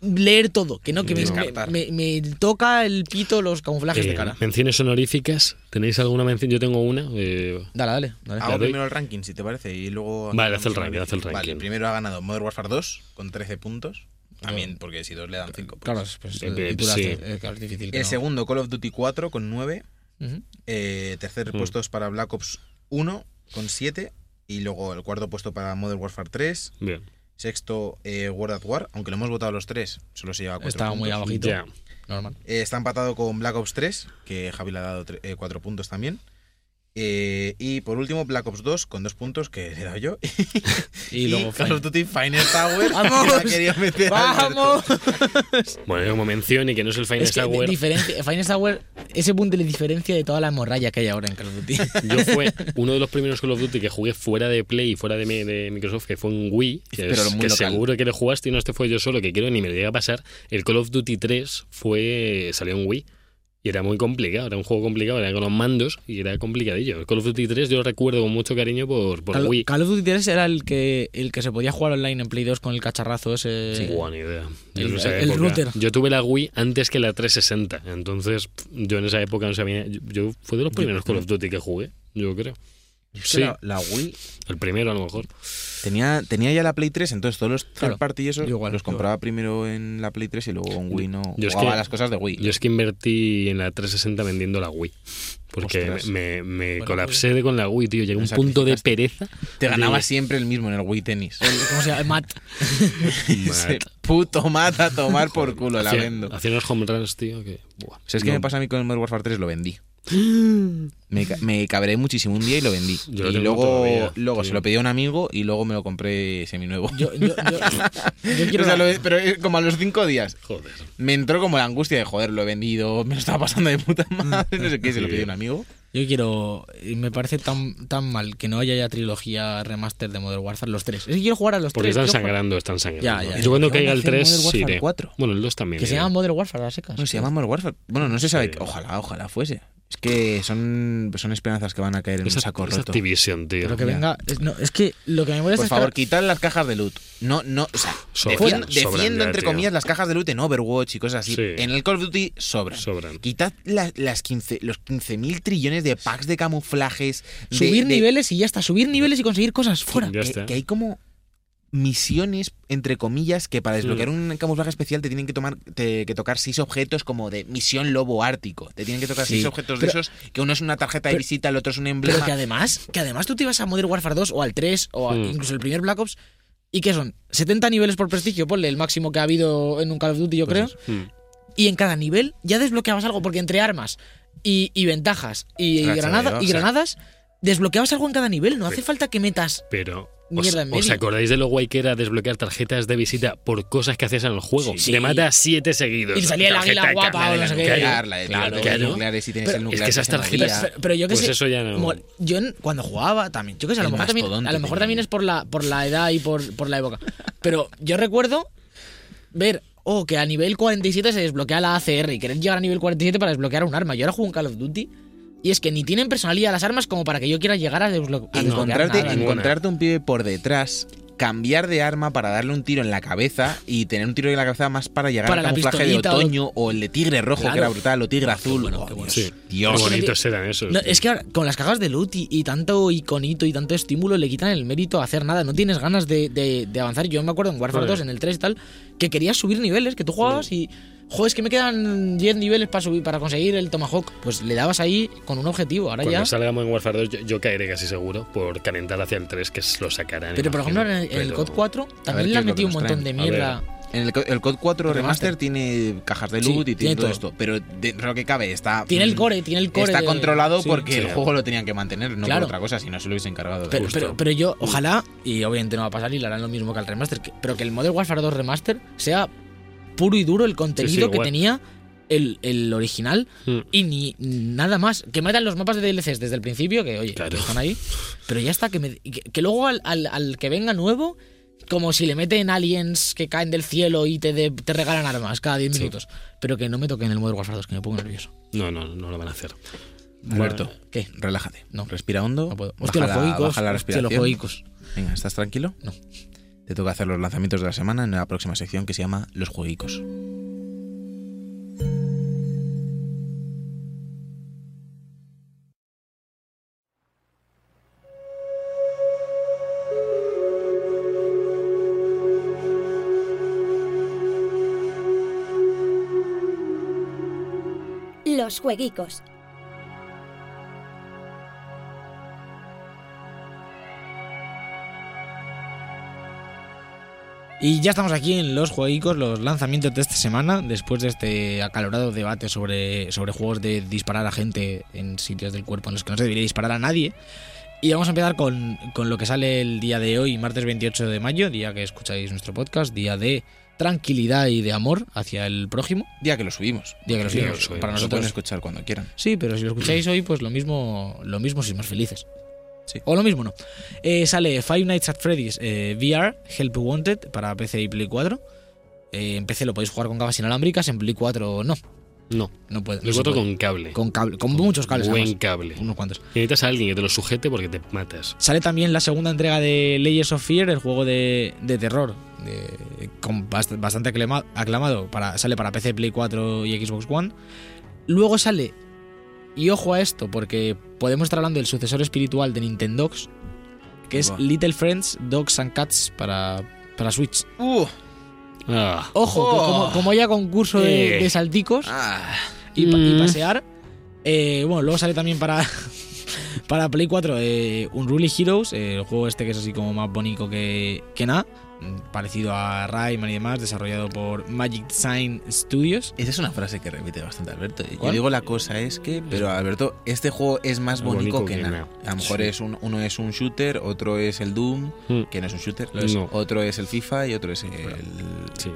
C: leer todo, que no, que me,
D: Descartar.
C: me- me- me toca el pito los camuflajes de
B: Eh,
C: cara.
B: Menciones honoríficas, ¿tenéis alguna mención? Yo tengo una. eh,
C: Dale, dale, dale.
D: Hago
B: doy.
D: primero el ranking, si te parece, y luego...
B: Vale, haz el ranking,
D: Vale,
B: haz el ranking. Ah.
D: primero ha ganado Modern Warfare 2 con 13 puntos. También, porque si 2 le dan 5.
C: Claro, pues,
B: Eh,
C: y tú la
B: sí.
C: haces, eh, claro, es difícil. que
D: El
C: no.
D: segundo, Call of Duty 4 con 9.
C: Ujú.
D: Eh, tercer
B: Mm.
D: puesto es para Black Ops 1 con 7. Y luego el cuarto puesto para Modern Warfare 3.
B: bien,
D: Sexto, eh, World at War. Aunque lo hemos votado los tres, solo se lleva 4
C: Estaba muy abajito.
B: ya.
C: Normal.
D: Eh, está empatado con Black Ops 3, que Javi le ha dado 4 puntos también. Eh, y por último, Black Ops 2 con 2 puntos que le he dado yo.
C: Y, luego
D: Call of
C: Fine.
D: Duty Final Tower. que
C: ¡Vamos!
D: la quería meter
C: ¡Vamos!
D: Alberto.
B: Bueno, como mención y que no es el Final
C: Es que
B: Tower.
C: diferente, Finest Hour, ese punto le diferencia de toda la hemorragia que hay ahora en Call of Duty.
B: Yo fue uno de los primeros Call of Duty que jugué fuera de Play y fuera de, mi- de Microsoft, que fue en Wii, que,
D: Pero
B: es-
D: muy
B: que
D: local.
B: seguro que lo jugaste y no este fue yo solo, que creo que ni me lo llega a pasar. El Call of Duty 3 fue salió en Wii y era muy complicado, era un juego complicado, era con los mandos y era complicadillo. El Call of Duty 3 yo lo recuerdo con mucho cariño por, por
C: Call,
B: Wii.
C: Call of Duty 3 era el que, el que se podía jugar online en Play 2 con el cacharrazo ese.
B: Buena idea. Yo,
C: El-
B: en esa
C: el
B: época-
C: router.
B: yo tuve la Wii antes que la 360, entonces pff, yo en esa época no sabía. Yo, yo- fue de los primeros Call of Duty que jugué, yo creo.
D: Es que
B: Sí,
D: la, la Wii
B: el primero a lo mejor.
D: tenía, tenía ya la Play 3, entonces todos los third
C: Claro,
D: party y eso
C: yo igual,
D: los
C: yo
D: compraba primero en la Play 3 y luego en Wii no.
B: Yo es
D: jugaba
B: que-
D: a las cosas de Wii.
B: Yo es que invertí en la 360 vendiendo la Wii. Porque
D: Ostras.
B: me, me
C: Bueno,
B: colapsé de con la Wii, tío. Llegué a un
D: Lo
B: punto de
D: sacrificaste.
B: pereza.
D: Te ganaba
B: de-
D: siempre el mismo en el Wii Tennis.
C: ¿Cómo se llama? Matt.
D: Ese puto mata a tomar por culo, la
B: Hacía,
D: vendo.
B: hacía unos home runs, tío, que... buah.
D: O sea, es que
B: No,
D: me pasa a mí con el Modern Warfare 3, lo vendí. Me, ca- me cabré muchísimo un día y lo vendí.
B: Yo lo
D: y
B: tengo
D: luego,
B: todavía,
D: luego
B: sí.
D: se lo pedí a un amigo y luego me lo compré seminuevo.
C: Yo, yo, yo, yo quiero.
D: O
C: la-
D: sea, lo ve- pero es como a los cinco días
B: Joder.
C: Mm.
D: me entró como la angustia de joder, lo he vendido, me lo estaba pasando de puta madre, no sé qué, se lo
B: Sí.
D: pedí a un amigo
C: Yo quiero. y Me parece tan, tan mal que no haya ya trilogía remaster de Modern Warfare los tres. Es que quiero jugar a los
B: Porque
C: tres.
B: están
C: quiero jugar-
B: sangrando, están sangrando.
C: Ya, ya,
B: Yo cuando
D: ya.
B: caiga
D: Van
B: el
D: a hacer
B: 3,
D: Modern
B: sí
D: Warfare
B: iré.
D: 4.
B: Bueno, el 2 también.
C: Que se
B: iré.
C: llama Modern Warfare a las secas.
D: No, se llama Modern Warfare. Bueno, no se sabe.
B: Sí.
D: Ojalá, ojalá fuese. Es que son, son esperanzas que van a caer en
B: Esa-
D: un saco
B: esa
D: roto.
B: Activision, tío.
C: Pero que
D: Ya.
C: venga. Es, no, es que lo que me molesta
D: Por
C: es que
D: favor,
C: ahora-
D: quitar las cajas de loot. No, no, o sea,
B: Sobran,
D: defiendo,
B: sobran
D: defiendo,
B: ya,
D: entre
B: tío.
D: comillas las cajas de loot en Overwatch y cosas así.
B: Sí.
D: En el Call of Duty sobran.
B: Sobran.
D: Quitad la- las 15, los 15.000 trillones de packs de camuflajes. de-
C: subir
D: de-
C: niveles y ya está. Subir niveles y conseguir cosas fuera.
B: Ya
D: que,
B: está.
D: que hay como misiones, entre comillas, que para desbloquear un camuflaje especial te tienen que tomar te- que tocar seis objetos como de misión lobo ártico. Te tienen que tocar
C: Sí,
D: seis objetos
C: pero-
D: de esos, que uno es una tarjeta de
C: pero-
D: visita, el otro es un
C: Pero
D: emblema.
C: que además, que además tú te ibas a Modern Warfare 2 o al 3 o a-
B: Mm.
C: incluso el primer Black Ops. ¿Y qué son? 70 niveles por prestigio, ponle el máximo que ha habido en un Call of Duty, yo creo.
B: Mm.
C: Y en cada nivel ya desbloqueabas algo, porque entre armas y, y ventajas y, y
D: Racha de
C: granada-
D: Dios,
C: y
D: o sea.
C: granadas, desbloqueabas algo en cada nivel. No hace falta que metas.
B: Pero. ¿Os,
C: Mierda en
B: os
C: medio.
B: acordáis de lo guay que era desbloquear tarjetas de visita por cosas que hacías en el juego?
C: Sí.
B: Te mata a siete seguidos.
C: Y salía el
B: Tarjeta
C: águila
B: ca-
C: guapa o no sé qué.
D: nuclear, la de
B: Claro,
D: tirar
B: claro.
D: nucleares si tienes
C: Pero
D: el
B: es que
D: nuclear. pues,
B: esas
D: te salía.
B: tarjetas-
C: Pero, pero yo que
B: Pues
C: sé,
B: eso ya no.
C: mol- Yo en- cuando jugaba también, yo que sé, a lo
D: El
C: mejor también, a lo
D: mastodonte
C: mejor
D: tenía
C: también
D: ahí.
C: es por la, por la edad y por, por la época. Pero yo recuerdo ver, oh, que a nivel 47 se desbloquea la ACR y querer llegar a nivel 47 para desbloquear un arma. Yo ahora juego un Call of Duty y es que ni tienen personalidad las armas como para que yo quiera llegar a, desblo- a desbloquear
D: Y encontrarte,
C: Ah, nada.
B: en-
D: encontrarte un pibe por detrás, cambiar de arma para darle un tiro en la cabeza y tener un tiro en la cabeza más para llegar
C: Para
D: al
C: la
D: camuflaje de
C: pistolita o-
D: otoño o... el de tigre rojo,
C: Claro.
D: que era brutal, o tigre azul.
C: bueno,
D: Oh,
C: qué bueno.
D: Dios.
B: Sí.
D: Dios.
B: Qué
C: Bueno,
B: bonitos eran esos.
C: No,
B: tío.
C: es que ahora, con las cajas de loot y, y tanto iconito y tanto estímulo, le quitan el mérito a hacer nada. No tienes ganas de, de- de avanzar. Yo me acuerdo en Warfare
B: Vale.
C: 2, en el 3 y tal, que querías subir niveles, que tú jugabas y. Joder, es que me quedan 10 niveles para subir, para conseguir el Tomahawk. Pues le dabas ahí con un objetivo. Ahora
B: Cuando
C: ya.
B: salgamos en Warfare 2, yo, yo caeré casi seguro por calentar hacia el 3, que s- lo sacarán.
C: Pero por ejemplo, en el, en el COD 4
D: ver
C: también
D: qué
C: le
D: es
C: han
D: lo que
C: metido un
D: nos
C: montón de
D: traen.
B: A ver.
C: mierda.
D: En el, co- el COD 4
C: Remaster.
D: Remaster tiene cajas de
C: Sí,
D: loot y
C: tiene
D: tiene todo,
C: todo.
D: esto, pero dentro de lo que cabe está.
C: Tiene el
D: mm,
C: core, tiene el core.
D: Está
C: de-
D: controlado
C: Sí.
D: porque
B: Sí.
D: el juego lo tenían que mantener, no
C: Claro.
D: por otra cosa, si no se lo hubiesen encargado. de-
C: Pero,
B: Justo.
C: pero, pero yo, ojalá, y obviamente no va a pasar y le harán lo mismo que al remaster, que- pero que el Modern Warfare 2 remaster sea puro y duro el contenido que
B: igual.
C: tenía el, el original
B: Hmm.
C: y ni nada más. Que metan los mapas de DLCs desde el principio, que oye,
B: Claro.
C: están ahí, pero ya está, que, me- y que, que luego al, al- al que venga nuevo, como si le meten aliens que caen del cielo y te, de- te regalan armas cada 10 minutos, pero que no me toquen el Modern Warfare 2, que me pongo nervioso.
B: No, no, no lo van a hacer.
D: Muerto.
C: ¿Qué?
D: Relájate.
C: No.
D: Respira hondo.
C: No puedo. Hostia,
D: Baja,
C: los
D: la,
C: juegicos,
D: baja la
C: hostia, los
D: respiración.
C: juegicos.
D: Venga, ¿estás tranquilo?
C: No.
D: Te toca hacer los lanzamientos de la semana en la próxima sección que se llama Los Jueguicos.
E: Los jueguicos.
C: Y ya estamos aquí en los jueguicos, los lanzamientos de esta semana, después de este acalorado debate sobre, sobre juegos de disparar a gente en sitios del cuerpo en los que no se debería disparar a nadie. Y vamos a empezar con, con lo que sale el día de hoy, martes 28 de mayo, día que escucháis nuestro podcast, día de tranquilidad y de amor hacia el prójimo,
D: Día que lo subimos.
C: día que los
B: Día que
C: niños,
B: los oímos.
C: para
D: Nos lo pueden
C: nosotros
D: escuchar cuando quieran.
C: Sí, pero si lo escucháis hoy, pues lo mismo, lo mismo si más felices.
D: Sí.
C: O lo mismo no. Eh, sale Five Nights at Freddy's eh, VR, Help Wanted para PC y Play 4. Eh, en PC lo podéis jugar con gafas inalámbricas, en Play 4 no.
B: No.
C: No puede.
B: Lo
C: no se
B: cuatro
C: puede.
B: con cable.
C: Con cable- con muchos cables.
B: Buen
C: además.
B: cable.
C: Unos cuantos.
B: Necesitas a alguien que te lo sujete porque te matas.
C: Sale también la segunda entrega de Layers of Fear, el juego de, de terror, de- con bast- bastante aclama- aclamado. Para, sale para PC, Play 4 y Xbox One. Luego sale, y ojo a esto, porque podemos estar hablando del sucesor espiritual de Nintendox, que es
D: Buah.
C: Little Friends, Dogs and Cats para, para Switch.
D: ¡Uh!
B: Ah.
C: Ojo, que
D: Oh.
C: como, como haya concurso de,
B: Eh.
C: de salticos
D: Ah.
C: y, pa- y
B: Mm.
C: pasear. Eh, bueno, luego sale también para, para Play 4 eh, Unruly Heroes, eh, el juego este que es así como más bonito que, que nada, mm, parecido a Rayman y demás, desarrollado por Magic Sign Studios.
D: Esa es una frase que repite bastante Alberto.
C: ¿Cuál?
D: Yo digo la cosa es que, pero Alberto, este juego es más
B: Más bonito
D: bonito que,
B: que
D: nada.
B: nada.
D: A lo mejor
B: Sí.
D: es un, uno es un shooter, otro es el Doom,
B: Mm.
D: que no es un shooter, lo es.
B: No.
D: otro es el FIFA y otro es el...
B: Sí.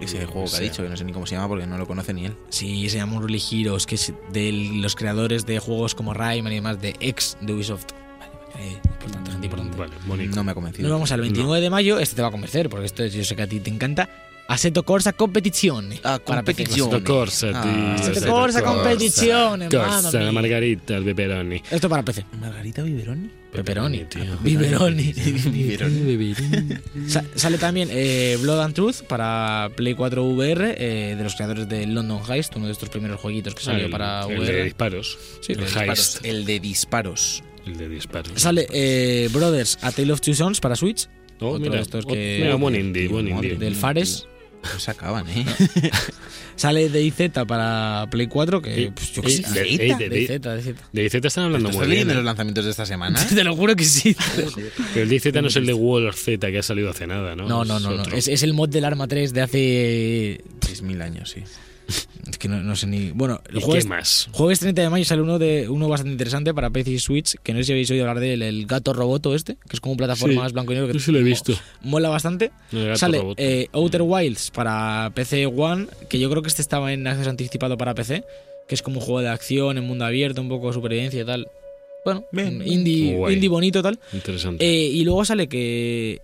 D: ese juego que
C: sea.
D: ha dicho, que no sé ni cómo se llama porque no lo conoce ni él.
C: Sí, se llama Unruly Heroes, que es de los creadores de juegos como Rayman y demás, de ex de Ubisoft. Vale, vale, eh, importante, gente importante.
B: Vale, bonito.
D: No me ha convencido.
C: Nos vamos al 29 de mayo, este te va a convencer, porque esto yo sé que a ti te encanta. Assetto Corsa Competizione.
D: Ah,
C: para PC.
D: competizione.
B: Assetto Corsa,
D: Ah,
B: tío.
D: Assetto
C: Assetto
B: Assetto
C: Corsa
B: Corsa.
C: Competizione, mamma
B: Cosa,
C: mia.
B: Margarita, el pepperoni.
C: Esto para PC.
D: ¿Margarita Viveroni?
C: Pepperoni.
B: tío.
C: Biberoni.
D: Viveroni.
C: Sa- sale también eh, Blood and Truth para Play 4 VR, eh, de los creadores de London Heist, uno de estos primeros jueguitos que salió
B: el,
C: para
B: el de
C: VR.
B: disparos.
C: Sí,
B: el
C: el de
B: heist.
D: El de disparos.
B: El de disparos.
C: Sale eh, Brothers A Tale of Two Sons para Switch.
B: Oh,
C: otro
B: mira,
C: de estos
B: ot-
C: que-
B: mira, buen indie, buen
D: Madre
B: indie.
C: Del Fares.
D: No se acaban, ¿eh?
C: Sale DayZ para Play 4, que
B: Eh,
C: pues, yo
B: eh,
C: qué sé.
B: de- eh, de- de-
C: DayZ, DayZ.
B: De DayZ están hablando
D: ¿Estás
B: muy bien.
D: leyendo
B: ¿eh?
D: los lanzamientos de esta semana?
C: Te lo juro que sí.
B: Pero el DayZ no es el de World Z que ha salido hace nada, ¿no?
C: No, no, no. no.
B: otro.
C: Es, es el mod del Arma 3 de hace.
D: 6.000 años, sí.
C: Es que no, no sé ni. Bueno, el
B: ¿Y
C: jueves,
B: qué más?
C: jueves 30 de mayo sale uno, de, uno bastante interesante para PC y Switch, que no sé si habéis oído hablar del el gato roboto este, que es como plataformas
B: Sí,
C: blanco y negro. Que
B: yo sí lo he
C: mo-
B: visto.
C: Mola bastante.
B: El gato
C: sale
B: robot.
C: eh, Outer Wilds para PC One, que yo creo que este estaba en acceso anticipado para PC, que es como un juego de acción en mundo abierto, un poco de supervivencia y tal. Bueno,
D: Bien.
C: indie,
B: Guay.
C: indie bonito tal.
B: Interesante.
C: Eh, y luego sale que.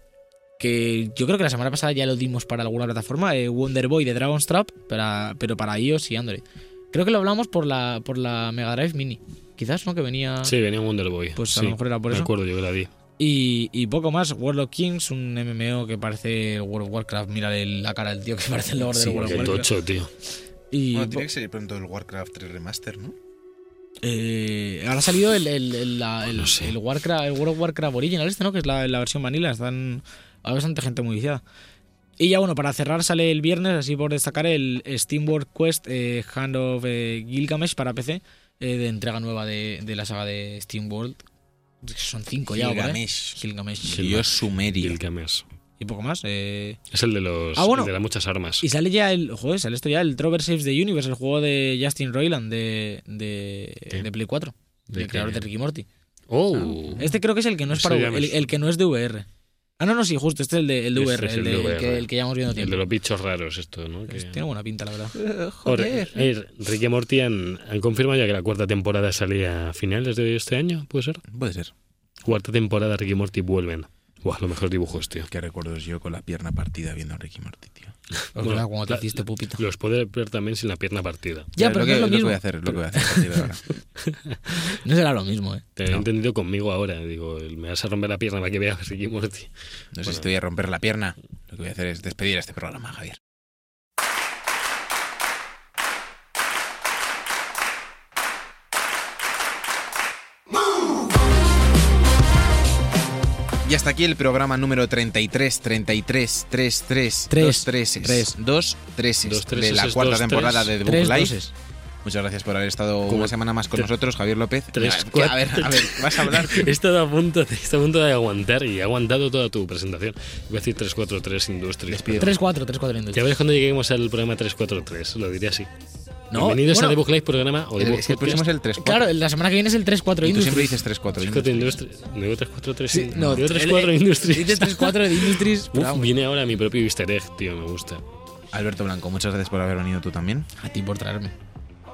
C: Que yo creo que la semana pasada ya lo dimos para alguna plataforma, eh, Wonder Boy de Dragon's Trap, para, pero para iOS y Android. Creo que lo hablamos por la, por la Mega Drive Mini. Quizás, ¿no? Que venía.
B: sí, venía Wonder Boy.
C: Pues a
B: sí,
C: lo mejor era por
B: me
C: eso.
B: acuerdo, yo que la di.
C: Y, y poco más, World of Kings, un MMO que parece el World of Warcraft. Mira la cara del tío que parece el Lord
D: Sí,
C: del World
B: Qué
C: of Warcraft.
B: tocho, tío.
C: Y
D: Bueno,
C: po-
D: tiene que salir pronto el Warcraft 3 Remaster, ¿no?
C: eh, ahora ha salido el, el, el- la- el-
B: No sé.
C: el Warcraft, el World of Warcraft Original, este, ¿no? Que es la, la versión vanilla. Están, hay bastante gente muy viciada. Y ya bueno, para cerrar sale el viernes, así por destacar, el Steamworld Quest eh, Hand of eh, Gilgamesh para PC, eh, de entrega nueva de, de la saga de Steamworld. Son cinco ya, ahora, ¿eh?
D: Gilgamesh.
C: Gilgamesh.
D: Dios sumerio.
B: Gilgamesh.
C: Y poco más. Eh,
B: Es el de los.
C: Ah, bueno.
B: el de las muchas armas.
C: Y sale ya el. Joder, sale esto ya el Trover Saves the Universe, el juego de Justin Roiland de, de,
B: ¿Qué?
C: de Play 4,
B: ¿De
C: del
B: qué?
C: creador de Ricky Morty.
B: Oh.
C: Este creo que es el que no es
B: Ese
C: para
B: ya me
C: el,
B: suena.
C: el que no es de VR. Ah, no, no, sí, justo, este es el de, el de
B: Ese
C: VR,
B: es
C: el,
B: el
C: de-
B: de
C: el
B: VR.
C: que, el que llevamos viendo
B: el de
C: tiempo.
B: los bichos raros, esto, ¿no? Que-
C: Pues Tiene buena pinta, la verdad. Eh,
B: Joder. eh, Rick y Morty han, han confirmado ya que la cuarta temporada salía a finales de este año, ¿puede ser?
D: Puede ser.
B: Cuarta temporada Rick y Morty vuelven. Buah, los mejores dibujos, tío.
D: Qué recuerdos yo con la pierna partida viendo a Ricky Morty, tío.
C: Os
B: Bueno,
C: veo cuando te
B: la-
C: hiciste pupito.
B: Los puede ver también sin la pierna partida.
C: Ya, pero no
D: lo que,
C: es lo
D: que voy a
C: mismo.
D: hacer, lo que voy a hacer a partir de ahora.
C: No será lo mismo, eh.
B: Te he entendido conmigo ahora. Digo, me vas a romper la pierna para que veas Rick y Morty.
D: No sé si te voy a romper la pierna. Lo que voy a hacer es despedir a este programa, Javier. Y hasta aquí el programa número 33, 33, 33,
C: Tres,
D: 2 treses,
C: tres.
D: 2 treses
B: Dos treses
D: de la
B: es
D: cuarta
B: dos,
D: temporada
B: tres.
D: de The
C: Tres
D: Book Live.
C: doses.
D: Muchas gracias por haber estado
B: Como
D: una semana más con
B: tre-
D: nosotros, Javier López.
B: tres,
D: Ya, que- a ver,
B: cuatro-
D: a ver, vas a hablar.
B: He estado a punto, de- he estado a punto de aguantar y he aguantado toda tu presentación. Voy a decir 343 Industries.
D: Despide.
C: 3-4, 3-4
B: Ya verás cuando lleguemos al programa 343, lo diré así.
C: No,
B: Bienvenidos
C: bueno,
B: a The Book Live, programa o The
D: El-
B: Book
D: es que el próximo es
B: Podcast.
D: el 3
C: Claro, la semana que viene es el 3-4
D: Y tú siempre
C: Industries.
D: dices 3-4.
B: Chico de Industries. Digo 343.
C: Sí, no,
B: digo
C: el-
B: 34 Industries.
C: Dices 3-4 de Industries.
B: Uf,
C: pero vamos.
B: viene ahora mi propio easter egg, tío, me gusta.
D: Alberto Blanco, muchas gracias por haber venido tú también.
C: A ti por traerme.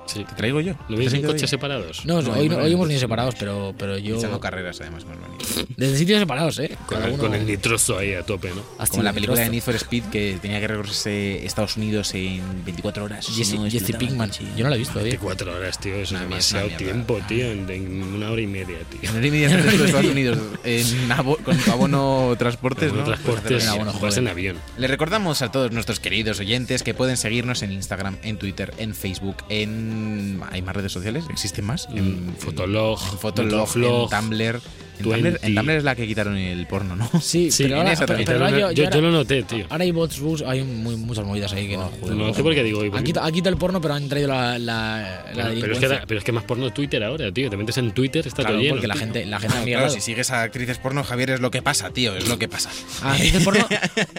B: Sí.
D: ¿Te traigo yo?
B: ¿Lo
D: ¿Te
B: veis
D: has
B: en
D: ido
B: coches
D: hoy?
B: separados?
C: No,
D: No,
C: hoy,
D: yo-
C: no- hoy hemos venido separados, pero, pero yo.
D: Echando carreras, además, más bonito.
C: Desde sitios separados, ¿eh?
B: Con
C: Cada
B: el,
C: uno-
B: con el nitroso ahí a tope, ¿no?
C: Hasta
D: Como la película de
C: trozo.
D: Need for Speed que tenía que recorrerse Estados Unidos en 24 horas.
C: Jesse,
D: No,
C: Jesse
D: explotaba el
C: Pinkman.
D: coche.
C: Yo no la he visto todavía.
B: 24 horas, tío, eso es
D: Una mierda,
B: demasiado
D: una mierda.
B: tiempo, tío, en, en una hora y media, tío.
D: En hora y media te has ido a Estados Unidos en abo- con tu abono transportes,
B: Con
D: ¿no?
B: transportes,
D: Puedes hacer-
C: bueno,
B: vas
C: joder.
B: en avión.
D: Le recordamos a todos nuestros queridos oyentes que pueden seguirnos en Instagram, en Twitter, en Facebook, en... ¿Hay más redes sociales? ¿Existen más?
B: En Fotolog,
D: en Fotolog,
B: Metroflog,
D: en Tumblr. En Tumblr, en
B: 20.
D: Tumblr es la que quitaron el porno, ¿no?
C: Sí,
B: Sí,
C: pero ahora,
D: esa
C: pero-
D: también.
C: pero
B: Pero
C: ahora
B: no-
C: yo,
B: yo,
C: yo ahora,
B: lo noté, tío. Ah,
C: ahora hay bots rules, hay muy- muchas movidas ahí que no. joder,
B: Lo noté porque digo, oye,
C: Han quitado, han quitado el porno, pero han traído la, la,
B: Bueno, pero, es
C: la
B: que,
C: delincuencia.
B: da- pero es que más porno Twitter ahora, tío. Te metes en Twitter, está
C: Claro,
B: todo lleno.
C: porque la gente, la gente ha
D: Claro,
C: migrado.
D: si sigues a actrices porno, Javier, es lo que pasa, tío, es lo que pasa.
C: Ah, dice porno.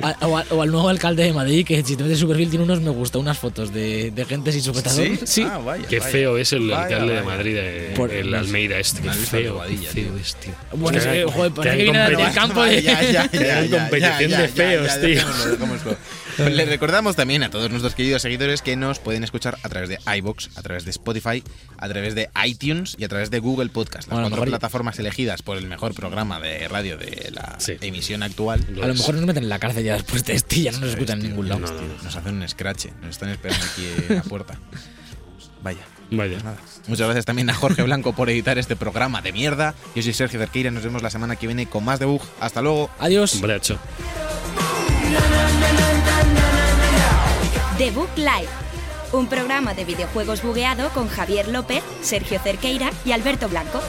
C: A- o, al- o al nuevo alcalde de Madrid, que si te metes en su perfil tiene unos me gusta, unas fotos de, de gente sin sujetador.
D: Ah, vaya,
B: Qué
D: vaya.
B: feo es el
D: Vaya,
B: alcalde de
D: vaya.
B: Madrid, eh,
C: Por-
B: el Almeida este. Qué
D: Madrid
B: feo, qué
D: Salvadilla,
B: feo
D: tío.
B: es, tío.
C: Bueno,
B: que-
C: eh, joder,
B: que
C: parece
B: hay
C: que viene a
B: competi-
C: del campo de.
D: Ya, ya, ya,
B: Hay
D: ya,
B: competición
D: ya,
B: de
D: ya,
B: feos,
D: ya, ya,
B: tío.
D: dejémoslo, dejémoslo. Pues Les recordamos también a todos nuestros queridos seguidores que nos pueden escuchar a través de iBox, a través de Spotify, a través de iTunes y a través de Google Podcast. Las
C: Bueno, a lo
D: cuatro
C: mejor-
D: plataformas elegidas por el mejor programa de radio de la
B: Sí.
D: emisión actual.
C: A lo mejor nos meten en la cárcel ya después de este y ya no nos escuchan en ningún lado.
B: no, no.
D: Nos hacen un scratch, eh. nos están esperando aquí en la puerta. Vaya.
B: Vaya.
D: Pues nada. Muchas gracias también a Jorge Blanco por editar este programa de mierda. Yo soy Sergio Cerqueira, nos vemos la semana que viene con más debug. Hasta luego.
C: Adiós.
B: Bracho.
A: The Book Live, un programa de videojuegos bugueado con Javier López, Sergio Cerqueira y Alberto Blanco.